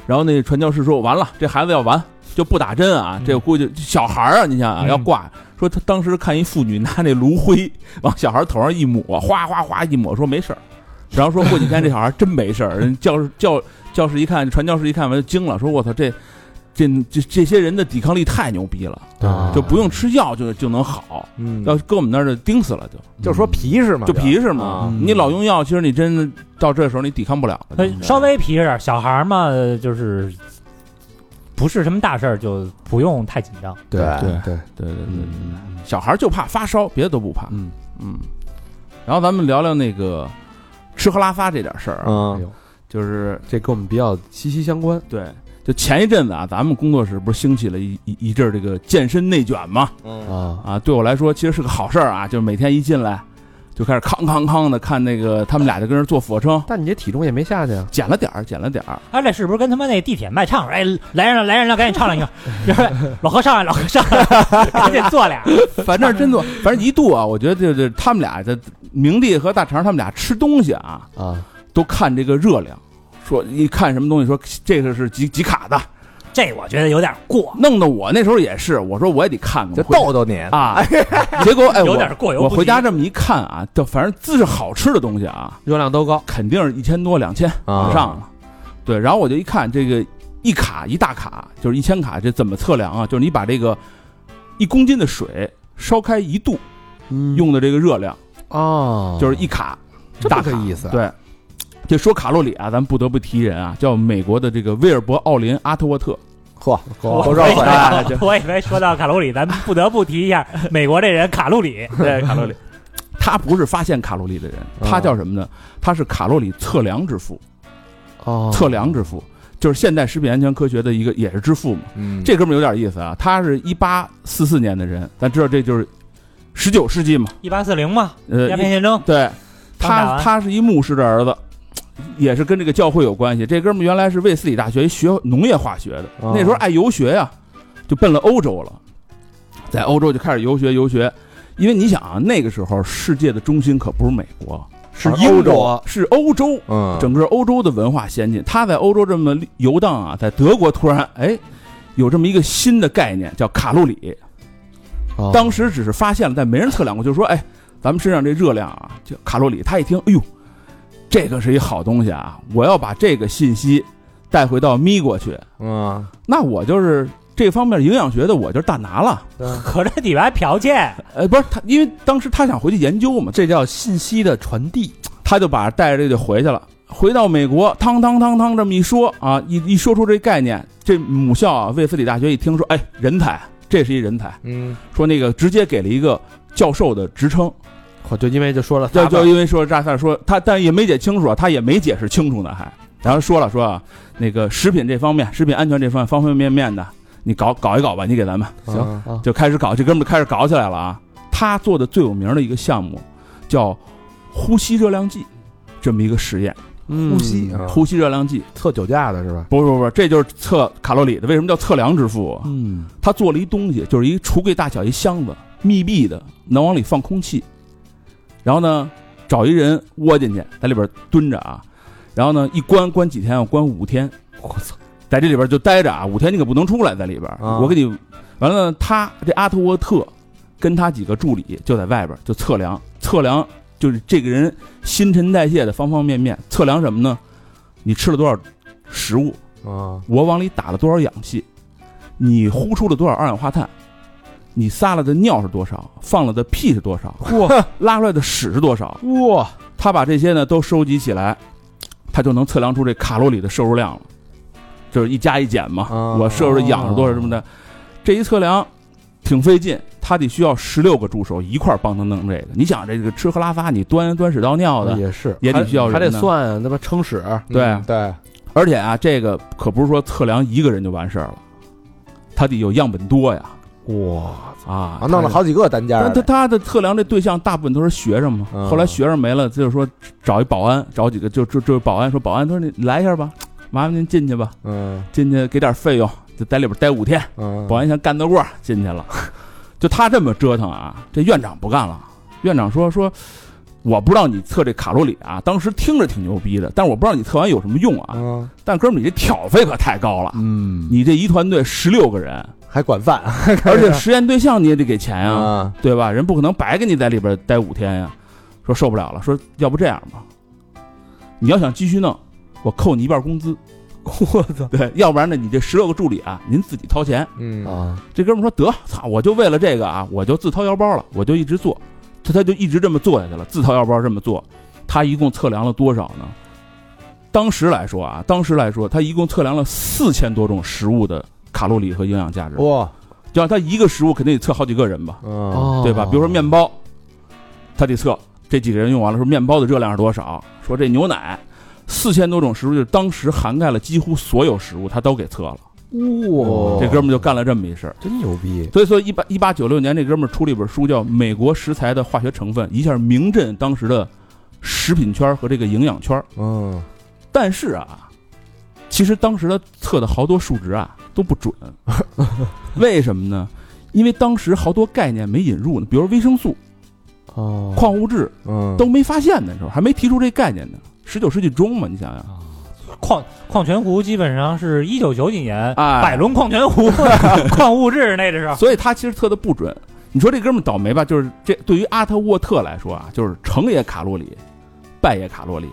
Speaker 4: 然后那传教士说完了，这孩子要完就不打针啊，
Speaker 5: 嗯
Speaker 4: 这估计小孩儿啊，你想啊
Speaker 5: 嗯
Speaker 4: 要挂。说他当时看一妇女拿那炉灰往小孩头上一抹，哗哗哗一抹，说没事儿。然后说过几天这小孩真没事儿，人教师教教师一看，传教士一看完就惊了，说我操这这这这些人的抵抗力太牛逼了，
Speaker 2: 啊
Speaker 4: 就不用吃药就就能好，
Speaker 3: 嗯
Speaker 4: 要搁我们那儿就盯死了就
Speaker 3: 就说皮是吗？
Speaker 4: 就皮是嘛
Speaker 2: 啊，
Speaker 4: 你老用药，其实你真的到这时候你抵抗不了了，
Speaker 5: 呃
Speaker 4: 你知道吗
Speaker 5: 稍微皮着点，小孩儿嘛，呃就是不是什么大事儿，就不用太紧张。
Speaker 2: 对
Speaker 3: 对
Speaker 2: 对，
Speaker 4: 对对对对。
Speaker 2: 嗯
Speaker 4: 小孩儿就怕发烧，别的都不怕。
Speaker 2: 嗯
Speaker 4: 嗯，然后咱们聊聊那个吃喝拉撒这点事儿啊，
Speaker 2: 哎
Speaker 3: 嗯
Speaker 2: 呦
Speaker 4: 就是
Speaker 2: 这跟我们比较息息相关。
Speaker 4: 对，就前一阵子啊，咱们工作室不是兴起了一一一阵儿这个健身内卷嘛？
Speaker 3: 嗯
Speaker 2: 啊，
Speaker 4: 啊，对我来说其实是个好事儿啊，就是每天一进来就开始康康康的看那个他们俩就跟人做俯卧撑，
Speaker 2: 但你这体重也没下去啊。
Speaker 4: 减了点儿，减了点儿，
Speaker 5: 哎，这是不是跟他妈那地铁卖唱似的？哎，来人了，来人了，赶紧唱 两个。就是老何上来，老何上来， 赶紧做俩。
Speaker 4: 反正真做，反正一度啊，我觉得这这他们俩这明帝和大肠他们俩吃东西啊，
Speaker 2: 啊，
Speaker 4: 都看这个热量。说一看什么东西，说这个是几几卡的，
Speaker 5: 这我觉得有点过，
Speaker 4: 弄得我那时候也是，我说我也得看看，
Speaker 3: 就
Speaker 4: 我回
Speaker 3: 逗逗你
Speaker 4: 啊。 结果哎，
Speaker 5: 有
Speaker 4: 我
Speaker 5: 点过犹
Speaker 4: 我
Speaker 5: 不
Speaker 4: 回
Speaker 5: 及
Speaker 4: 家这么一看啊，就反正自是好吃的东西啊，
Speaker 2: 热量都高
Speaker 4: 肯定是一千多、两千
Speaker 2: 啊
Speaker 3: 嗯
Speaker 4: 往上了。对，然后我就一看这个一卡一大卡，就是一千卡，这怎么测量啊？就是你把这个一公斤的水烧开一度用的这个热量，
Speaker 2: 嗯啊，
Speaker 4: 就是一卡
Speaker 2: 这
Speaker 4: 大
Speaker 2: 么
Speaker 4: 卡
Speaker 2: 个意思啊。
Speaker 4: 对，这说卡路里啊，咱不得不提人啊，叫美国的这个威尔伯·奥林·阿特沃特。
Speaker 3: 嚯，
Speaker 5: 我
Speaker 3: 口罩
Speaker 5: 以为
Speaker 3: 毁
Speaker 4: 哎
Speaker 3: 了，
Speaker 5: 我以为说到卡路里，咱们不得不提一下美国这人卡路里。
Speaker 4: 对，卡路里。他不是发现卡路里的人，
Speaker 2: 啊
Speaker 4: 他叫什么呢？他是卡路里测量之父，
Speaker 2: 哦，
Speaker 4: 测量之父就是现代食品安全科学的一个也是之父嘛。
Speaker 3: 嗯
Speaker 4: 这哥们儿有点意思啊，他是一八四四年的人，咱知道这就是十九世纪嘛。
Speaker 5: 一八四零嘛，
Speaker 4: 呃
Speaker 5: 鸦，片战争。
Speaker 4: 对，
Speaker 5: 刚打
Speaker 4: 他
Speaker 5: 完
Speaker 4: 他是一牧师的儿子，也是跟这个教会有关系。这哥们儿原来是卫斯理大学学农业化学的，
Speaker 2: 哦
Speaker 4: 那时候爱游学呀、就奔了欧洲了，在欧洲就开始游学游学。因为你想啊，那个时候世界的中心可不是美国，是
Speaker 2: 而
Speaker 4: 英
Speaker 2: 欧洲
Speaker 4: 国，
Speaker 2: 啊
Speaker 4: 啊是欧洲，
Speaker 3: 嗯
Speaker 4: 整个欧洲的文化先进。他在欧洲这么游荡啊，在德国突然哎，有这么一个新的概念叫卡路里。
Speaker 2: 哦
Speaker 4: 当时只是发现了，但没人测量过，就是说，哎，咱们身上这热量啊，就卡路里。他一听，哎呦，这个是一好东西啊，我要把这个信息带回到咪国去，
Speaker 3: 嗯
Speaker 4: 那我就是这方面营养学的，我就是大拿了。
Speaker 5: 合着你们还剽窃？
Speaker 4: 呃，不是他，因为当时他想回去研究嘛，
Speaker 2: 这叫信息的传递。
Speaker 4: 他就把带着这就回去了。回到美国，汤汤汤汤这么一说啊，一一说出这概念，这母校啊，卫斯理大学一听说，哎，人才，这是一人才，
Speaker 3: 嗯
Speaker 4: 说那个直接给了一个教授的职称，
Speaker 2: 我哦就因为就说了，
Speaker 4: 就就因为说扎萨说他，但也没解清楚啊，他也没解释清楚呢，还然后说了说啊，那个食品这方面，食品安全这方面方方面面的，你搞搞一搞吧，你给咱们
Speaker 2: 行
Speaker 3: 嗯
Speaker 2: 啊，
Speaker 4: 就开始搞，这哥们儿开始搞起来了啊。他做的最有名的一个项目叫呼吸热量计，这么一个实验，
Speaker 2: 呼吸
Speaker 3: 啊
Speaker 4: 呼吸热量计，
Speaker 2: 测酒驾的是吧？
Speaker 4: 不是不是不是，这就是测卡路里的。为什么叫测量之父啊？
Speaker 2: 嗯，
Speaker 4: 他做了一东西，就是一橱柜大小一箱子，密闭的，能往里放空气。然后呢，找一人窝进去，在里边蹲着啊。然后呢，一关关几天啊？关五天。
Speaker 2: 我操，
Speaker 4: 在这里边就待着啊，五天你可不能出来，在里边。
Speaker 3: 啊
Speaker 4: 我给你，完了呢，他这阿特沃特跟他几个助理就在外边就测量，测量就是这个人新陈代谢的方方面面，测量什么呢？你吃了多少食物，
Speaker 3: 啊
Speaker 4: 我往里打了多少氧气，你呼出了多少二氧化碳，你撒了的尿是多少，放了的屁是多少，
Speaker 2: 嚯
Speaker 4: 拉出来的屎是多少，
Speaker 2: 哇，
Speaker 4: 他把这些呢都收集起来，它就能测量出这卡路里的摄入量了，就是一加一减嘛，
Speaker 3: 哦
Speaker 4: 我摄入的氧是多少什么的，这一测量挺费劲，它得需要十六个助手一块儿帮他弄这个。你想这个吃喝拉撒，你端端屎倒尿的，
Speaker 2: 也是，
Speaker 4: 也得需要人
Speaker 2: 还得
Speaker 4: 呢
Speaker 2: 算他妈称屎，
Speaker 4: 对
Speaker 3: 嗯对，
Speaker 4: 而且啊，这个可不是说测量一个人就完事儿了，它得有样本多呀
Speaker 2: 哇，
Speaker 4: 啊
Speaker 3: 啊，弄了。好几个单间儿
Speaker 4: 但他
Speaker 3: 的，
Speaker 4: 他的测量这对象大部分都是学生嘛，
Speaker 3: 嗯
Speaker 4: 后来学生没了，就是说找一保安，找几个就就就保安说保安他说你来一下吧，麻烦您进去吧，
Speaker 3: 嗯
Speaker 4: 进去给点费用，就在里边待五天。
Speaker 3: 嗯，
Speaker 4: 保安想干得过，进去 了。就他这么折腾啊，这院长不干了。院长说说，我不知道你测这卡路里啊，当时听着挺牛逼的，但是我不知道你测完有什么用啊。
Speaker 3: 嗯，
Speaker 4: 但哥们儿，你这挑费可太高了，
Speaker 1: 嗯，
Speaker 4: 你这一团队十六个人，
Speaker 3: 还管饭
Speaker 4: 而且实验对象你也得给钱哎呀、
Speaker 3: 啊，
Speaker 4: 对吧？人不可能白给你在里边待五天呀、说受不了了，说要不这样吧，你要想继续弄，我扣你一半工资。
Speaker 5: 我操！
Speaker 4: 对，要不然呢，你这十六个助理啊，您自己掏钱。
Speaker 3: 嗯
Speaker 2: 啊，
Speaker 4: 这哥们儿说得，操，我就为了这个啊，我就自掏腰包了，我就一直做，他他就一直这么做下去了，自掏腰包这么做，他一共测量了多少呢？当时来说啊，当时来说，他一共测量了四千多种食物的卡路里和营养价
Speaker 5: 哦
Speaker 4: 值，
Speaker 3: 哇，
Speaker 4: 就像他一个食物肯定得测好几个人吧，
Speaker 3: 嗯
Speaker 2: 哦
Speaker 4: 对吧？比如说面包，他得测这几个人用完了，说面包的热量是多少，说这牛奶，四千多种食物，就是当时涵盖了几乎所有食物，他都给测了。
Speaker 2: 哇，
Speaker 4: 哦这哥们儿就干了这么一事儿。
Speaker 2: 真牛逼，
Speaker 4: 所以说，一八一八九六年，这哥们儿出了一本书，叫《美国食材的化学成分》，一下名震当时的食品圈和这个营养圈。
Speaker 3: 嗯，
Speaker 4: 但是啊，其实当时他测的好多数值啊都不准，为什么呢？因为当时好多概念没引入呢，比如维生素、
Speaker 2: 哦，
Speaker 4: 矿物质
Speaker 3: 嗯，
Speaker 4: 都没发现那时候还没提出这概念呢。十九世纪中嘛，你想想，
Speaker 5: 矿矿泉湖基本上是一九九几年，
Speaker 4: 哎
Speaker 5: 百伦矿泉湖 矿物质那个时候，
Speaker 4: 所以他其实测的不准。你说这哥们儿倒霉吧？就是这对于阿特沃特来说啊，就是成也卡路里，败也卡路里。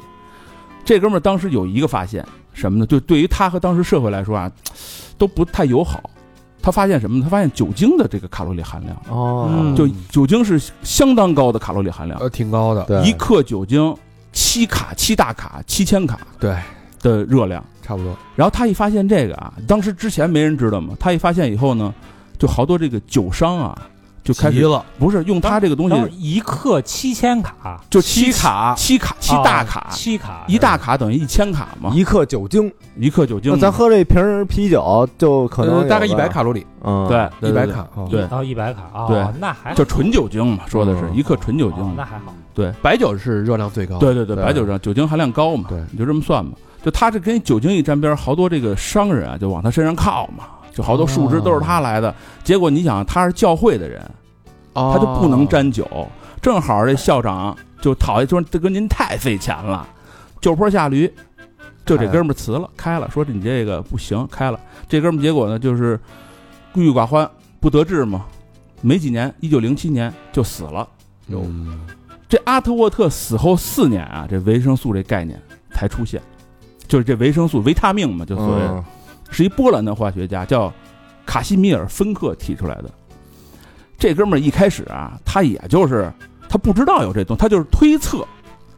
Speaker 4: 这哥们儿当时有一个发现，什么呢？就对于他和当时社会来说啊，都不太友好。他发现什么呢？他发现酒精的这个卡路里含量，
Speaker 2: 哦，
Speaker 4: 就酒精是相当高的卡路里含量，
Speaker 2: 呃挺高的，
Speaker 3: 对，
Speaker 4: 一克酒精七卡七大卡七千卡
Speaker 2: 对
Speaker 4: 的热量。
Speaker 2: 差不多，
Speaker 4: 然后他一发现这个啊，当时之前没人知道嘛，他一发现以后呢，就好多这个酒商啊就开
Speaker 2: 急
Speaker 4: 始
Speaker 2: 了，
Speaker 4: 不是用他这个东
Speaker 5: 然后
Speaker 4: 西，
Speaker 5: 一克七千卡，
Speaker 4: 就
Speaker 2: 七卡
Speaker 4: 七卡七大卡
Speaker 5: 啊，七卡
Speaker 4: 一大卡等于一千卡嘛，
Speaker 3: 一克酒精，
Speaker 4: 一克酒精
Speaker 3: 那
Speaker 4: 嘛，
Speaker 3: 咱喝这瓶儿啤酒就可能有
Speaker 2: 呃大概
Speaker 3: 个
Speaker 2: 一百，卡路里，
Speaker 3: 嗯，
Speaker 4: 对
Speaker 2: 一百，卡，哦
Speaker 4: 对
Speaker 5: 然后一百卡啊，
Speaker 4: 对，
Speaker 5: 那还
Speaker 4: 对对
Speaker 5: 好
Speaker 4: 就纯酒精嘛，说的是
Speaker 3: 嗯
Speaker 4: 一克纯酒精
Speaker 5: 哦那
Speaker 4: 嘛，
Speaker 5: 还好，
Speaker 4: 对
Speaker 2: 白酒是热量最高，，
Speaker 4: 对对对，
Speaker 3: 对
Speaker 4: 白酒上酒精含量高嘛，
Speaker 2: 对
Speaker 4: 你就这么算嘛，就他这跟酒精一沾边儿，好多这个商人啊就往他身上靠嘛，就好多数值都是他来的，结果你想他是教会的人，
Speaker 2: 他
Speaker 4: 他就不能，沾酒。正好这校长就讨厌，就说这哥您太费钱了，就坡下驴，就这哥们儿辞了，开了，说你这个不行，开了。这哥们儿结果呢就是郁郁寡欢，不得志嘛，没几年，一九零七年就死了。
Speaker 2: 有
Speaker 4: 这阿特沃特死后四年啊，这维生素这概念才出现，就是这维生素维他命嘛，就所谓的。
Speaker 3: 嗯，
Speaker 4: 是一波兰的化学家叫卡西米尔·芬克提出来的。这哥们儿一开始啊，他也就是他不知道有这东西，他就是推测。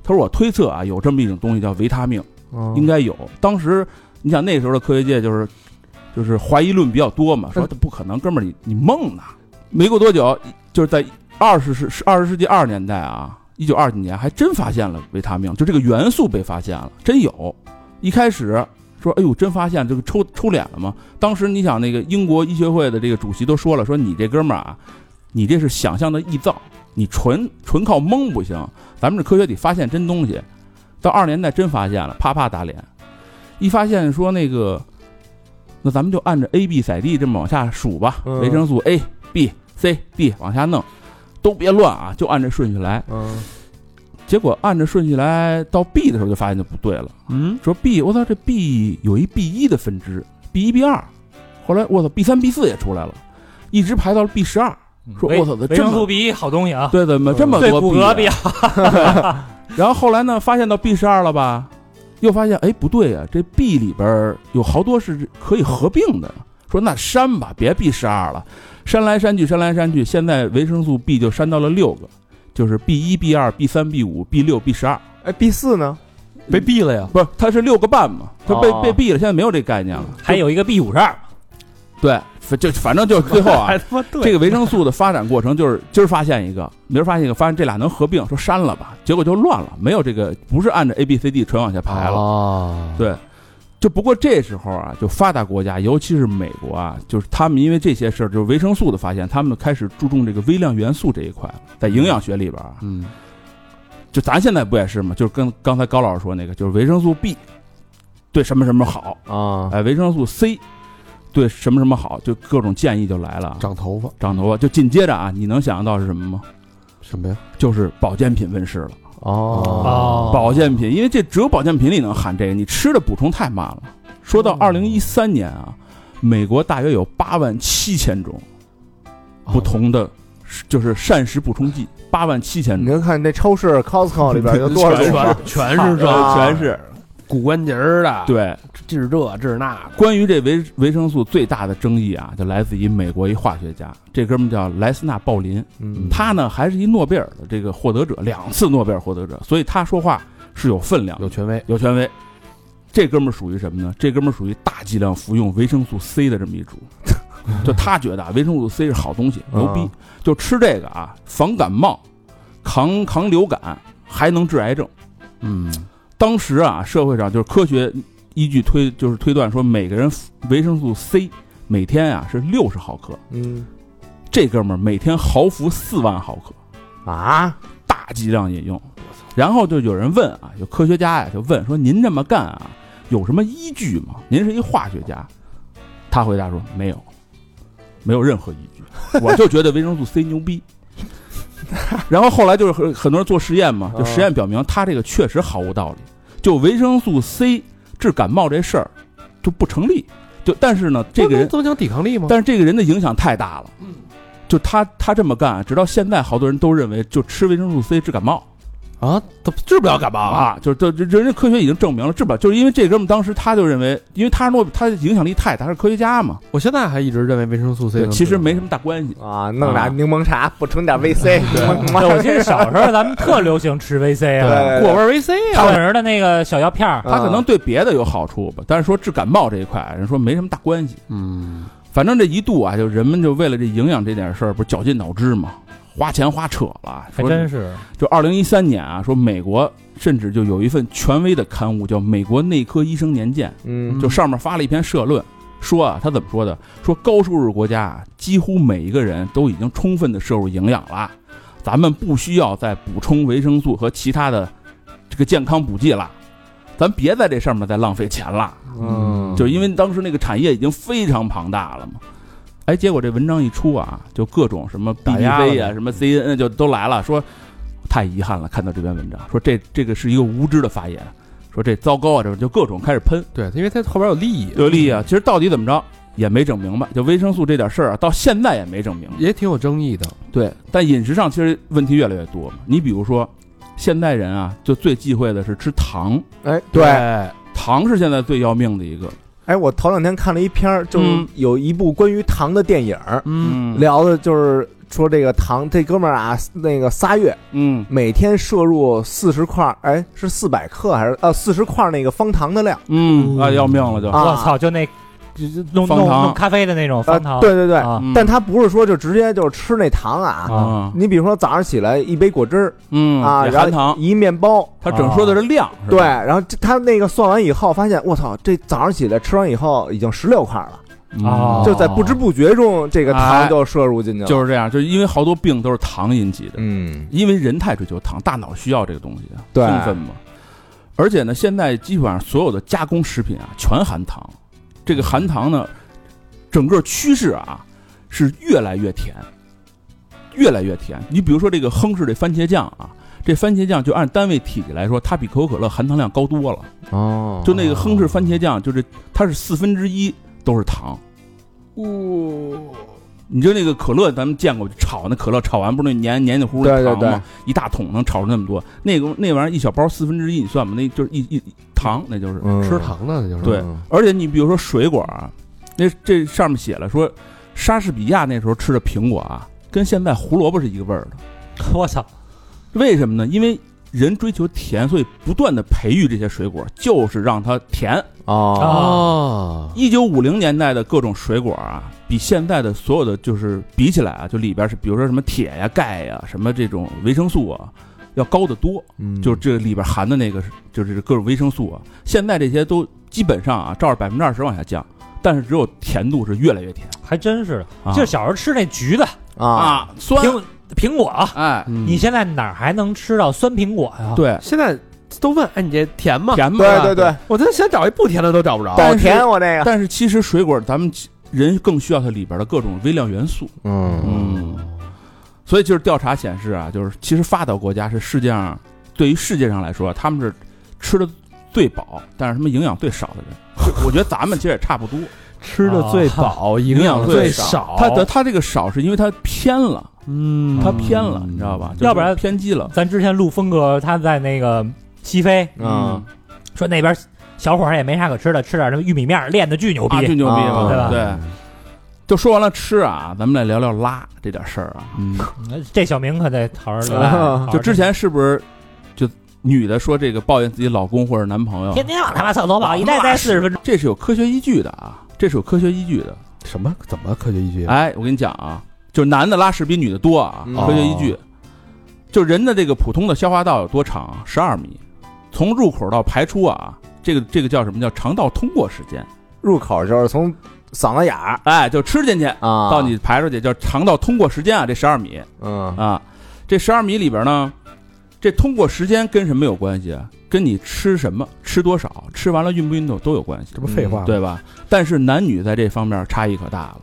Speaker 4: 他说我推测啊，有这么一种东西叫维他命，
Speaker 3: 嗯
Speaker 4: 应该有。当时你想那时候的科学界就是就是怀疑论比较多嘛，说这不可能，哥们儿你你梦呢？没过多久，就是在二十世二十世纪二十年代啊，一九二几年还真发现了维他命，就这个元素被发现了，真有。一开始说，哎呦，真发现这个抽抽脸了吗？当时你想那个英国医学会的这个主席都说了，说你这哥们儿啊，你这是想象的臆造，你纯纯靠蒙不行，咱们这科学得发现真东西。到二十年代真发现了，啪啪打脸，一发现说那个，那咱们就按着 A、B、C、D 这么往下数吧，
Speaker 3: 嗯
Speaker 4: 维生素 A、B、C、D 往下弄，都别乱啊，就按这顺序来。
Speaker 3: 嗯，
Speaker 4: 结果按着顺序来，到 B 的时候就发现就不对了。
Speaker 1: 嗯，
Speaker 4: 说 B，我操，这 B 有一 B 一的分支，B 一 B 二，后来我操 B 三 B 四也出来了，一直排到了 B 十二。说
Speaker 5: 维
Speaker 4: 我操，
Speaker 5: 维
Speaker 4: 这
Speaker 5: 生素
Speaker 4: 么
Speaker 5: B 好东西啊，
Speaker 4: 对怎么这么
Speaker 5: 对
Speaker 4: 多
Speaker 5: 骨
Speaker 4: B 啊
Speaker 5: 骼比较
Speaker 4: 然后后来呢，发现到 B 十二了吧，又发现哎不对啊，这 B 里边儿有好多是可以合并的。说那删吧，别 B 十二了，删来删去，删来删去，现在维生素 B 就删到了六个，就是 B 一、B 二、B 三、B 五、B 六、B 十二。
Speaker 3: 哎，B 四呢？
Speaker 1: 被毙了呀。，
Speaker 4: 不是，他是六个半嘛，他被、
Speaker 2: 哦
Speaker 4: 被毙了，现在没有这概念了。
Speaker 5: 还有一个 B 五十二，
Speaker 4: 对，反就反正就是最后 啊
Speaker 2: 哎
Speaker 1: 他妈对
Speaker 4: 这个维生素的发展过程就是今儿发现一个，明儿发现一个，发现这俩能合并，说删了吧，结果就乱了，没有这个不是按照 A B C D 纯往下排
Speaker 2: 哦
Speaker 4: 了。
Speaker 2: 了
Speaker 4: 对就不过这时候啊，就发达国家，尤其是美国啊，就是他们因为这些事儿，就是维生素的发现，他们开始注重这个微量元素这一块，在营养学里边啊，
Speaker 2: 嗯，
Speaker 4: 就咱现在不也是吗？就是跟刚才高老师说那个，就是维生素 B 对什么什么好，
Speaker 2: 啊，
Speaker 4: 哎，维生素 C 对什么什么好，就各种建议就来了啊。
Speaker 2: 长头发
Speaker 4: 长头发，就紧接着啊，你能想象到是什么吗？
Speaker 2: 什么呀？
Speaker 4: 就是保健品问世了。
Speaker 5: 哦
Speaker 4: 保健品，因为这只有保健品里能含这个，你吃的补充太慢了。说
Speaker 3: 哦
Speaker 4: 到二零一三年啊，美国大约有八万七千种
Speaker 3: 哦
Speaker 4: 不同的就是膳食补充剂，八万七千
Speaker 3: 你
Speaker 4: 种，啊
Speaker 3: 就看这超市 Costco 里边有多少
Speaker 2: 全
Speaker 3: 种，
Speaker 2: 全是
Speaker 3: 这
Speaker 2: 这，
Speaker 3: 全
Speaker 2: 是骨关节儿的，，
Speaker 3: 啊
Speaker 4: 对。
Speaker 2: 治这治那，
Speaker 4: 关于这维维生素最大的争议啊，就来自于美国一化学家，这哥们叫莱斯纳鲍林，
Speaker 3: 嗯
Speaker 4: 他呢还是一诺贝尔的这个获得者，两次诺贝尔获得者，所以他说话是有分量的
Speaker 2: 有权威，
Speaker 4: 有权威。这哥们儿属于什么呢？这哥们儿属于大剂量服用维生素 C 的这么一主，就他觉得啊，维生素 C 是好东西，牛逼
Speaker 3: 啊，
Speaker 4: 就吃这个啊，防感冒、抗抗流感，还能治癌症。
Speaker 2: 嗯，
Speaker 4: 当时啊，社会上就是科学依据推，就是推断说，每个人维生素 C 每天啊是六十毫克，
Speaker 3: 嗯
Speaker 4: 这哥们儿每天毫服四万毫克，
Speaker 3: 啊，
Speaker 4: 大剂量饮用。然后就有人问啊，有科学家呀、就问说：“您这么干啊，有什么依据吗？您是一化学家。”他回答说：“没有，没有任何依据，我就觉得维生素 C 牛逼。”然后后来就是很很多人做实验嘛，就实验表明他这个确实毫无道理，就维生素 C 治感冒这事儿就不成立。就但是呢，这个人
Speaker 2: 增强抵抗力吗？
Speaker 4: 但是这个人的影响太大了，就他他这么干，直到现在，好多人都认为就吃维生素 C 治感冒
Speaker 2: 啊，他治不了感冒啊，
Speaker 4: 啊，就是这这人家科学已经证明了治不了，就是因为这哥们当时他就认为，因为他是诺他影响力太大，他是科学家嘛，
Speaker 2: 我现在还一直认为维生素 C
Speaker 4: 对，
Speaker 2: 能
Speaker 4: 其实
Speaker 2: 治
Speaker 4: 没什么大关系。
Speaker 3: 啊，弄俩柠檬茶，不成点 VC，
Speaker 4: 嗯
Speaker 5: 对我记得小时候咱们特流行吃 VC 啊，
Speaker 3: 对
Speaker 2: 过味儿 VC 啊，
Speaker 5: 小人儿的那个小药片儿，
Speaker 3: 啊
Speaker 4: 他可能对别的有好处吧，但是说治感冒这一块，人说没什么大关系。
Speaker 2: 嗯，
Speaker 4: 反正这一度啊，就人们就为了这营养这点事儿，不是绞尽脑汁嘛，花钱花扯了。
Speaker 5: 还
Speaker 4: 说
Speaker 5: 真是
Speaker 4: 就二零一三年啊，说美国甚至就有一份权威的刊物叫《美国内科医生年鉴》，
Speaker 3: 嗯
Speaker 4: 就上面发了一篇社论，说啊，他怎么说的？说高收入国家啊，几乎每一个人都已经充分的摄入营养了，咱们不需要再补充维生素和其他的这个健康补剂了，咱别在这上面再浪费钱了，
Speaker 2: 嗯，
Speaker 4: 就是因为当时那个产业已经非常庞大了嘛。哎，结果这文章一出啊，就各种什么
Speaker 3: 打压了
Speaker 4: BBC 啊，什么 CNN 就都来了，说太遗憾了，看到这篇文章，说这这个是一个无知的发言，说这糟糕啊，这就各种开始喷。
Speaker 2: 对，因为它后边有利益，
Speaker 4: 有利益啊。其实到底怎么着也没整明白，就维生素这点事儿啊，到现在也没整明白。
Speaker 2: 也挺有争议的，
Speaker 4: 对，但饮食上其实问题越来越多嘛。你比如说，现代人啊，就最忌讳的是吃糖，
Speaker 3: 哎对，
Speaker 4: 糖是现在最要命的一个。
Speaker 3: 哎，我头两天看了一篇儿，就是
Speaker 4: 嗯
Speaker 3: 有一部关于糖的电影儿，
Speaker 4: 嗯
Speaker 3: 聊的就是说这个糖，这哥们儿啊，那个仨月
Speaker 4: 嗯
Speaker 3: 每天摄入四十块儿，哎，是四百克还是呃四十块儿那个方糖的量
Speaker 4: 嗯啊，要命了就。
Speaker 3: 啊？
Speaker 5: 我操，就那就就弄
Speaker 4: 方
Speaker 5: 弄
Speaker 4: 糖
Speaker 5: 弄咖啡的那种
Speaker 3: 呃
Speaker 5: 方糖，
Speaker 3: 对对对，
Speaker 5: 啊
Speaker 4: 嗯
Speaker 3: 但他不是说就直接就是吃那糖啊。
Speaker 4: 啊
Speaker 3: 你比如说早上起来一杯果汁儿
Speaker 4: 嗯
Speaker 3: 啊，
Speaker 4: 也
Speaker 3: 然
Speaker 4: 含
Speaker 3: 后
Speaker 4: 糖，
Speaker 3: 一面包，
Speaker 4: 他整说的是量，是
Speaker 3: 对，
Speaker 4: 吧
Speaker 3: 然后这他那个算完以后发现，我操，这早上起来吃完以后已经十六块儿了，
Speaker 4: 嗯
Speaker 5: 哦
Speaker 3: 啊就在不知不觉中这个
Speaker 4: 哎
Speaker 3: 糖就摄入进去了。
Speaker 4: 就是这样，就是因为好多病都是糖引起的。
Speaker 3: 嗯，
Speaker 4: 因为人太追求糖，大脑需要这个东西啊，
Speaker 3: 对
Speaker 4: 兴奋嘛。而且呢，现在基本上所有的加工食品啊，全含糖。这个含糖呢，整个趋势啊是越来越甜，越来越甜。你比如说这个亨氏这番茄酱啊，这番茄酱就按单位体积来说，它比可口可乐含糖量高多了。
Speaker 2: 哦
Speaker 4: 就那个亨氏番茄酱，就是它是四分之一都是糖。你就那个可乐，咱们见过炒那可乐，炒完不是那黏黏黏糊糊的
Speaker 3: 对对
Speaker 4: 糖吗？
Speaker 3: 对
Speaker 4: 一大桶能炒出那么多，那个那玩意儿一小包四分之一，你算吧，那就是一一一糖，那就是。
Speaker 3: 嗯
Speaker 2: 吃糖的那就是
Speaker 4: 对而且你比如说水果啊，那这上面写了说，莎士比亚那时候吃的苹果啊，跟现在胡萝卜是一个味儿的。
Speaker 5: 我操，
Speaker 4: 为什么呢？因为人追求甜，所以不断的培育这些水果，就是让它甜。
Speaker 3: 哦，
Speaker 2: 哦，
Speaker 4: 一九五零年代的各种水果啊，比现在的所有的就是比起来啊，就里边是比如说什么铁呀、钙呀、什么这种维生素啊，要高得多。
Speaker 1: 嗯
Speaker 4: 就这里边含的那个是就是各种维生素啊，现在这些都基本上啊，照着百分之二十往下降，但是只有甜度是越来越甜
Speaker 5: 还真是的，
Speaker 4: 啊
Speaker 5: 就小时候吃那橘子、
Speaker 3: 啊，
Speaker 4: 啊，酸
Speaker 5: 苹苹果，
Speaker 4: 哎，
Speaker 3: 嗯
Speaker 5: 你
Speaker 2: 你
Speaker 5: 现在哪儿还能吃到酸苹果呀？
Speaker 4: 对，
Speaker 2: 现在都问，哎，你这甜吗？
Speaker 4: 甜嘛，
Speaker 3: 嗯
Speaker 4: 啊
Speaker 3: 对对对，
Speaker 2: 我真想找一不甜的都找不着。
Speaker 3: 保甜我这个，
Speaker 4: 但是其实水果咱们人更需要它里边的各种微量元素，
Speaker 2: 嗯，
Speaker 4: 所以就是调查显示啊，就是其实发达国家是世界上对于世界上来说啊，他们是吃的最饱，但是他们营养最少的人。就我觉得咱们其实也差不多，
Speaker 1: 吃的最饱，啊 营
Speaker 4: 养
Speaker 1: 最
Speaker 4: 最
Speaker 1: 少。
Speaker 4: 他的哦他这个少是因为他偏了，
Speaker 1: 嗯
Speaker 4: 他偏了，你知道吧？就是
Speaker 5: 要不然
Speaker 4: 偏激了。
Speaker 5: 咱之前录峰哥他在那个西非
Speaker 3: 嗯，
Speaker 5: 说那边小伙儿也没啥可吃的，吃点什么玉米面儿炼的巨牛逼
Speaker 4: 啊，，就牛逼
Speaker 3: 啊
Speaker 4: 了，
Speaker 5: 对吧
Speaker 1: 嗯
Speaker 4: 对，就说完了吃啊，咱们来聊聊拉这点事儿啊。
Speaker 1: 嗯
Speaker 5: 这小明可得好好聊。
Speaker 3: 啊
Speaker 5: 好好
Speaker 4: 就之前是不是就女的说这个抱怨自己老公或者男朋友，
Speaker 5: 天天往他妈厕所跑，一待待四十分钟。
Speaker 4: 啊这是有科学依据的啊，这是有科学依据的。
Speaker 1: 什么怎么科学依据？
Speaker 4: 哎，我跟你讲啊，就是男的拉屎比女的多啊，
Speaker 3: 嗯
Speaker 4: 科学依据。就人的这个普通的消化道有多长啊？十二米，从入口到排出啊，这个这个叫什么叫肠道通过时间？
Speaker 3: 入口就是从嗓子眼儿
Speaker 4: 哎，就吃进去
Speaker 3: 啊
Speaker 4: 到你排出去叫肠道通过时间啊，这十二米
Speaker 3: 嗯
Speaker 4: 啊，这十二米里边呢，这通过时间跟什么有关系啊？跟你吃什么、吃多少、吃完了运不运动都有关系
Speaker 1: 这。不废
Speaker 3: 啊
Speaker 1: 话吗？
Speaker 4: 对吧？但是男女在这方面差异可大了。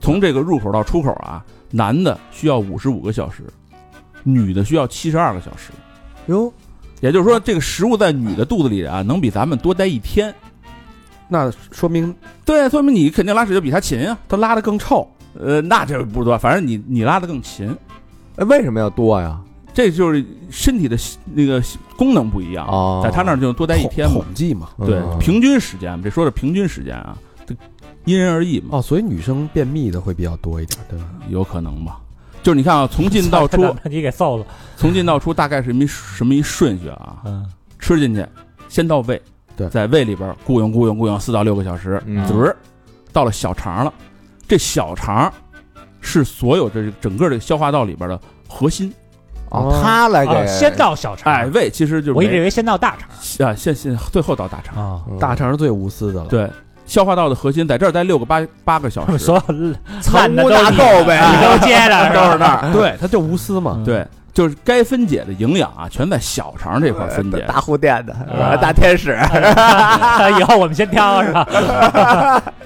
Speaker 4: 从这个入口到出口啊，男的需要五十五个小时，女的需要七十二个小时。
Speaker 3: 哟，
Speaker 4: 也就是说，这个食物在女的肚子里啊，能比咱们多待一天。
Speaker 2: 那说明
Speaker 4: 对，说明你肯定拉屎就比她勤啊。
Speaker 2: 它拉的更臭。
Speaker 4: 呃，那这不多，反正你你拉的更勤，
Speaker 3: 哎为什么要多呀？
Speaker 4: 这就是身体的那个功能不一样，
Speaker 3: 哦
Speaker 4: 在她那儿就多待一天嘛。
Speaker 1: 统计嘛。
Speaker 4: 对，
Speaker 3: 嗯
Speaker 4: 平均时间，这说的平均时间啊，这因人而异嘛，
Speaker 1: 哦，所以女生便秘的会比较多一点，对吧？
Speaker 4: 有可能吧。就是你看啊，从进 到出，
Speaker 5: 你给臊了。
Speaker 4: 从进到出大概是一什么一顺序啊？
Speaker 5: 嗯，
Speaker 4: 吃进去，先到胃，
Speaker 1: 对
Speaker 4: 在胃里边儿雇佣雇佣雇佣四到六个小时，
Speaker 3: 嗯
Speaker 4: 嘴儿到了小肠了，这小肠是所有这整个这个消化道里边的核心。
Speaker 3: 哦，他来
Speaker 5: 啊
Speaker 3: 给
Speaker 5: 先到小肠，
Speaker 4: 哎，胃其实就是
Speaker 5: 我一直以
Speaker 4: 没
Speaker 5: 为先到大肠
Speaker 4: 啊，先先最后到大肠，
Speaker 5: 啊。
Speaker 3: 嗯
Speaker 1: 大肠是最无私
Speaker 5: 哦
Speaker 1: 的了。
Speaker 4: 对，消化道的核心在这儿待六个八八个小时，
Speaker 5: 所有
Speaker 3: 藏
Speaker 5: 烂的
Speaker 3: 污
Speaker 5: 都
Speaker 3: 纳
Speaker 5: 你
Speaker 3: 垢呗，
Speaker 5: 你都接着是吧？
Speaker 3: 是那儿
Speaker 1: 对，他哎就无私
Speaker 5: 嗯
Speaker 1: 嘛。
Speaker 4: 对，就是该分解的营养啊，全在小肠这块儿分解。
Speaker 3: 呃大护垫的是吧
Speaker 5: 啊
Speaker 3: 大天使，
Speaker 5: 以后我们先挑是吧？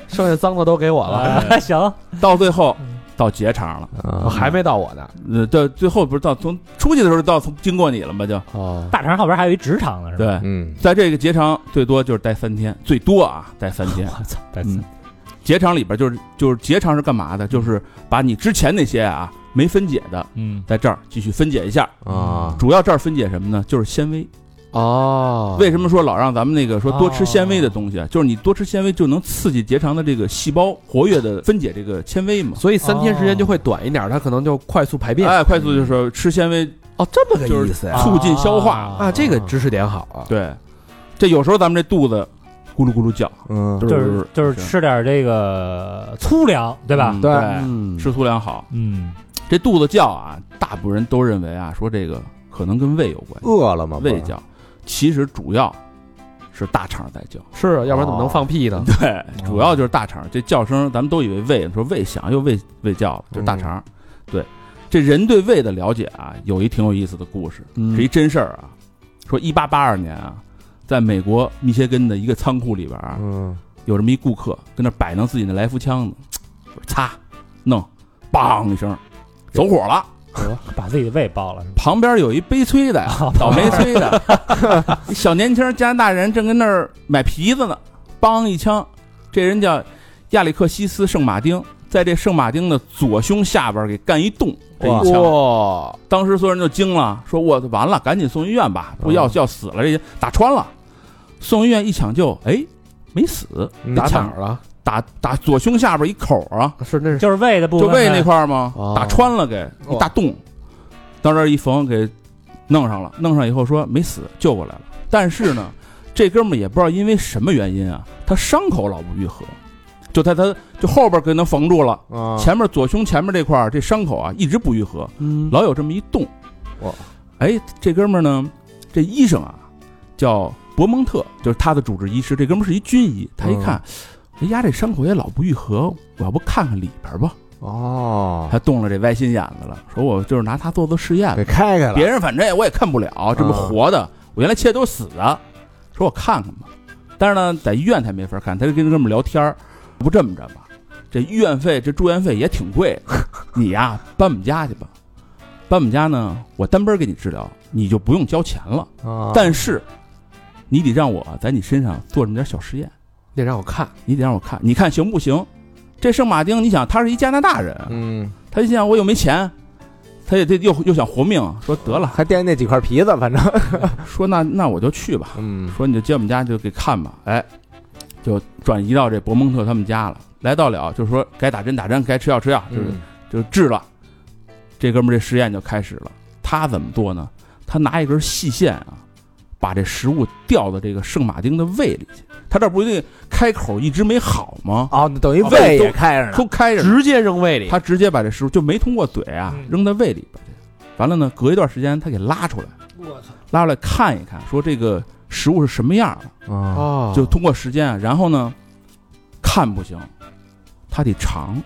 Speaker 1: 剩下脏的都给我了，
Speaker 5: 啊行，
Speaker 4: 到最后
Speaker 5: 嗯
Speaker 4: 到结肠了，
Speaker 1: 哦还没到我呢。
Speaker 4: 呃，到最后不是到从出去的时候到从经过你了吗？就
Speaker 1: 哦，
Speaker 5: 大肠后边还有一直肠呢是吧？
Speaker 4: 对，
Speaker 3: 嗯
Speaker 4: 在这个结肠最多就是待三天，最多啊，待三 天。
Speaker 5: 我操，
Speaker 4: 嗯，结肠里边就是就是结肠是干嘛的？就是把你之前那些啊没分解的，
Speaker 5: 嗯，
Speaker 4: 在这儿继续分解一下。
Speaker 1: 嗯
Speaker 3: 啊
Speaker 4: 主要这儿分解什么呢？就是纤维。
Speaker 1: 哦，
Speaker 4: 为什么说老让咱们那个说多吃纤维
Speaker 3: 哦
Speaker 4: 的东西啊？就是你多吃纤维就能刺激结肠的这个细胞活跃的分解这个纤维嘛。
Speaker 1: 所以三天时间就会短一点，他可能就快速排便。
Speaker 4: 哎，快速就是说吃纤维
Speaker 3: 啊
Speaker 1: 哦，这么
Speaker 4: 就
Speaker 1: 个
Speaker 4: 是
Speaker 1: 意思呀？
Speaker 4: 促进消化
Speaker 5: 啊
Speaker 1: 啊，这个知识点好啊。
Speaker 4: 对，这有时候咱们这肚子咕噜咕噜叫，
Speaker 3: 嗯
Speaker 5: 就是就是吃点这个粗粮，对吧
Speaker 4: 嗯？
Speaker 3: 对
Speaker 1: 嗯，
Speaker 4: 吃粗粮好。
Speaker 5: 嗯，
Speaker 4: 这肚子叫啊，大部分人都认为啊，说这个可能跟胃有关系，
Speaker 3: 饿了吗？不是
Speaker 4: 胃叫，其实主要是大肠在叫，
Speaker 1: 是啊，要不然怎么能放屁
Speaker 2: 嗯
Speaker 1: 呢？
Speaker 4: 对，主要就是大肠这叫声，咱们都以为胃，说胃响又胃胃叫了，就是大肠。对，这人对胃的了解啊，有一挺有意思的故事，
Speaker 1: 嗯
Speaker 4: 是一真事儿啊。说一八八二年啊，在美国密歇根的一个仓库里边啊，
Speaker 3: 嗯
Speaker 4: 有这么一顾客跟那摆弄自己的来福枪呢，擦，弄，梆一声，走火了。
Speaker 5: 把自己的胃爆了是吧？
Speaker 4: 旁边有一悲催的呀，倒霉催的， 一小年轻加拿大人正跟那儿买皮子呢，梆一枪，这人叫亚历克西斯·圣马丁，在这圣马丁的左胸下边给干一洞，这一枪，
Speaker 1: 哇，
Speaker 4: 当时所有人就惊了，说我完了，赶紧送医院吧，不要要死了，这些打穿了，送医院一抢救，哎，没死，
Speaker 3: 嗯
Speaker 1: 打
Speaker 4: 打
Speaker 1: 哪
Speaker 4: 哪啊
Speaker 1: 儿了？
Speaker 4: 打打左胸下边一口啊，
Speaker 1: 是那是
Speaker 5: 就是胃的部
Speaker 4: 就
Speaker 5: 分，
Speaker 4: 胃那块儿吗
Speaker 1: 哦？
Speaker 4: 打穿了给一大洞，到这儿一缝给弄上了，弄上以后说没死，救过来了。但是呢，这哥们儿也不知道因为什么原因啊，他伤口老不愈合，就他他就后边给他缝住了，
Speaker 3: 啊，
Speaker 4: 前面左胸前面这块儿这伤口啊一直不愈合，
Speaker 2: 嗯
Speaker 4: 老有这么一洞。
Speaker 3: 哇！
Speaker 4: 哎，这哥们儿呢，这医生啊叫伯蒙特，就是他的主治医师。这哥们儿是一军医，他一看，哎呀，这伤口也老不愈合，我要不看看里边儿吧？
Speaker 3: 哦，
Speaker 4: 他动了这歪心眼子了，说我就是拿他做做试验
Speaker 3: 给，开开了，
Speaker 4: 别人反正我也看不了，这不活的，我原来切都是死的，说我看看吧。但是呢，在医院他没法看，他就跟哥们儿聊天儿，不这么着吧，这医院费这住院费也挺贵，你呀、搬我们家去吧，搬我们家呢，我单边给你治疗，你就不用交钱了，
Speaker 3: 啊
Speaker 4: 但是你得让我在你身上做这么点小实验，
Speaker 2: 得让我看，
Speaker 4: 你得让我看，你看行不行？这圣马丁，你想他是一加拿大人，
Speaker 3: 嗯，
Speaker 4: 他一想我又没钱，他也这又又想活命，说得了，
Speaker 3: 还惦记那几块皮子，反正
Speaker 4: 说那那我就去吧，
Speaker 3: 嗯
Speaker 4: 说你就接我们家就给看吧，哎，就转移到这伯蒙特他们家了。来到了，就是说该打针打针，该吃药吃药，就是、
Speaker 3: 嗯
Speaker 4: 就治了。这哥们儿这实验就开始了，他怎么做呢？他拿一根细线啊，把这食物吊到这个圣马丁的胃里去。他这不一定开口一直没好吗？
Speaker 3: 哦，那等于
Speaker 4: 哦
Speaker 3: 胃
Speaker 4: 都
Speaker 3: 也开着呢，
Speaker 4: 都开着呢，
Speaker 2: 直接扔胃里。
Speaker 4: 他直接把这食物就没通过嘴啊，
Speaker 5: 嗯
Speaker 4: 扔在胃里边去。完了呢，隔一段时间他给拉出来，
Speaker 5: 我操，
Speaker 4: 拉出来看一看，说这个食物是什么样的，
Speaker 3: 啊
Speaker 2: 哦
Speaker 4: 就通过时间啊，然后呢，看不行，他得尝，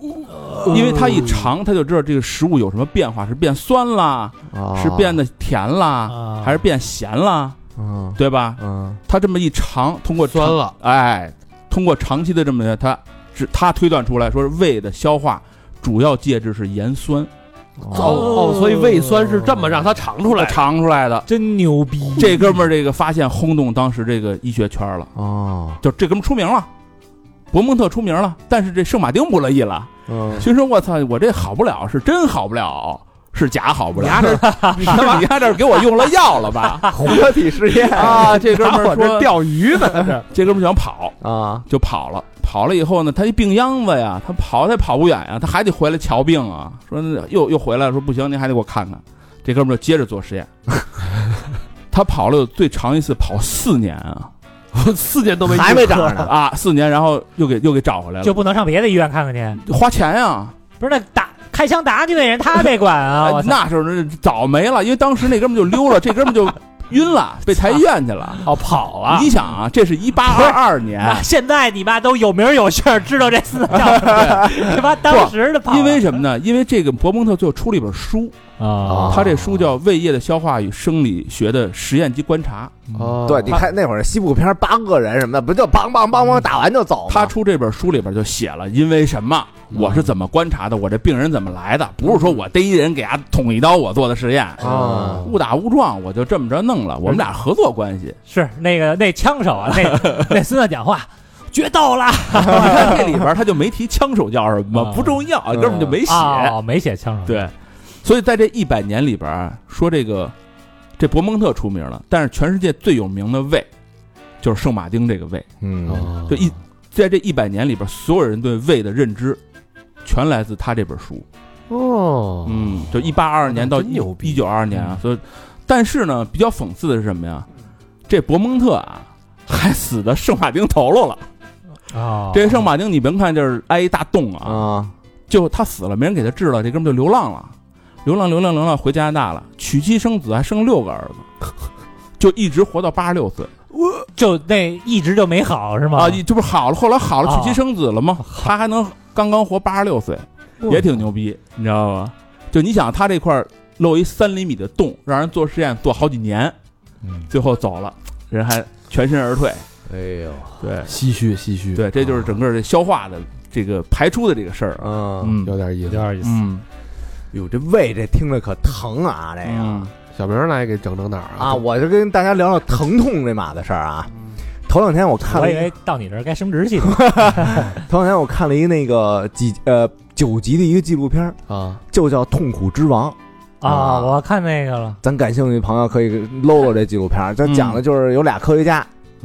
Speaker 2: 哦
Speaker 4: 因为他一尝他就知道这个食物有什么变化，是变酸啦，
Speaker 2: 哦
Speaker 4: 是变得甜啦，
Speaker 5: 啊
Speaker 4: 还是变咸啦，
Speaker 3: 嗯
Speaker 4: 对吧？
Speaker 3: 嗯
Speaker 4: 他这么一尝，通过
Speaker 2: 酸
Speaker 4: 长
Speaker 2: 了，
Speaker 4: 哎，通过长期的这么他只他推断出来说是胃的消化主要介质是盐酸。
Speaker 2: 哦哦，所以胃酸是这么让他尝出来的。
Speaker 4: 尝出来的。
Speaker 5: 真牛逼！
Speaker 4: 这哥们儿这个发现轰动当时这个医学圈了，
Speaker 3: 哦，
Speaker 4: 就这哥们儿出名了，伯蒙特出名了，但是这圣马丁不乐意了，
Speaker 3: 嗯
Speaker 4: 心说我操，我这好不了，是真好不了，是假好不了，
Speaker 2: 牙这
Speaker 4: 你丫 你丫这给我用了药了吧？
Speaker 3: 活体实 验
Speaker 4: 啊，
Speaker 2: 哎
Speaker 4: 这哥们儿说，
Speaker 2: 钓鱼呢，这
Speaker 4: 这哥们儿想跑
Speaker 3: 啊，
Speaker 4: 就跑了。跑了以后呢，他一病秧子呀，他跑他也跑不远呀，他还得回来瞧病啊。说那又又回来了，说不行，您还得给我看看。这哥们儿就接着做实验， 他跑了有最长一次跑四年啊，
Speaker 2: 我四年都没
Speaker 3: 还没长着呢，
Speaker 4: 啊，四年，然后又给又给找回来了，
Speaker 5: 就不能上别的医院看看去？
Speaker 4: 花钱呀、
Speaker 5: 不是那打开枪打你那人他被管啊！我
Speaker 4: 哎
Speaker 5: 操，
Speaker 4: 那时候那早没了，因为当时那哥们就溜 了，这哥们就晕了，被抬医院去了。
Speaker 2: 哦跑啊
Speaker 4: 你想啊，哎这是一八二二年，
Speaker 5: 啊现在你妈都有名有姓儿，知道这四叫什么？他妈当时的跑，
Speaker 4: 因为什么呢？因为这个伯蒙特最后出了一本书，
Speaker 5: 啊
Speaker 4: 他这书叫《胃液的消化与生理学的实验及观察》。
Speaker 2: 哦
Speaker 3: 对，你看那会儿西部片八个人什么的，不就梆梆梆梆打完就
Speaker 5: 哦
Speaker 3: 走吗？
Speaker 4: 他出这本书里边就写了，因为什么，
Speaker 5: 嗯
Speaker 4: 我是怎么观察的，我这病人怎么来的，不是说我逮一人给他捅一刀我做的实验，
Speaker 5: 哦
Speaker 3: 啊
Speaker 4: 误打误撞我就这么着弄
Speaker 5: 嗯
Speaker 4: 了，我们俩合作关系。
Speaker 5: 是那个那枪手 啊，那那孙子讲话决斗了
Speaker 4: 你看 这里边他就没提枪手叫什么，
Speaker 5: 啊
Speaker 4: 不重要，根本就没写。
Speaker 5: 哦，没写枪手，
Speaker 4: 对，所以在这一百年里边啊，说这个这伯蒙特出名了，但是全世界最有名的胃就是圣马丁这个胃。
Speaker 3: 嗯
Speaker 4: 就一在这一百年里边，所有人对胃的认知全来自他这本书。
Speaker 2: 哦
Speaker 4: 嗯，就一八二二年到
Speaker 2: 真牛逼嗯
Speaker 4: 一九二二年啊，所以但是呢，比较讽刺的是什么呀？这伯蒙特啊，还死在圣马丁头颅了。
Speaker 2: 哦
Speaker 5: 啊，
Speaker 4: 这圣马丁，你甭看就是挨一大洞啊，
Speaker 2: 嗯
Speaker 3: 啊
Speaker 4: 就他死了，没人给他治了，这哥们儿就流浪了，流浪流浪流浪回加拿大了，娶妻生子，还生六个儿子， 就一直活到八十六岁
Speaker 5: 就那一直就没好是吗？
Speaker 4: 啊！这不是好了，后来好了，
Speaker 5: 啊
Speaker 4: 娶妻生子了吗？他还能刚刚活八十六岁，也挺牛逼，你知道吗？就你想他这块儿漏一三厘米的洞，让人做实验做好几年，
Speaker 2: 嗯
Speaker 4: 最后走了，人还全身而退。
Speaker 3: 哎呦，
Speaker 4: 对
Speaker 2: 唏嘘唏嘘，啊
Speaker 4: 对，这就是整个这消化的这个排出的这个事儿啊。
Speaker 3: 嗯，
Speaker 4: 嗯
Speaker 2: 有点意思。
Speaker 5: 点意。
Speaker 4: 嗯
Speaker 3: 哟，这胃这听着可疼啊，这个。
Speaker 4: 嗯
Speaker 2: 小明儿来给整整哪儿
Speaker 3: 啊，我就跟大家聊聊疼痛这码的事儿啊。头两天我看
Speaker 5: 我
Speaker 3: 了
Speaker 5: 以
Speaker 3: 一，
Speaker 5: 为到你这儿该生殖系统，
Speaker 3: 头两天我看了一那个几呃九集的一个纪录片儿，
Speaker 2: 啊，
Speaker 3: 就叫《痛苦之王》。
Speaker 4: 嗯
Speaker 5: 啊，我看那个了，
Speaker 3: 咱感兴趣的朋友可以搂搂这纪录片儿，它讲的就是有俩科学家、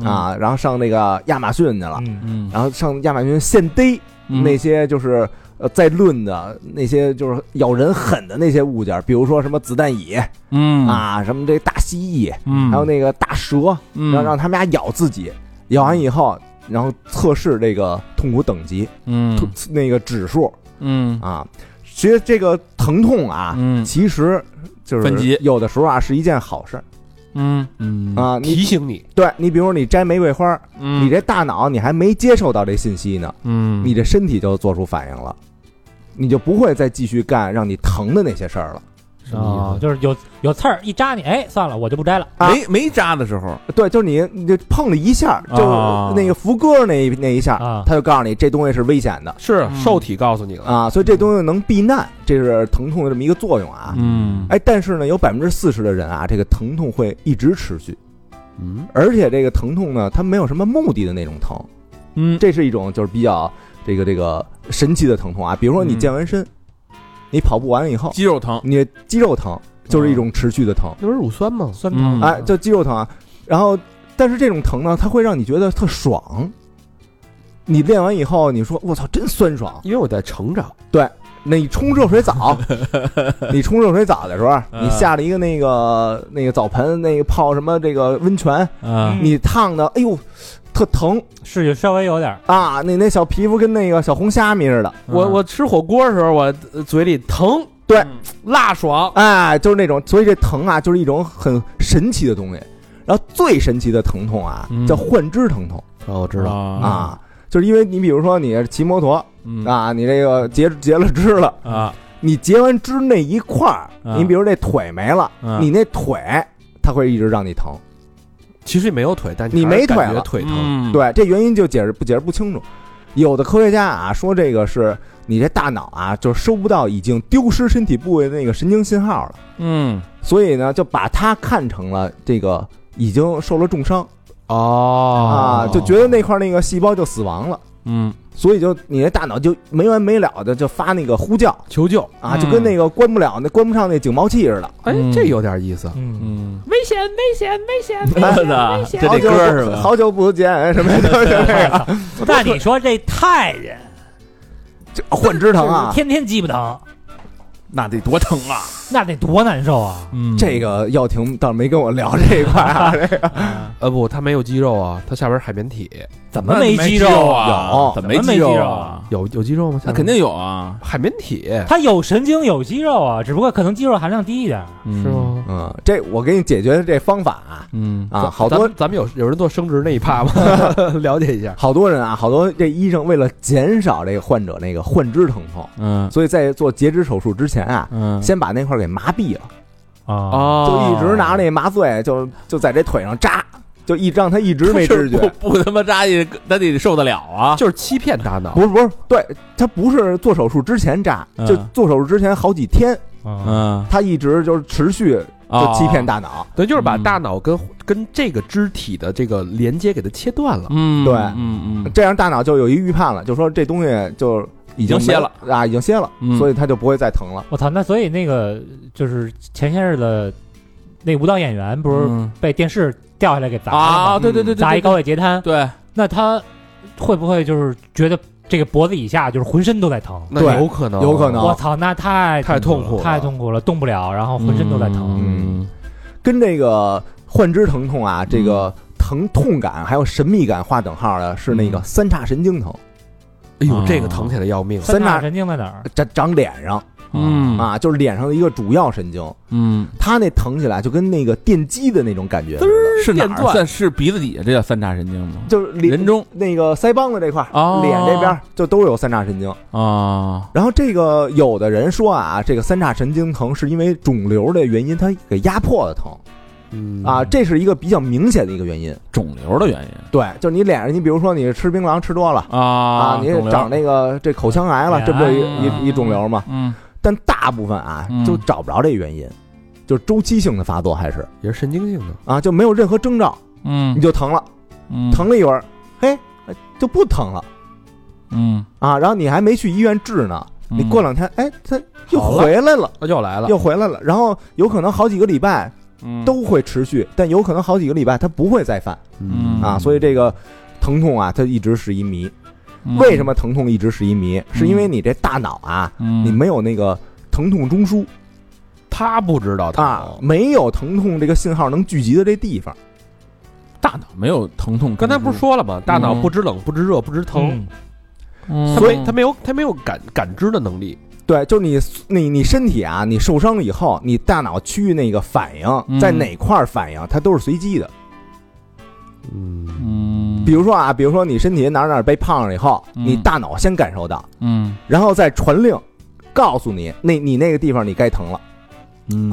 Speaker 3: 啊，然后上那个亚马逊去了，
Speaker 5: 嗯
Speaker 4: 嗯
Speaker 3: 然后上亚马逊现逮
Speaker 4: 嗯
Speaker 3: 那些就是。呃在论的那些就是咬人狠的那些物件，比如说什么子弹蚁
Speaker 4: 嗯，
Speaker 3: 啊，什么这大蜥蜴，
Speaker 4: 嗯，
Speaker 3: 还有那个大蛇，
Speaker 4: 嗯，
Speaker 3: 让让他们俩咬自己，咬完以后，然后测试这个痛苦等级，
Speaker 4: 嗯
Speaker 3: 痛那个指数
Speaker 4: 嗯
Speaker 3: 啊。其实这个疼痛啊，
Speaker 4: 嗯
Speaker 3: 其实就
Speaker 4: 分级
Speaker 3: 是有的时候啊是一件好事儿
Speaker 4: 嗯
Speaker 2: 嗯
Speaker 3: 啊你
Speaker 2: 提醒你，
Speaker 3: 对你，比如说你摘玫瑰花，
Speaker 4: 嗯，
Speaker 3: 你这大脑你还没接受到这信息呢，
Speaker 4: 嗯
Speaker 3: 你这身体就做出反应了，你就不会再继续干让你疼的那些事儿了。
Speaker 4: 哦
Speaker 2: 什
Speaker 5: 啊
Speaker 2: 么，
Speaker 5: 就是有有刺儿一扎你，哎，算了，我就不摘了。
Speaker 3: 啊
Speaker 4: 没没扎的时候，
Speaker 3: 对，就是你你就碰了一下，就
Speaker 4: 啊
Speaker 3: 那个福哥那一那一下
Speaker 5: 啊，
Speaker 3: 他就告诉你这东西是危险的
Speaker 2: 是
Speaker 4: 嗯
Speaker 2: 受体告诉你了，
Speaker 3: 啊，所以这东西能避难，这是疼痛的这么一个作用啊。
Speaker 4: 嗯，
Speaker 3: 哎，但是呢，有百分之四十的人啊，这个疼痛会一直持续，
Speaker 2: 嗯，
Speaker 3: 而且这个疼痛呢，它没有什么目的的那种疼，
Speaker 4: 嗯，
Speaker 3: 这是一种就是比较这个这个神奇的疼痛啊。比如说你
Speaker 4: 嗯
Speaker 3: 健完身，你跑步完了以后，
Speaker 4: 肌肉疼，
Speaker 3: 你的肌肉疼就是一种持续的疼，
Speaker 2: 那不是乳酸吗？
Speaker 5: 酸疼
Speaker 4: 嗯
Speaker 3: 哎，就肌肉疼啊。然后，但是这种疼呢，它会让你觉得特爽。你练完以后，你说我操，真酸爽。
Speaker 2: 因为我在成长，
Speaker 3: 那你冲热水澡，你冲热水澡的时候，啊你下了一个那个那个澡盆，那个泡什么这个温泉，
Speaker 4: 啊
Speaker 3: 你烫的，哎呦，特疼
Speaker 5: 是有稍微有点儿，
Speaker 3: 啊！那那小皮肤跟那个小红虾米似的，
Speaker 2: 我我吃火锅的时候，我呃嘴里疼，
Speaker 3: 对
Speaker 4: 嗯
Speaker 2: 辣爽，
Speaker 3: 哎，就是那种，所以这疼啊，就是一种很神奇的东西。然后最神奇的疼痛啊
Speaker 4: 嗯，
Speaker 3: 叫幻肢疼痛
Speaker 2: 哦，我知道，
Speaker 4: 啊
Speaker 3: 啊，就是因为你比如说你骑摩托
Speaker 4: 嗯
Speaker 3: 啊，你这个截截了肢了，
Speaker 4: 啊，
Speaker 3: 你截完肢那一块儿
Speaker 4: 啊，
Speaker 3: 你比如这腿没了，
Speaker 4: 啊
Speaker 3: 你那腿它会一直让你疼。
Speaker 2: 其实也没有腿，但
Speaker 3: 你
Speaker 2: 还是
Speaker 3: 没腿
Speaker 2: 感觉
Speaker 3: 了
Speaker 2: 腿疼，
Speaker 4: 嗯，
Speaker 3: 对，这原因就解释不解释不清楚。有的科学家啊说这个是你这大脑啊，就是收不到已经丢失身体部位的那个神经信号了。
Speaker 4: 嗯
Speaker 3: 所以呢，就把他看成了这个已经受了重伤、啊，
Speaker 2: 哦
Speaker 3: 就觉得那块儿那个细胞就死亡了，
Speaker 4: 嗯
Speaker 3: 所以就你的大脑就没完没了的就发那个呼叫
Speaker 2: 求救，
Speaker 3: 啊，
Speaker 4: 嗯
Speaker 3: 就跟那个关不了那关不上那警报器似 的。
Speaker 2: 哎
Speaker 4: 嗯，
Speaker 2: 这有点意思，
Speaker 5: 嗯，
Speaker 4: 嗯，
Speaker 6: 危险，危险，危险！危
Speaker 4: 真
Speaker 6: 险
Speaker 4: 的，这这
Speaker 3: 哎好久
Speaker 4: 歌
Speaker 3: 不
Speaker 4: 是吧？
Speaker 3: 好久不见，什么的，就是这
Speaker 4: 啊
Speaker 3: 个
Speaker 5: 那你说这泰人
Speaker 3: 就幻肢疼啊，
Speaker 5: 天天鸡巴疼，
Speaker 4: 那得多疼啊！
Speaker 5: 那得多难受啊！
Speaker 4: 嗯
Speaker 3: 这个耀廷倒是没跟我聊这一块啊，这个
Speaker 2: 呃不，他没有肌肉啊，他下边是海绵体，
Speaker 5: 怎么
Speaker 4: 那
Speaker 5: 没
Speaker 4: 肌
Speaker 5: 肌肉
Speaker 4: 啊？
Speaker 3: 有
Speaker 4: 怎么
Speaker 5: 怎么没
Speaker 4: 肌
Speaker 5: 肌肉
Speaker 4: 啊
Speaker 5: 啊？
Speaker 2: 有有肌肉吗？
Speaker 4: 那肯定有啊，
Speaker 2: 海绵体
Speaker 5: 他有神经有肌肉啊，只不过可能肌肉含量低一点儿。
Speaker 4: 是
Speaker 2: 是？吗？
Speaker 3: 嗯，这我给你解决这方法啊，
Speaker 4: 嗯
Speaker 3: 啊
Speaker 2: 咱
Speaker 3: 好多
Speaker 2: 咱咱们有有人做生殖那一趴吗？ 了解一下，
Speaker 3: 好多人啊，好多这医生为了减少这个患者那个患肢疼痛，
Speaker 4: 嗯
Speaker 3: 所以在做截肢手术之前啊，
Speaker 4: 嗯
Speaker 3: 先把那块儿给麻痹了，
Speaker 5: 啊，
Speaker 4: 哦
Speaker 3: 就一 直拿那麻醉，就就在这腿上扎，就一让他一直
Speaker 4: 不
Speaker 3: 没
Speaker 4: 是
Speaker 3: 知觉。
Speaker 4: 不不他妈扎也那得受得了啊！
Speaker 2: 就是欺骗大脑
Speaker 3: 不，是不是，对他不是做手术之前扎，
Speaker 4: 嗯
Speaker 3: 就做手术之前好几天，
Speaker 5: 啊
Speaker 4: 嗯，哦
Speaker 3: 他一直就是持续就欺骗
Speaker 4: 大，
Speaker 3: 大脑。
Speaker 2: 对，就是把
Speaker 4: 嗯
Speaker 2: 大脑跟跟这个肢体的这个连接给它切断了。
Speaker 4: 嗯，
Speaker 3: 对
Speaker 4: 嗯嗯
Speaker 3: 这样大脑就有一预判了，就说这东西就
Speaker 4: 已
Speaker 3: 已经
Speaker 4: 经歇
Speaker 3: 没
Speaker 4: 了
Speaker 3: 啊，已经歇了，
Speaker 4: 嗯
Speaker 3: 所以他就不会再疼了。
Speaker 5: 我操！那所以那个就是前些日子那舞蹈演员不是
Speaker 4: 嗯
Speaker 5: 被电视掉下来给砸了吗？
Speaker 4: 啊，对对对对，
Speaker 5: 砸一
Speaker 4: 对
Speaker 5: 高位截瘫，
Speaker 4: 对，
Speaker 5: 那他会不会就是觉得这个脖子以下就是浑身都在疼？
Speaker 2: 那
Speaker 3: 对
Speaker 2: 有可能，
Speaker 3: 有可能
Speaker 5: 我操，那太
Speaker 2: 嗯太
Speaker 5: 痛
Speaker 2: 痛苦了
Speaker 5: 太痛苦了，动不了，然后浑身都在疼。
Speaker 4: 嗯
Speaker 3: 跟这个患肢疼痛啊，这个疼痛感还有神秘感划等号的是那个
Speaker 4: 嗯
Speaker 3: 三叉神经疼，
Speaker 2: 哎呦
Speaker 4: 啊，
Speaker 2: 这个疼起来要命。
Speaker 5: 三
Speaker 3: 三
Speaker 5: 叉
Speaker 3: 叉
Speaker 5: 神经在哪儿？
Speaker 3: 长长脸上
Speaker 4: 嗯
Speaker 3: 啊，就是脸上的一个主要神经，
Speaker 4: 嗯，
Speaker 3: 它那疼起来就跟那个电击的那种感觉似的，
Speaker 4: 是哪
Speaker 2: 电
Speaker 4: 儿
Speaker 2: 钻
Speaker 4: 算是鼻子底下？这叫三叉神经吗？
Speaker 3: 就是脸
Speaker 4: 人中
Speaker 3: 那个腮帮子这块儿。
Speaker 4: 啊，
Speaker 3: 脸这边儿就都有三叉神经，
Speaker 4: 啊，
Speaker 3: 然后这个有的人说啊，这个三叉神经疼是因为肿瘤的原因，它给压迫的疼
Speaker 2: 嗯
Speaker 3: 啊，这是一个比较明显的一个原因。
Speaker 4: 肿瘤的原因
Speaker 3: 对，就是你脸上，你比如说你吃槟榔吃多了
Speaker 4: 啊
Speaker 3: 啊，你
Speaker 4: 肿瘤
Speaker 3: 长那个这口腔癌了，
Speaker 5: 哎
Speaker 3: 这不就
Speaker 4: 呀
Speaker 3: 一一一肿瘤嘛？
Speaker 4: 嗯
Speaker 3: 但大部分啊
Speaker 4: 嗯
Speaker 3: 就找不着这原因，就周期性的发作还是
Speaker 2: 也是神经性的，
Speaker 3: 啊，就没有任何征兆，你
Speaker 4: 嗯
Speaker 3: 就疼了，
Speaker 4: 嗯
Speaker 3: 疼了一会儿，嘿，就不疼了
Speaker 4: 嗯，
Speaker 3: 啊，然后你还没去医院治呢，
Speaker 4: 嗯
Speaker 3: 你过两天，哎，它又
Speaker 2: 好了
Speaker 3: 回来了。
Speaker 2: 啊，又来了，
Speaker 3: 又回来了，然后有可能好几个礼拜
Speaker 4: 嗯
Speaker 3: 都会持续，但有可能好几个礼拜它不会再犯啊
Speaker 4: 嗯
Speaker 3: 啊，所以这个疼痛啊，它一直是一谜。为什么疼痛一直是一谜？是因为你这大脑啊，
Speaker 4: 嗯
Speaker 3: 你没有那个疼痛中枢
Speaker 1: 他不知道他
Speaker 4: 哦
Speaker 3: 啊，
Speaker 2: 哦
Speaker 3: 没有疼痛这个信号能聚集的这地方。
Speaker 4: 大脑没有疼痛？
Speaker 2: 刚才不是说了吗？大脑不知冷，不知热，不知疼，
Speaker 4: 嗯，
Speaker 2: 他
Speaker 4: 所以
Speaker 2: 没他没有他没有感感知的能力。
Speaker 3: 对，就是你你你身体啊，你受伤了以后，你大脑区域那个反应
Speaker 4: 嗯
Speaker 3: 在哪块儿反应，它都是随机的。
Speaker 2: 嗯，
Speaker 4: 嗯，
Speaker 3: 比如说啊，比如说你身体哪儿哪儿被胖了以后，
Speaker 4: 嗯
Speaker 3: 你大脑先感受到，
Speaker 4: 嗯
Speaker 3: 然后再传令告诉你，那你那个地方你该疼了。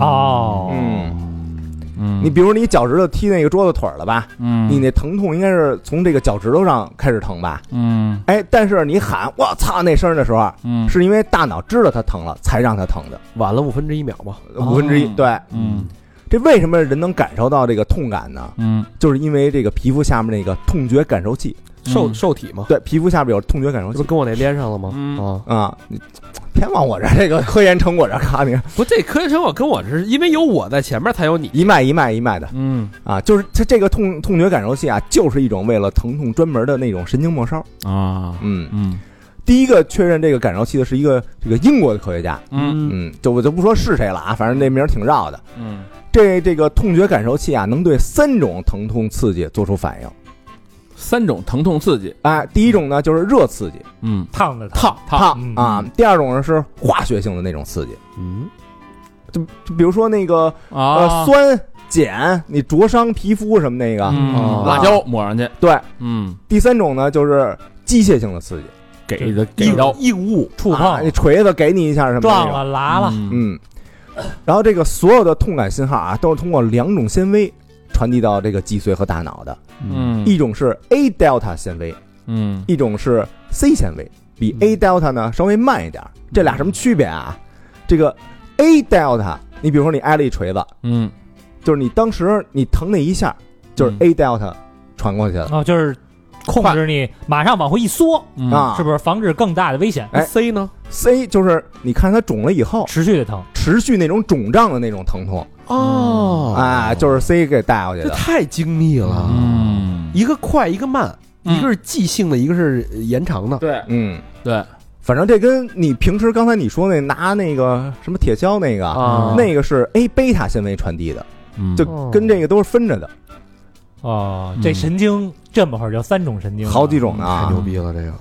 Speaker 5: 哦，
Speaker 3: 嗯，
Speaker 4: 嗯，
Speaker 3: 你比如你脚趾头踢那个桌子腿儿了吧，
Speaker 4: 嗯
Speaker 3: 你那疼痛应该是从这个脚趾头上开始疼吧？
Speaker 4: 嗯
Speaker 3: 哎，但是你喊我操那声儿的时候，
Speaker 4: 嗯
Speaker 3: 是因为大脑知道它疼了，才让它疼的。
Speaker 2: 晚了五分之一秒嘛。
Speaker 3: 五分之一，
Speaker 4: 哦
Speaker 3: 对，
Speaker 4: 嗯
Speaker 3: 这为什么人能感受到这个痛感呢？
Speaker 4: 嗯
Speaker 3: 就是因为这个皮肤下面那个痛觉感受器，
Speaker 2: 受
Speaker 4: 嗯
Speaker 2: 受体嘛，
Speaker 3: 对，皮肤下边有痛觉感受
Speaker 2: 这不
Speaker 3: 器
Speaker 2: 跟我那连上了吗？
Speaker 4: 嗯
Speaker 2: 啊，
Speaker 3: 啊，你偏往我这儿这个科研成果这儿看，你
Speaker 2: 不，这科学成果跟我这是因为有我在前面才有你。
Speaker 3: 一脉一脉一脉的
Speaker 4: 嗯
Speaker 3: 啊，就是它这个痛痛觉感受器啊，就是一种为了疼痛专门的那种神经末梢。
Speaker 4: 啊
Speaker 3: 嗯，
Speaker 4: 嗯
Speaker 3: 第一个确认这个感受器的是一个这个英国的科学家，
Speaker 4: 嗯
Speaker 3: 嗯，就我就不说是谁了啊，反正那名儿挺绕的。
Speaker 4: 嗯
Speaker 3: 这这个痛觉感受器啊，能对三种疼痛刺激做出反应。
Speaker 4: 三种疼痛刺激，
Speaker 3: 哎，第一种呢就是热刺激，
Speaker 4: 嗯
Speaker 5: 烫的烫，
Speaker 3: 烫烫
Speaker 5: 嗯
Speaker 3: 啊；第二种呢是化学性的那种刺激，
Speaker 2: 嗯，
Speaker 3: 就就比如说那个
Speaker 4: 啊
Speaker 3: 呃酸碱，你灼伤皮肤什么那个。
Speaker 4: 嗯
Speaker 2: 啊
Speaker 4: 辣椒抹上去，
Speaker 3: 对，
Speaker 4: 嗯，
Speaker 3: 第三种呢就是机械性的刺激，
Speaker 4: 给的给
Speaker 5: 硬
Speaker 4: 刀
Speaker 5: 硬物触
Speaker 3: 啊，你
Speaker 5: 碰
Speaker 3: 锤子给你一下什么那
Speaker 5: 撞
Speaker 3: 个
Speaker 5: 了拉了，
Speaker 4: 嗯
Speaker 3: 嗯。然后这个所有的痛感信号啊，都是通过两种纤维传递到这个脊髓和大脑的，
Speaker 4: 嗯
Speaker 3: 一种是 A delta 纤维，
Speaker 4: 嗯
Speaker 3: 一种是 C 纤维，比 A delta 呢稍微慢一点儿。这俩什么区别啊？这个 A delta，你比如说你挨了一锤子，
Speaker 4: 嗯
Speaker 3: 就是你当时你疼那一下，就是
Speaker 4: 嗯
Speaker 3: A delta 传过去了。
Speaker 5: 哦，就是控制你马上往后一缩，
Speaker 4: 嗯
Speaker 3: 啊
Speaker 5: 是不是防止更大的危险？
Speaker 3: 哎
Speaker 2: C 呢？
Speaker 3: C 就是你看它肿了以后，
Speaker 5: 持续的疼，
Speaker 3: 持续那种肿胀的那种疼痛，
Speaker 2: 哦，
Speaker 3: 哎，就是 C 给带过去
Speaker 2: 这
Speaker 3: 的。
Speaker 2: 太精密了。
Speaker 4: 啊嗯
Speaker 2: 一个快，一个慢，
Speaker 4: 嗯
Speaker 2: 一个是即兴的，一个是呃延长的。
Speaker 4: 对
Speaker 3: 嗯，
Speaker 4: 对，
Speaker 3: 反正这跟你平时刚才你说那拿那个什么铁锹那个，
Speaker 2: 啊
Speaker 3: 那个是 A 贝塔纤维传递的，
Speaker 4: 嗯
Speaker 3: 就跟这个都是分着的，
Speaker 5: 哦，这
Speaker 4: 嗯
Speaker 5: 神经这么会儿就三种神经了，
Speaker 3: 好几种呢
Speaker 2: 嗯太
Speaker 3: 啊
Speaker 2: 牛。逼了，这个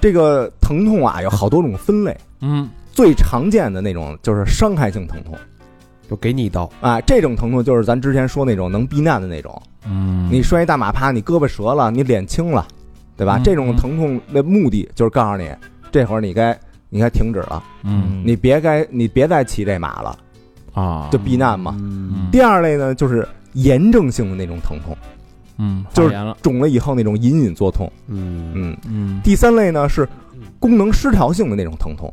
Speaker 3: 这个疼痛啊有好多种分类。
Speaker 4: 嗯
Speaker 3: 最常见的那种就是伤害性疼痛
Speaker 2: 就给你一刀，
Speaker 3: 啊，这种疼痛就是咱之前说那种能避难的那种，
Speaker 4: 嗯
Speaker 3: 你摔一大马趴，你胳膊折了，你脸青了，对吧？
Speaker 4: 嗯
Speaker 3: 这种疼痛的目的就是告诉你，这会儿你该你该停止了，
Speaker 4: 嗯
Speaker 3: 你别该你别再骑这马了，
Speaker 4: 啊
Speaker 3: 就避难嘛。
Speaker 4: 嗯
Speaker 3: 第二类呢，就是炎症性的那种疼痛，
Speaker 4: 嗯
Speaker 3: 就是
Speaker 4: 发炎了
Speaker 3: 肿了以后那种隐隐作痛，
Speaker 2: 嗯，
Speaker 3: 嗯。
Speaker 4: 嗯
Speaker 3: 第三类呢是功能失调性的那种疼痛，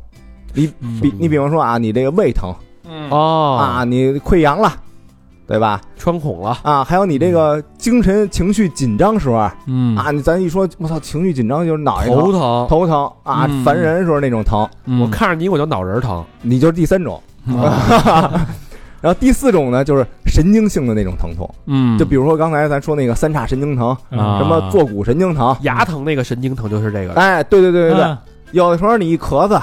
Speaker 4: 嗯
Speaker 3: 比你比方说啊，你这个胃疼
Speaker 2: 哦
Speaker 3: 啊，，你溃疡了，对吧？
Speaker 2: 穿孔了，
Speaker 3: 啊，还有你这个精神情绪紧张时候啊，
Speaker 4: 嗯
Speaker 3: 啊，你咱一说我操，情绪紧张就是脑袋
Speaker 2: 头
Speaker 3: 疼、
Speaker 2: 疼，
Speaker 3: 头疼啊
Speaker 4: 嗯，
Speaker 3: 烦人时候那种疼，
Speaker 4: 嗯
Speaker 2: 我看着你我就脑仁儿疼，
Speaker 3: 你就是第三种。
Speaker 4: 啊
Speaker 3: 然后第四种呢，就是神经性的那种疼痛，
Speaker 4: 嗯
Speaker 3: 就比如说刚才咱说那个三叉神经疼，
Speaker 4: 啊
Speaker 3: 什么坐骨神经疼，
Speaker 2: 牙疼那个神经疼就是这个，
Speaker 3: 哎，对对对对对，
Speaker 5: 嗯
Speaker 3: 有的时候你一咳嗽，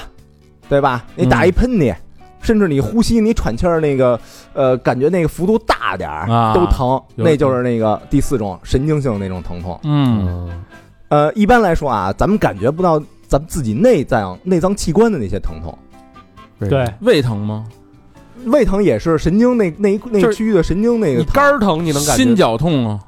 Speaker 3: 对吧？你打一喷嚏，甚至你呼吸、你喘气儿那个，呃，感觉那个幅度大点儿
Speaker 4: 啊
Speaker 3: 都疼，
Speaker 4: 有
Speaker 3: 那就是那个第四种神经性的那种疼痛。
Speaker 4: 嗯
Speaker 2: 嗯，
Speaker 3: 呃，一般来说啊，咱们感觉不到咱们自己内脏内脏器官的那些疼痛，
Speaker 5: 对，
Speaker 4: 胃疼吗？
Speaker 3: 胃疼也是神经那那一
Speaker 2: 就
Speaker 3: 那
Speaker 2: 是
Speaker 3: 区域的神经那个
Speaker 2: 你
Speaker 3: 疼
Speaker 2: 肝儿疼你能感觉，
Speaker 4: 心绞痛啊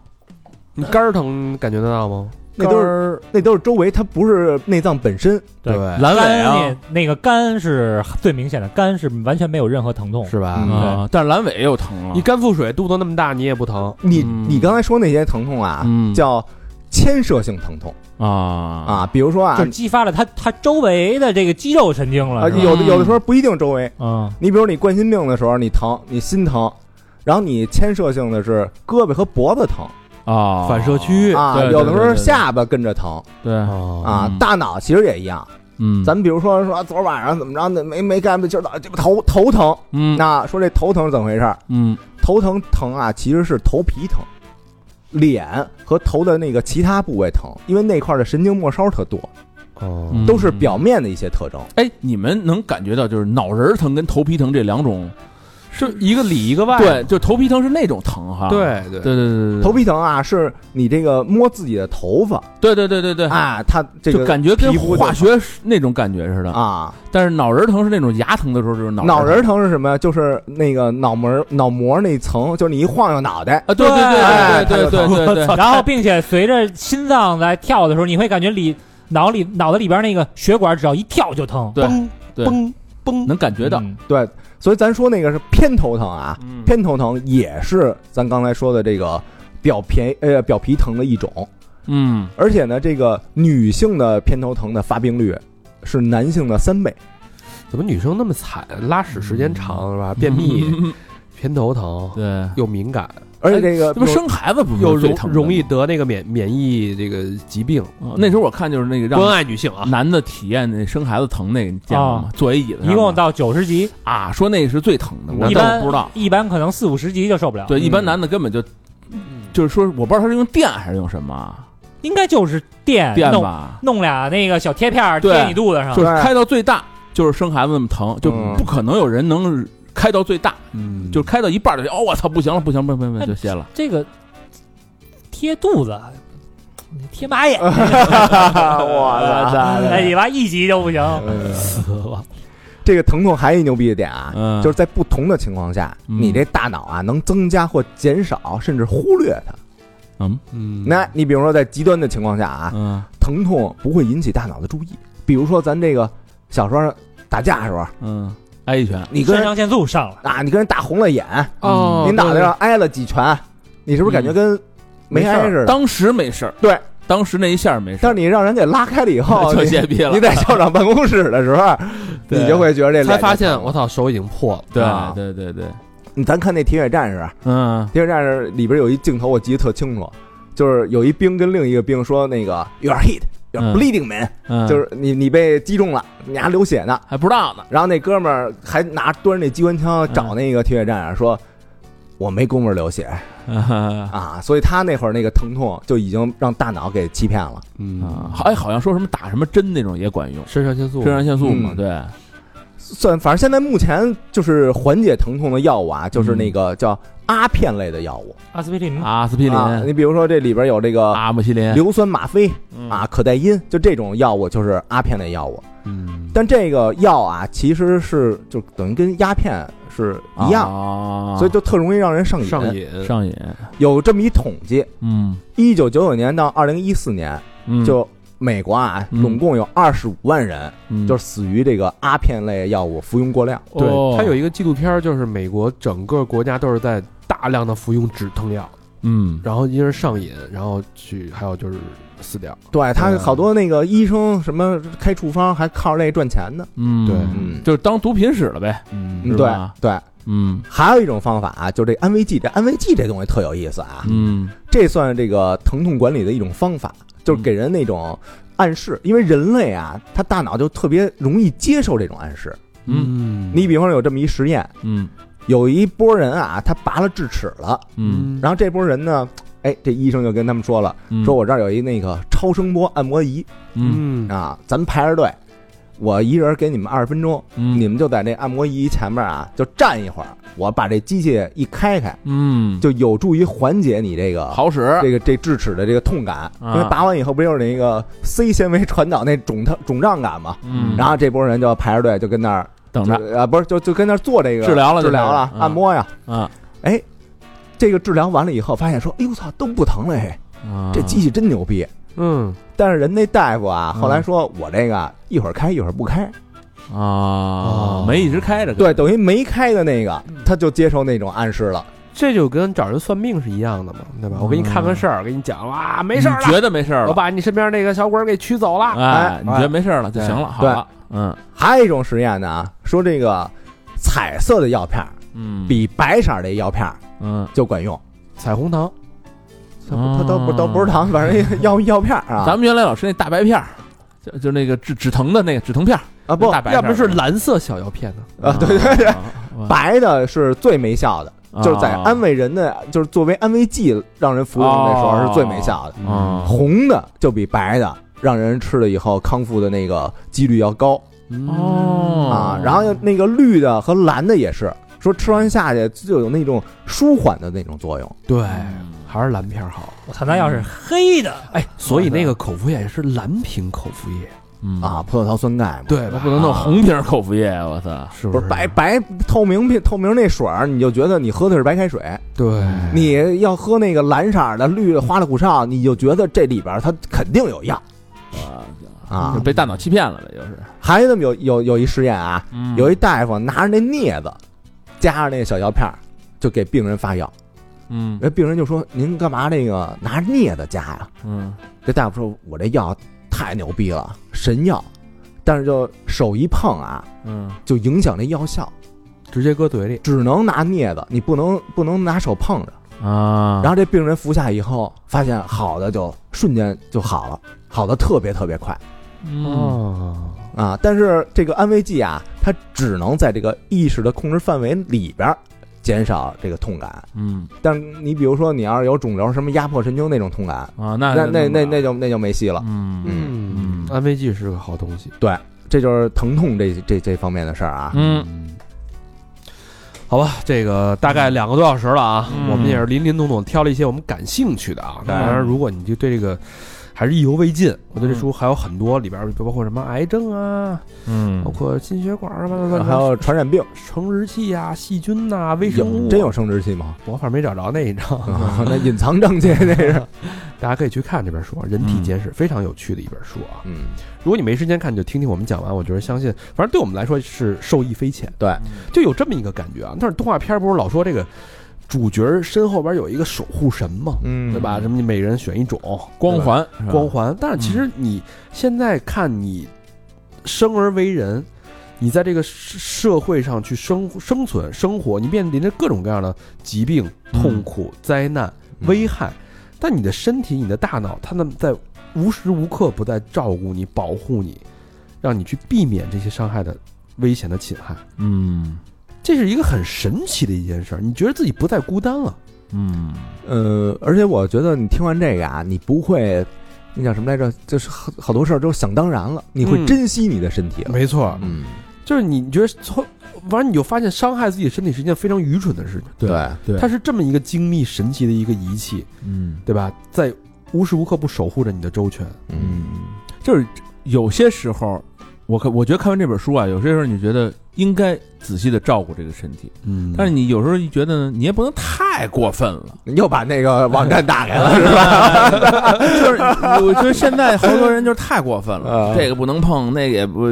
Speaker 2: 你肝儿疼感觉得到吗？
Speaker 3: 那都是那都是周围，它不是内脏本身。
Speaker 5: 对
Speaker 2: 对
Speaker 5: 阑
Speaker 4: 尾啊
Speaker 5: 那个肝是最明显的，肝是完全没有任何疼痛，
Speaker 2: 是吧？
Speaker 3: 嗯
Speaker 4: 啊，但是阑尾又疼了，
Speaker 2: 你肝腹水肚子那么大你也不疼，
Speaker 3: 你、
Speaker 4: 嗯
Speaker 3: 你刚才说那些疼痛啊，
Speaker 4: 嗯
Speaker 3: 叫牵涉性疼痛
Speaker 4: 啊
Speaker 3: 啊，
Speaker 4: 啊
Speaker 3: 比如说啊
Speaker 5: 就，是激发了它它周围的这个肌肉神经
Speaker 3: 啊
Speaker 5: 了，是吧
Speaker 3: 有的有的时候不一定周围，
Speaker 5: 嗯
Speaker 3: 你比如你冠心病的时候你疼，你心疼。然后你牵涉性的是胳膊和脖子疼
Speaker 4: 啊
Speaker 2: 反射区
Speaker 3: 啊，
Speaker 4: 对对
Speaker 3: 有的时
Speaker 4: 对
Speaker 3: 候
Speaker 4: 对
Speaker 3: 下巴跟着疼
Speaker 4: 对
Speaker 2: 啊，
Speaker 3: 啊
Speaker 4: 嗯，
Speaker 3: 大脑其实也一样。
Speaker 4: 嗯
Speaker 3: 咱们比如说说昨晚上怎么着，那没没干，今儿早上这不头头疼，
Speaker 4: 嗯
Speaker 3: 那说这头疼是怎么回事儿？
Speaker 4: 嗯
Speaker 3: 头疼疼啊，其实是头皮疼，脸和头的那个其他部位疼，因为那块儿的神经末梢特多。
Speaker 2: 哦
Speaker 4: 嗯
Speaker 3: 都是表面的一些特征。
Speaker 4: 哎，你们能感觉到就是脑仁儿疼跟头皮疼这两种，
Speaker 1: 是一个里一个外，
Speaker 4: 对，啊就头皮疼是那种疼哈，
Speaker 2: 对
Speaker 4: 对
Speaker 2: 对
Speaker 4: 对对对，
Speaker 3: 头皮疼啊，是你这个摸自己的头发
Speaker 4: 对对对对对，
Speaker 3: 啊，它这
Speaker 4: 哎就
Speaker 3: 个
Speaker 4: 感觉跟
Speaker 3: 皮肤就
Speaker 4: 化学那种感觉似的。
Speaker 3: 啊，
Speaker 4: 但是脑仁儿疼是那种牙疼的时候，就是脑
Speaker 3: 脑
Speaker 4: 仁儿
Speaker 3: 仁疼是什么呀？就是那个脑门脑膜那层，就是你一晃悠脑袋，
Speaker 4: 啊，对
Speaker 3: 哎
Speaker 4: 对对对对对对对，
Speaker 5: 然后并且随着心脏在跳的时候，你会感觉里脑里脑子里边那个血管只要一跳就疼，
Speaker 4: 对
Speaker 1: 嘣
Speaker 4: 对
Speaker 1: 嘣嘣，
Speaker 4: 能感觉到。
Speaker 5: 嗯
Speaker 3: 对，所以咱说那个是偏头疼啊，
Speaker 4: 嗯
Speaker 3: 偏头疼也是咱刚才说的这个表皮呃表皮疼的一种，
Speaker 4: 嗯，
Speaker 3: 而且呢，这个女性的偏头疼的发病率是男性的三倍。
Speaker 2: 怎么女生那么惨？拉屎时间长是吧？便秘、偏头疼，
Speaker 4: 嗯对，
Speaker 2: 又敏感，
Speaker 3: 而且这个
Speaker 4: 这不哎 生孩子不
Speaker 2: 又
Speaker 4: 是最
Speaker 2: 容
Speaker 4: 疼的吗
Speaker 2: 容易得那个免免疫这个疾病。
Speaker 4: 啊那时候我看就是那个
Speaker 2: 关
Speaker 4: 让
Speaker 2: 爱女性啊，
Speaker 4: 男的体验那生孩子疼那个，你见过吗？坐一椅子上，
Speaker 5: 一共到九十级，
Speaker 4: 啊，说那是最疼的，我
Speaker 5: 一
Speaker 4: 但我
Speaker 5: 般
Speaker 4: 不知道。
Speaker 5: 一般可能四五十级就受不了，
Speaker 4: 对，一般男的根本就就是说，我不知道他是用电还是用什么啊
Speaker 5: 应该就是电
Speaker 4: 电
Speaker 5: 弄
Speaker 4: 吧，
Speaker 5: 弄俩那个小贴片儿
Speaker 4: 对
Speaker 5: 贴你肚子上
Speaker 4: 就，是
Speaker 3: 对
Speaker 4: 开到最大，就是生孩子那么疼，就
Speaker 3: 哎嗯
Speaker 4: 不可能有人能开到最大，
Speaker 2: 嗯
Speaker 4: 就开到一半儿就哦，我操，不行了，不行，不行，不行不行，就歇了。
Speaker 5: 这个贴肚子，贴马 眼，
Speaker 3: 我操！
Speaker 5: 哎，你妈一级就不行，
Speaker 3: 嗯这个疼痛还有一牛逼的点啊，
Speaker 4: 嗯，
Speaker 3: 就是在不同的情况下，
Speaker 4: 嗯
Speaker 3: 你这大脑啊能增加或减少，甚至忽略它。
Speaker 2: 嗯，
Speaker 3: 那你比如说在极端的情况下啊，
Speaker 4: 嗯
Speaker 3: 疼痛不会引起大脑的注意。比如说咱这个小时候打架的时候，
Speaker 4: 嗯，挨一拳，
Speaker 3: 你跟
Speaker 5: 肾
Speaker 3: 人
Speaker 5: 上腺素上了，
Speaker 3: 啊，你跟人打红了眼，
Speaker 2: 哦，
Speaker 3: 你脑袋
Speaker 2: 对
Speaker 3: 上挨了几拳，你是不是感觉跟没
Speaker 4: 事
Speaker 3: 挨
Speaker 4: 儿
Speaker 3: 似的？
Speaker 4: 当时没事儿，
Speaker 3: 对，
Speaker 4: 当时那一下儿没事
Speaker 3: 但
Speaker 4: 儿，
Speaker 3: 是你让人给拉开了以 后，
Speaker 4: 就
Speaker 3: 你
Speaker 4: 歇逼了
Speaker 3: 你。在校长办公室的时候，
Speaker 4: 对
Speaker 3: 你就会觉得这
Speaker 2: 才
Speaker 3: 脸就
Speaker 2: 发
Speaker 3: 疼
Speaker 2: 现我操，手已经破了。
Speaker 4: 对
Speaker 3: 啊
Speaker 4: 对对对，
Speaker 3: 你咱看那《铁血战士》，
Speaker 4: 嗯
Speaker 3: 《铁血战士》里边有一镜头我记得特清楚，就是有一兵跟另一个兵说那个 “You are hit, you
Speaker 4: 嗯
Speaker 3: are bleeding man”，、
Speaker 4: 嗯，
Speaker 3: 就是你你被击中了，你还流血呢。
Speaker 4: 还不知道呢。
Speaker 3: 然后那哥们儿还拿端着那机关枪找那个铁血战士说：“我没工夫流血
Speaker 4: 啊，
Speaker 3: 啊！”所以他那会儿那个疼痛就已经让大脑给欺骗了。
Speaker 2: 嗯，
Speaker 4: 好哎，好像说什么打什么针那种也管用，
Speaker 2: 肾上腺素，
Speaker 4: 肾上腺素嘛，
Speaker 3: 嗯
Speaker 4: 对，
Speaker 3: 算，反正现在目前就是缓解疼痛的药物啊，就是那个叫阿片类的药物、
Speaker 5: 阿司匹林
Speaker 4: 阿司匹
Speaker 3: 嗯啊。
Speaker 4: 林、
Speaker 3: 你比如说这里边有这个
Speaker 4: 阿莫西林嗯
Speaker 3: 硫酸吗啡啊、可待因，就这种药物就是阿片类药物。
Speaker 2: 嗯，
Speaker 3: 但这个药啊，其实是就等于跟鸦片是一样，
Speaker 4: 样
Speaker 3: 所以就特容易让人啊上瘾。
Speaker 2: 上瘾，
Speaker 4: 啊嗯上瘾。
Speaker 3: 有这么一统计，
Speaker 4: 嗯
Speaker 3: 一九九九年到二零一四年，
Speaker 4: 嗯，
Speaker 3: 就美国啊，
Speaker 4: 嗯
Speaker 3: 总共有二十五万人
Speaker 4: 嗯
Speaker 3: 就是死于这个阿片类药物服用过量。
Speaker 2: 对
Speaker 4: 哦，
Speaker 2: 它有一个纪录片儿，就是美国整个国家都是在大量的服用止疼药，
Speaker 4: 嗯
Speaker 2: 然后因而上瘾，然后去，还有就是死掉。
Speaker 3: 对他
Speaker 2: 嗯
Speaker 3: 好多那个医生什么开处方，还靠这赚钱呢。
Speaker 4: 嗯
Speaker 2: 对
Speaker 3: 嗯
Speaker 4: 就是当毒品使了呗。嗯
Speaker 3: 嗯
Speaker 4: 是
Speaker 3: 对
Speaker 4: 吧
Speaker 3: 对，
Speaker 4: 嗯
Speaker 3: 还有一种方法啊，就这安慰剂。这安慰剂这东西特有意思啊，
Speaker 4: 嗯
Speaker 3: 这算这个疼痛管理的一种方法，就是给人那种暗示。因为人类啊，他大脑就特别容易接受这种暗示。
Speaker 4: 嗯
Speaker 2: 嗯
Speaker 3: 你比方说有这么一实验，
Speaker 4: 嗯
Speaker 3: 有一波人啊，他拔了智齿了，
Speaker 4: 嗯
Speaker 3: 然后这波人呢，哎，这医生就跟他们说了，
Speaker 4: 嗯，
Speaker 3: 说我这儿有一那个超声波按摩仪
Speaker 4: 嗯
Speaker 2: 嗯
Speaker 3: 啊，咱们排着队，我一人给你们二十分钟，
Speaker 4: 嗯
Speaker 3: 你们就在这按摩仪前面啊，就站一会儿，我把这机器一开开，
Speaker 4: 嗯
Speaker 3: 就有助于缓解你这个
Speaker 4: 好使啊
Speaker 3: 这个这智齿的这个痛感，因为拔完以后不是有那个 C 纤维传导那肿疼肿胀感嘛，
Speaker 4: 嗯
Speaker 3: 然后这波人就排着队就跟那儿
Speaker 4: 等
Speaker 3: 就
Speaker 4: 着
Speaker 3: 啊，不是就就跟那儿做这个
Speaker 4: 治疗了
Speaker 3: 治
Speaker 4: 就
Speaker 3: 疗
Speaker 4: 是
Speaker 3: 了
Speaker 4: 嗯
Speaker 3: 按摩呀，
Speaker 4: 啊
Speaker 3: 哎，这个治疗完了以后发现说，哎呦操都不疼了嘿，哎
Speaker 4: 啊
Speaker 3: 这机器真牛逼。
Speaker 2: 嗯，
Speaker 3: 但是人那大夫啊，
Speaker 4: 嗯
Speaker 3: 后来说我这个一会儿开一会儿不开，
Speaker 4: 啊没一直开着，
Speaker 3: 哦对，等于没开的那个，
Speaker 4: 嗯
Speaker 3: 他就接受那种暗示了。
Speaker 2: 这就跟找人算命是一样的嘛，对吧？我给你看看事儿，给你讲哇，没事
Speaker 4: 嗯
Speaker 2: 儿
Speaker 4: 你
Speaker 2: 了，
Speaker 4: 觉得没事儿
Speaker 2: 我
Speaker 4: 了，
Speaker 2: 把你身边那个小鬼儿给取走了。
Speaker 4: 哎，你觉
Speaker 3: 哎
Speaker 4: 得没事儿了就行了，好
Speaker 3: 对
Speaker 4: 了，嗯
Speaker 3: 还有一种实验呢啊，说这个彩色的药片儿
Speaker 4: 嗯，
Speaker 3: 比白色儿的药片儿
Speaker 4: 嗯，
Speaker 3: 就管用，
Speaker 2: 彩虹糖，
Speaker 3: 它
Speaker 4: 啊
Speaker 3: 不它都不都不是糖，反正药药片儿啊，
Speaker 4: 嗯哦咱们原来老吃那大白片儿，就就那个止止疼的那个止疼片儿，
Speaker 3: 啊不
Speaker 4: 大白
Speaker 2: 要不是
Speaker 4: 蓝
Speaker 2: 蓝色小药片呢？
Speaker 3: 啊对对对，
Speaker 4: 对，
Speaker 3: 白的是最没效的，
Speaker 4: 啊
Speaker 3: 就是在安慰人的，就是
Speaker 4: 哦
Speaker 3: 嗯作为安慰剂让人服用的时候是最没效的。
Speaker 4: 啊
Speaker 3: 红的就比白的让人吃了以后康复的那个几率要高
Speaker 4: 哦
Speaker 3: 啊。然后那个绿的和蓝的也是，说吃完下去就有那种舒缓的那种作用。
Speaker 2: 对，
Speaker 4: 哎
Speaker 2: 还是蓝片好。
Speaker 5: 我操，那要是黑的，
Speaker 3: 嗯
Speaker 2: 哎，所以那个口服液是蓝瓶口服液，
Speaker 4: 嗯
Speaker 3: 啊，，葡萄糖酸钙嘛，，
Speaker 2: 对
Speaker 4: 那
Speaker 2: 吧？
Speaker 4: 哎不能弄红瓶口服液，啊我操！
Speaker 2: 是
Speaker 3: 不
Speaker 2: 不
Speaker 3: 是白？白透明片透明那水儿，你就觉得你喝的是白开水，
Speaker 4: 哎
Speaker 2: 对，
Speaker 3: 你要喝那个蓝色儿的、绿的、花里胡哨，你就觉得这里边儿它肯定有药
Speaker 4: 我
Speaker 3: 啊
Speaker 4: 操，。被大脑欺骗了呗，就是。
Speaker 3: 还有那么有有有一实验啊，
Speaker 4: 嗯
Speaker 3: 有一大夫拿着那镊子，加上那个小药片儿，就给病人发药。
Speaker 4: 嗯
Speaker 3: 人病人就说：“您干嘛那个拿镊子夹呀、
Speaker 4: 嗯
Speaker 3: 这大夫说：“我这药太牛逼了，神药，但是就手一碰啊，
Speaker 4: 嗯
Speaker 3: 就影响这药效，
Speaker 2: 直接搁嘴里。
Speaker 3: 只能拿镊子，你不能不能拿手碰着。”
Speaker 4: 啊，
Speaker 3: 然后这病人服下以后，发现好的就瞬间就好了，好的特别特别快
Speaker 4: 嗯
Speaker 2: 哦，
Speaker 3: 啊！但是这个安慰剂啊，它只能在这个意识的控制范围里边儿减少这个痛感。
Speaker 4: 嗯
Speaker 3: 但你比如说，你要是有肿瘤，什么压迫神经那种痛感，
Speaker 4: 啊，那
Speaker 3: 那那那那就那就没戏了。
Speaker 4: 嗯
Speaker 2: 嗯
Speaker 4: 嗯，
Speaker 2: 安慰剂是个好东西。
Speaker 3: 这就是疼痛这这这方面的事儿啊。
Speaker 4: 嗯，
Speaker 2: 好吧，这个大概两个多小时了啊，
Speaker 4: 嗯
Speaker 2: 我们也是林林总总挑了一些我们感兴趣的啊。当然，如果你就对这个还是意犹未尽，我对这书还有很多，里边儿包括什么癌症啊，
Speaker 4: 嗯
Speaker 2: 包括心血管啊，乱七八糟
Speaker 3: 还有传染病，
Speaker 2: 生殖器呀、细菌呐、微生物
Speaker 3: 有
Speaker 2: 啊，
Speaker 3: 真有生殖器吗？
Speaker 2: 我反正没找着那一章，
Speaker 3: 啊，那隐藏症结那是。
Speaker 2: 大家可以去看这本书啊，《人体简史》非常有趣的一本书啊。
Speaker 3: 嗯，
Speaker 2: 如果你没时间看，你就听听我们讲完，我觉得相信，反正对我们来说是受益匪浅。
Speaker 3: 对，
Speaker 2: 就有这么一个感觉啊。但是动画片不是老说这个主角身后边有一个守护神吗？
Speaker 3: 嗯
Speaker 2: 对吧？什么你每人选一种
Speaker 4: 光
Speaker 2: 对吧
Speaker 4: 环
Speaker 2: 光环，但是其实你现在看你生而为人，你在这个社社会上去生生存生活，你面临着各种各样的疾病、
Speaker 4: 嗯
Speaker 2: 痛苦、灾难、危害，但你的身体、你的大脑，它们在无时无刻不在照顾你、保护你，让你去避免这些伤害的危险的侵害。
Speaker 4: 嗯
Speaker 2: 这是一个很神奇的一件事儿，你觉得自己不再孤单了。
Speaker 4: 嗯
Speaker 3: 呃，而且我觉得你听完这个啊，你不会，那叫什么来着？就是好好多事儿都想当然了，你会
Speaker 2: 嗯
Speaker 3: 珍惜你的身体了。
Speaker 2: 没错，
Speaker 3: 嗯，
Speaker 2: 就是你觉得从完了你就发现伤害自己身体是一件非常愚蠢的事情。
Speaker 3: 对，
Speaker 4: 对
Speaker 2: 它是这么一个精密神奇的一个仪器，
Speaker 4: 嗯
Speaker 2: 对吧？在无时无刻不守护着你的周全。
Speaker 3: 嗯，，
Speaker 4: 就是有些时候，我看我觉得看完这本书啊，有些时候你觉得应该仔细的照顾这个身体，
Speaker 2: 嗯
Speaker 4: 但是你有时候觉得呢，你也不能太过分了。
Speaker 3: 你嗯又把那个网站打开了 是吧？
Speaker 4: 就是我觉得现在好多人就是太过分了
Speaker 3: 啊，
Speaker 4: 这个不能碰，那个也不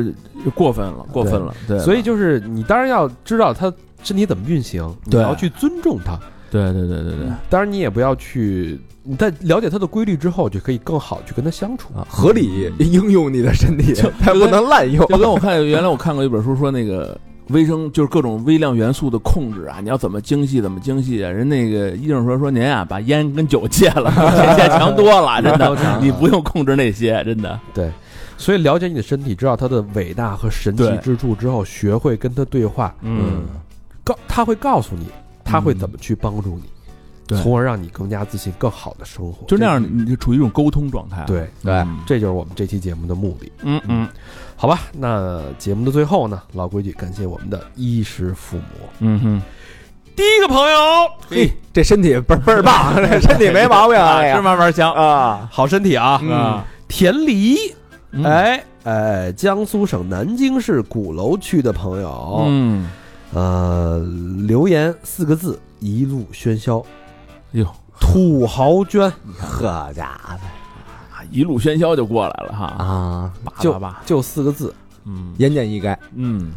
Speaker 4: 过分了，过分了。对，
Speaker 2: 所以就是你当然要知道它身体怎么运行，你
Speaker 4: 对
Speaker 2: 要去尊重它。
Speaker 4: 对对对对对，
Speaker 2: 当然你也不要去，你在了解它的规律之后，就可以更好地去跟它相
Speaker 4: 嗯
Speaker 2: 处。
Speaker 3: 啊合理应用你的身体，但不能滥用。
Speaker 4: 就跟我看原来我看过一本书说那个。微生就是各种微量元素的控制啊，你要怎么精细怎么精细啊？人那个医生说说您啊，把烟跟酒戒 了，比戒强多了，真 的，你不用控制那些，真的。
Speaker 2: 所以了解你的身体，知道它的伟大和神奇
Speaker 4: 对
Speaker 2: 之处之后，学会跟它对话，
Speaker 4: 嗯，
Speaker 2: 告它会告诉你，它会怎么去帮助你，
Speaker 4: 对
Speaker 2: 从而让你更加自信、更好的生活。
Speaker 4: 就那样，你就处于一种沟通状态。
Speaker 2: 这。对，
Speaker 4: 嗯，
Speaker 2: 这就是我们这期节目的目的。
Speaker 4: 嗯嗯
Speaker 2: 好吧，那节目的最后呢，老规矩，感谢我们的衣食父母。
Speaker 4: 嗯哼，
Speaker 2: 第一个朋友，
Speaker 3: 嘿，这身体倍儿倍儿棒，这身体没毛病啊， 哎呀
Speaker 4: 是慢慢香
Speaker 3: 啊，
Speaker 2: 好身体啊！
Speaker 4: 啊，
Speaker 2: 田黎，
Speaker 4: 嗯
Speaker 2: 哎哎，江苏省南京市鼓楼区的朋友，
Speaker 4: 嗯，
Speaker 2: 呃，留言四个字：一路喧嚣。
Speaker 4: 哟，
Speaker 2: 土豪捐
Speaker 3: 呵家伙
Speaker 4: 啊一路喧嚣就过来了哈，
Speaker 3: 啊，
Speaker 2: 就
Speaker 4: 吧吧，
Speaker 2: 就四个字，
Speaker 4: 嗯
Speaker 3: 言简意赅。
Speaker 4: 嗯，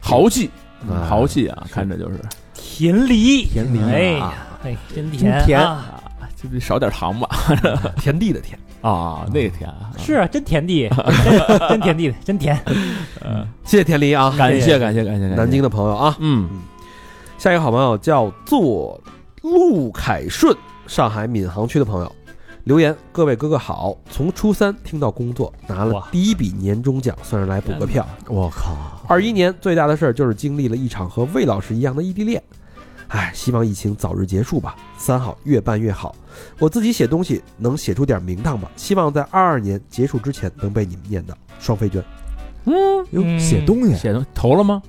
Speaker 4: 豪气，
Speaker 2: 哎
Speaker 4: 豪气啊，看着就是，
Speaker 5: 甜梨，
Speaker 3: 甜梨
Speaker 5: 哎
Speaker 3: 啊
Speaker 5: 呀，哎，真
Speaker 3: 真甜
Speaker 5: 啊！
Speaker 4: 这不少点糖吧？
Speaker 2: 田地的田。
Speaker 4: 啊，那个天啊，
Speaker 5: 是啊，真 田地，真真田地，真甜。
Speaker 2: 谢谢田黎啊，
Speaker 4: 感
Speaker 5: 谢
Speaker 4: 谢感谢感谢，感谢
Speaker 2: 南京，的朋友啊。
Speaker 4: 嗯
Speaker 2: 下一个好朋友叫做陆凯顺，上海闵行区的朋友留言：各位哥哥好，从初三听到工作，拿了
Speaker 5: 哇嗯
Speaker 2: 第一笔年终奖，算是来补个票。
Speaker 3: 我靠，
Speaker 2: 二一年最大的事儿就是经历了一场和魏老师一样的异地恋，哎，希望疫情早日结束吧。三好越办越好。我自己写东西能写出点名堂吧，希望在二二年结束之前能被你们念叨。双飞 娟，
Speaker 3: 哟
Speaker 5: 嗯
Speaker 3: 写东西，啊
Speaker 4: 写的投了吗？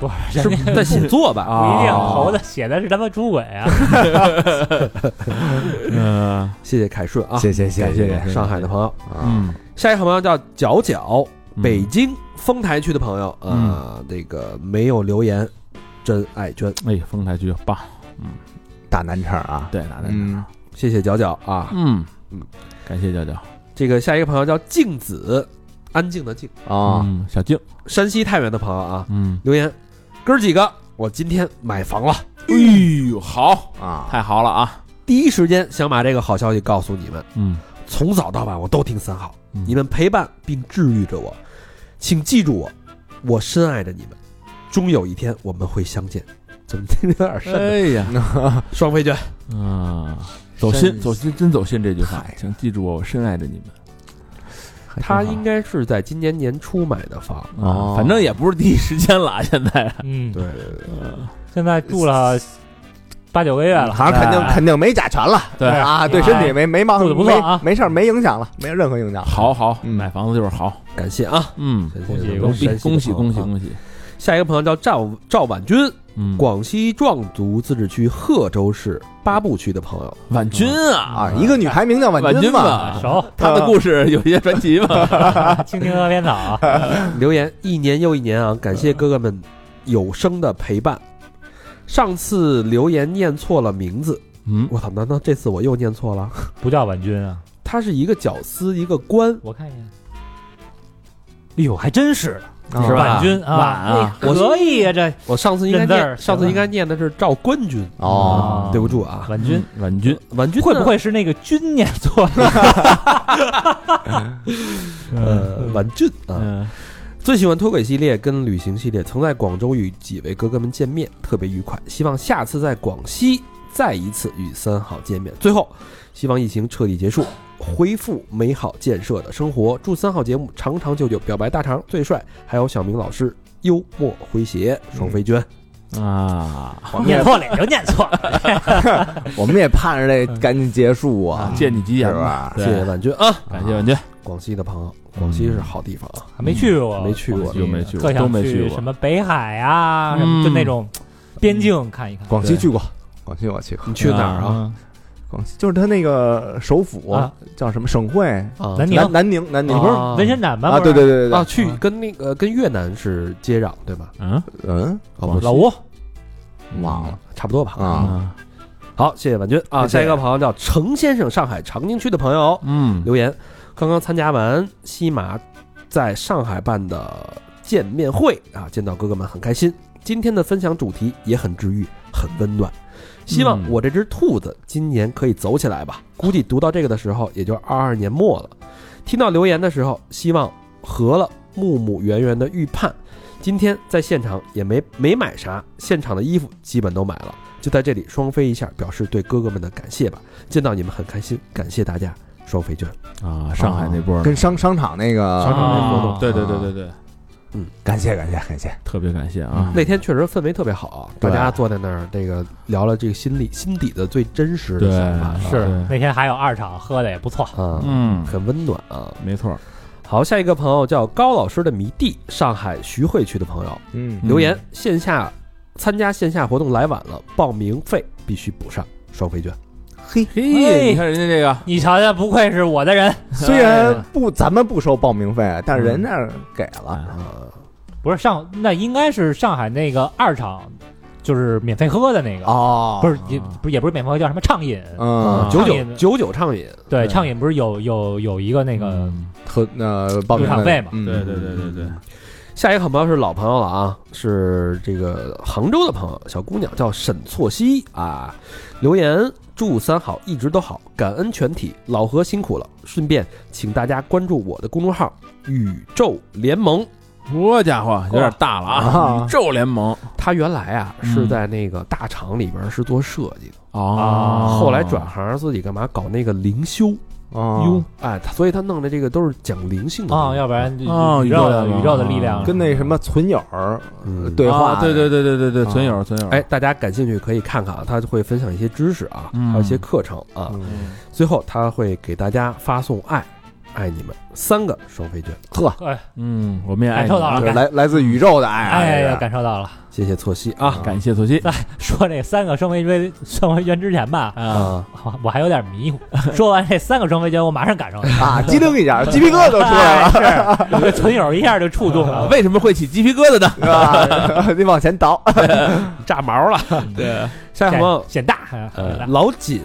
Speaker 5: 不
Speaker 2: 是
Speaker 5: 人家
Speaker 2: 在写作吧？
Speaker 5: 不
Speaker 3: 哦
Speaker 5: 一定
Speaker 4: 啊
Speaker 5: 猴子写的是他妈出轨啊！
Speaker 4: 嗯
Speaker 2: 谢谢凯顺啊，
Speaker 3: 谢谢谢
Speaker 2: 感
Speaker 3: 谢谢谢
Speaker 2: 上海的朋友。
Speaker 3: 啊，
Speaker 4: 嗯，
Speaker 2: 下一个好朋友叫角角，
Speaker 4: 嗯
Speaker 2: 北京丰台区的朋友啊，那个没有留言，真爱娟，
Speaker 4: 哎，丰台区棒，
Speaker 3: 大南城啊，
Speaker 4: 对，拿在那
Speaker 3: 嗯
Speaker 4: 儿。
Speaker 2: 谢谢角角啊。
Speaker 4: 嗯
Speaker 2: 嗯，
Speaker 4: 感谢娇娇
Speaker 2: 这个下一个朋友叫静子，安静的静，
Speaker 3: 啊，
Speaker 4: 嗯小静，
Speaker 2: 山西太原的朋友啊，
Speaker 4: 嗯，
Speaker 2: 留言，哥儿几个，我今天买房了，
Speaker 4: 哎呦，好，
Speaker 3: 啊，
Speaker 4: 太好了啊，
Speaker 2: 第一时间想把这个好消息告诉你们。
Speaker 4: 嗯，
Speaker 2: 从早到晚我都听三好，
Speaker 4: 嗯
Speaker 2: 你们陪伴并治愈着我，请记住我，我深爱着你们，终有一天我们会相见。怎么听着有点瘆呢？
Speaker 4: 哎呀，
Speaker 2: 双飞娟，
Speaker 4: 啊，走心，走心，真走心这句话
Speaker 3: 嗨，
Speaker 4: 请记住我，我深爱着你们
Speaker 2: 他应该是在今年年初买的房。
Speaker 3: 哦
Speaker 4: 啊，反正也不是第一时间了，现在，
Speaker 5: 嗯，
Speaker 2: 对对对，
Speaker 5: 现在住了八九个月了，哎
Speaker 3: 好像肯定肯定没甲醛了，
Speaker 4: 对
Speaker 3: 啊，对身体没没忙，
Speaker 5: 做哎得不错啊
Speaker 3: 没没事儿没影响了，没有任何影响。
Speaker 4: 好哎好
Speaker 3: 嗯
Speaker 4: 买房子就是好，
Speaker 2: 感谢啊，
Speaker 4: 嗯，
Speaker 2: 感谢
Speaker 4: 恭喜
Speaker 2: 山西的
Speaker 4: 恭喜
Speaker 2: 朋
Speaker 4: 恭
Speaker 2: 友啊
Speaker 4: 喜恭喜，
Speaker 2: 下一个朋友叫赵赵婉君，
Speaker 4: 嗯，
Speaker 2: 广西壮族自治区贺州市八部区的朋友。
Speaker 4: 婉君啊，
Speaker 3: 啊，一个女排名叫婉
Speaker 4: 婉君
Speaker 3: 嘛，
Speaker 4: 吧，
Speaker 5: 熟，
Speaker 4: 她的故事有一些传奇嘛，
Speaker 5: 青青河边草，
Speaker 2: 留言一年又一年啊，感谢哥哥们有声的陪伴。上次留言念错了名字，
Speaker 4: 嗯，
Speaker 2: 我操！难道这次我又念错了？
Speaker 5: 不叫婉君啊，
Speaker 2: 它是一个绞丝，一个关，
Speaker 5: 我看一眼。哎呦，还真是的，
Speaker 3: 啊
Speaker 2: 是吧
Speaker 5: 婉君啊，
Speaker 4: 晚啊
Speaker 5: 哎可以呀，这
Speaker 2: 我上次应该
Speaker 5: 认字儿
Speaker 2: 念，上次应该念的是赵冠军，
Speaker 3: 哦，
Speaker 2: 对不住啊，
Speaker 5: 婉君，
Speaker 4: 婉嗯君，
Speaker 2: 婉君呢
Speaker 5: 会不？会是那个君念错 了？
Speaker 2: 呃，婉俊啊，
Speaker 4: 嗯，
Speaker 2: 最喜欢脱轨系列跟旅行系列，曾在广州与几位哥哥们见面，特别愉快。希望下次在广西再一次与三好见面。最后，希望疫情彻底结束，恢复美好建设的生活。祝三好节目长长久久，表白大肠最帅，还有小明老师幽默诙谐，双飞娟。
Speaker 4: 啊，
Speaker 3: 我们
Speaker 5: 念
Speaker 3: 也
Speaker 5: 错了也就念错了，
Speaker 3: 我们也盼着这赶紧结束啊，
Speaker 4: 见你几眼
Speaker 3: 是
Speaker 4: 吧，
Speaker 3: 吧？
Speaker 2: 谢
Speaker 4: 对
Speaker 2: 谢婉君啊，
Speaker 4: 感谢婉君，
Speaker 2: 广西的朋友，广西是好地方啊，
Speaker 5: 还没去过，
Speaker 2: 没去过，
Speaker 4: 又没去过，
Speaker 5: 特
Speaker 4: 都
Speaker 5: 想
Speaker 4: 没去过
Speaker 5: 什，么北海啊，什么就
Speaker 4: 嗯
Speaker 5: 那种边境看一看。
Speaker 3: 广西去过，广西我去过
Speaker 2: 你，去哪儿啊？
Speaker 3: 广西就是他那个首府
Speaker 5: 啊
Speaker 3: 叫什么省会，
Speaker 2: 啊，
Speaker 5: 南宁
Speaker 3: 南南宁南宁
Speaker 2: 啊
Speaker 5: 不是纹身展吗？
Speaker 3: 啊，
Speaker 5: 不是
Speaker 3: 对对对对
Speaker 2: 啊，
Speaker 3: 对，
Speaker 2: 去跟那个跟越南是接壤对吧？
Speaker 4: 嗯？
Speaker 3: 嗯，
Speaker 2: 啊，不是
Speaker 5: 老吴
Speaker 3: 忘了
Speaker 2: 差不多吧。
Speaker 4: 嗯
Speaker 3: 啊，
Speaker 4: 啊，
Speaker 2: 好，谢谢婉君啊。
Speaker 3: 谢谢
Speaker 2: 下一个朋友叫程先生，上海长宁区的朋友
Speaker 4: 嗯，
Speaker 2: 留言，刚刚参加完西马在上海办的见面会啊，见到哥哥们很开心。今天的分享主题也很治愈，很温暖。希望
Speaker 4: 嗯
Speaker 2: 我这只兔子今年可以走起来吧。估计读到这个的时候，也就二二年末了。听到留言的时候，希望合了木木圆圆的预判。今天在现场也没没买啥，现场的衣服基本都买了。就在这里双飞一下，表示对哥哥们的感谢吧。见到你们很开心，感谢大家，双飞券。
Speaker 4: 啊，上海那波呢
Speaker 3: 跟商商场
Speaker 4: 商
Speaker 3: 那个，
Speaker 4: 场那活
Speaker 5: 啊
Speaker 4: 动，对对对对对，
Speaker 3: 感谢感谢感谢，
Speaker 4: 特别感谢啊，
Speaker 2: 那天确实氛围特别好，大
Speaker 3: 对
Speaker 2: 家坐在那儿，这个聊了这个心里心底的最真实的想法，
Speaker 4: 对
Speaker 5: 是
Speaker 4: 对
Speaker 5: 那天还有二场，喝的也不错。
Speaker 2: 啊，
Speaker 4: 嗯，
Speaker 2: 很温暖啊。
Speaker 4: 没错，
Speaker 2: 好，下一个朋友叫高老师的迷弟，上海徐汇区的朋友
Speaker 3: 嗯
Speaker 4: 嗯
Speaker 2: 留言，线下参加线下活动来晚了，报名费必须补上，双飞券。
Speaker 3: 嘿，
Speaker 4: 嘿，你看人家这个，
Speaker 5: 你瞧瞧，不愧是我的人。
Speaker 3: 虽然不咱们不收报名费，但是人家给
Speaker 2: 哎
Speaker 3: 了，
Speaker 2: 啊
Speaker 5: 不是上，那应该是上海那个二场，就是免费喝的那个，
Speaker 3: 哦，
Speaker 5: 不是也不是也不是免费喝，叫什么畅饮？
Speaker 3: 嗯
Speaker 4: 啊，
Speaker 2: 九
Speaker 5: 畅
Speaker 2: 九
Speaker 5: 饮的
Speaker 2: 九九畅饮，
Speaker 5: 对，
Speaker 4: 对
Speaker 5: 畅饮不是有有有一个那
Speaker 4: 那
Speaker 5: 个
Speaker 4: 嗯
Speaker 3: 特那报名
Speaker 5: 入场费嘛
Speaker 3: 嗯
Speaker 4: 对对对对对，
Speaker 2: 下一个好朋友是老朋友了啊，是这个杭州的朋友，小姑娘叫沈错西啊，留言祝三好一直都好，感恩全体，老何辛苦了。顺便请大家关注我的公众号“宇宙联盟
Speaker 4: 我家伙有点大了
Speaker 3: 啊
Speaker 4: 啊，宇宙联盟”。
Speaker 2: 她原来啊
Speaker 4: 嗯
Speaker 2: 是在那个大厂里边是做设计的，
Speaker 4: 啊
Speaker 2: 后来转行自己干嘛搞那个灵修
Speaker 3: 哟，
Speaker 2: 哎，他所以他弄的这个都是讲灵性
Speaker 3: 嗯
Speaker 2: 的
Speaker 5: 啊，要不然就
Speaker 4: 哦
Speaker 5: 宇宙的
Speaker 4: 宇宙的
Speaker 5: 宇宙的力量
Speaker 3: 哦
Speaker 5: 啊
Speaker 3: 跟那什么存友儿
Speaker 2: 嗯
Speaker 3: 对话，
Speaker 4: 啊对对对对对对，存友存友，
Speaker 2: 哎，，大家感兴趣可以看看啊，他会分享一些知识啊，
Speaker 4: 嗯
Speaker 2: 还有一些课程啊。
Speaker 3: 嗯，
Speaker 2: 最后他会给大家发送爱，爱你们三个双飞券。
Speaker 3: 呵，
Speaker 4: 嗯，我们也爱
Speaker 5: 感
Speaker 4: 你
Speaker 5: 受到
Speaker 3: 就
Speaker 5: 了
Speaker 4: 啊，
Speaker 3: 是来来自宇宙的爱啊，
Speaker 5: 哎
Speaker 3: 这
Speaker 5: 呀，
Speaker 3: 是
Speaker 5: 感受到了。
Speaker 2: 谢谢错西啊
Speaker 4: 感谢索西
Speaker 5: 说这三个双飞娟双飞娟之前吧，
Speaker 3: 嗯
Speaker 4: 啊，
Speaker 2: 啊！
Speaker 5: 我我还有点迷糊。说完这三个双飞娟，我马上感受到了，
Speaker 3: 啊，机灵一下，鸡皮疙瘩都出 来了
Speaker 5: 哎是我这存友一下就触 动了。
Speaker 4: 为什么会起鸡皮疙瘩呢？
Speaker 3: 是吧， 你往前倒，
Speaker 2: 炸毛 了，
Speaker 4: 对，
Speaker 2: 下一个朋友
Speaker 5: 显显大，啊显
Speaker 2: 呃
Speaker 5: 大
Speaker 2: 老锦，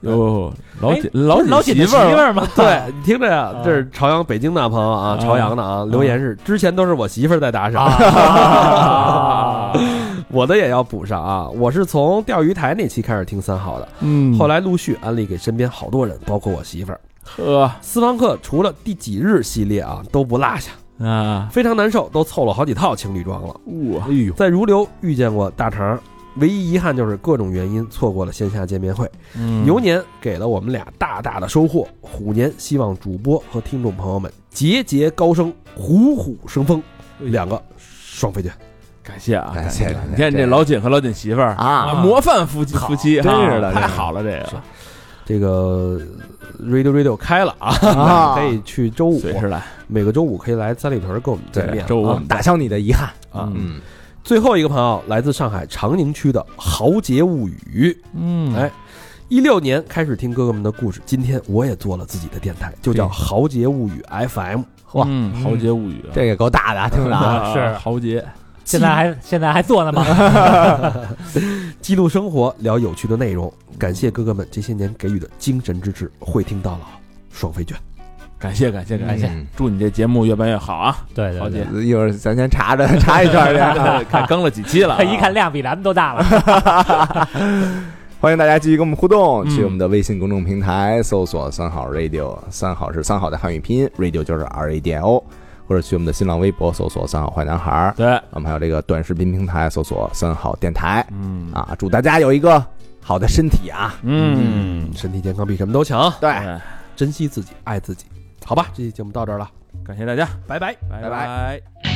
Speaker 4: 哟，老
Speaker 5: 哎
Speaker 4: 姐
Speaker 5: 不是老
Speaker 4: 姐
Speaker 5: 锦的
Speaker 4: 妇
Speaker 5: 媳
Speaker 4: 儿，
Speaker 5: 儿吗？
Speaker 2: 啊对你听着呀，
Speaker 5: 啊
Speaker 2: 这是朝阳北京的朋友啊，
Speaker 4: 啊
Speaker 2: 朝阳的啊，留言是之前都是我媳妇儿在打赏，
Speaker 5: 啊，
Speaker 2: 我的也要补上啊！我是从钓鱼台那期开始听三好的，
Speaker 4: 嗯
Speaker 2: 后来陆续安利给身边好多人，包括我媳妇儿。
Speaker 4: 呵
Speaker 2: 私房课除了第几日系列啊都不落下，
Speaker 4: 啊，
Speaker 2: 非常难受，都凑了好几套情侣装了。
Speaker 4: 哇，
Speaker 2: 哎呦，在如流遇见过大肠，唯一遗憾就是各种原因错过了线下见面会。牛
Speaker 4: 有你
Speaker 2: 年给了我们俩大大的收获，虎年希望主播和听众朋友们节节高升，虎虎生风，
Speaker 4: 哎
Speaker 2: 两个双飞卷。
Speaker 4: 感谢啊，
Speaker 3: 感谢
Speaker 4: 感
Speaker 3: 感谢
Speaker 4: 你看这老锦和老锦媳妇儿
Speaker 3: 啊
Speaker 4: 模范夫妻夫妻，
Speaker 3: 真
Speaker 4: 哈
Speaker 3: 是的
Speaker 4: 太
Speaker 3: 这个
Speaker 4: 好了，这个
Speaker 2: 这个呃 radio radio 开了啊，
Speaker 3: 啊
Speaker 2: 可以去周五，
Speaker 4: 随时来，
Speaker 2: 每个周五可以来三里屯跟我们见面。
Speaker 4: 哦周五我们
Speaker 3: 哦打消你的遗憾
Speaker 4: 啊，
Speaker 3: 嗯，
Speaker 2: 最后一个朋友来自上海长宁区的豪杰物语，
Speaker 4: 嗯
Speaker 2: 哎一六年开始听哥哥们的故事，今天我也做了自己的电台，就叫
Speaker 4: 对
Speaker 2: 豪杰物语 FM。
Speaker 3: 哇
Speaker 4: 嗯，豪杰物语啊，
Speaker 3: 这个够大的啊，听着啊，
Speaker 4: 啊
Speaker 5: 是
Speaker 4: 豪杰，
Speaker 5: 现在还现在还做呢吗？
Speaker 2: 记录生活，聊有趣的内容。感谢哥哥们这些年给予的精神支持，会听到老，双飞卷。
Speaker 4: 感谢感谢感谢
Speaker 3: 嗯，
Speaker 4: 祝你这节目越办越好啊！
Speaker 5: 对对
Speaker 4: 豪
Speaker 5: 对
Speaker 4: 杰，
Speaker 3: 一会儿咱先查查 查一圈去 啊。
Speaker 4: 看更了几期了啊，
Speaker 5: 他 一看量比咱们都大了。
Speaker 3: 欢迎大家继续跟我们互动，
Speaker 4: 嗯
Speaker 3: 去我们的微信公众平台搜索“三好 radio”，三好是三好的汉语拼音，radio 就是 R A D I O，或者去我们的新浪微博搜索“三好坏男孩儿
Speaker 4: 对”，，
Speaker 3: 我们还有这个短视频平台搜索“三好电台
Speaker 4: 嗯”
Speaker 3: 啊，祝大家有一个好的身体啊！
Speaker 4: 嗯，
Speaker 2: 身体健康比什么都强，
Speaker 3: 对，
Speaker 4: 哎
Speaker 2: 珍惜自己，爱自己，好吧？这期节目到这儿了。
Speaker 4: 感谢大家，
Speaker 2: 拜拜。
Speaker 4: 拜
Speaker 3: 拜
Speaker 4: 拜。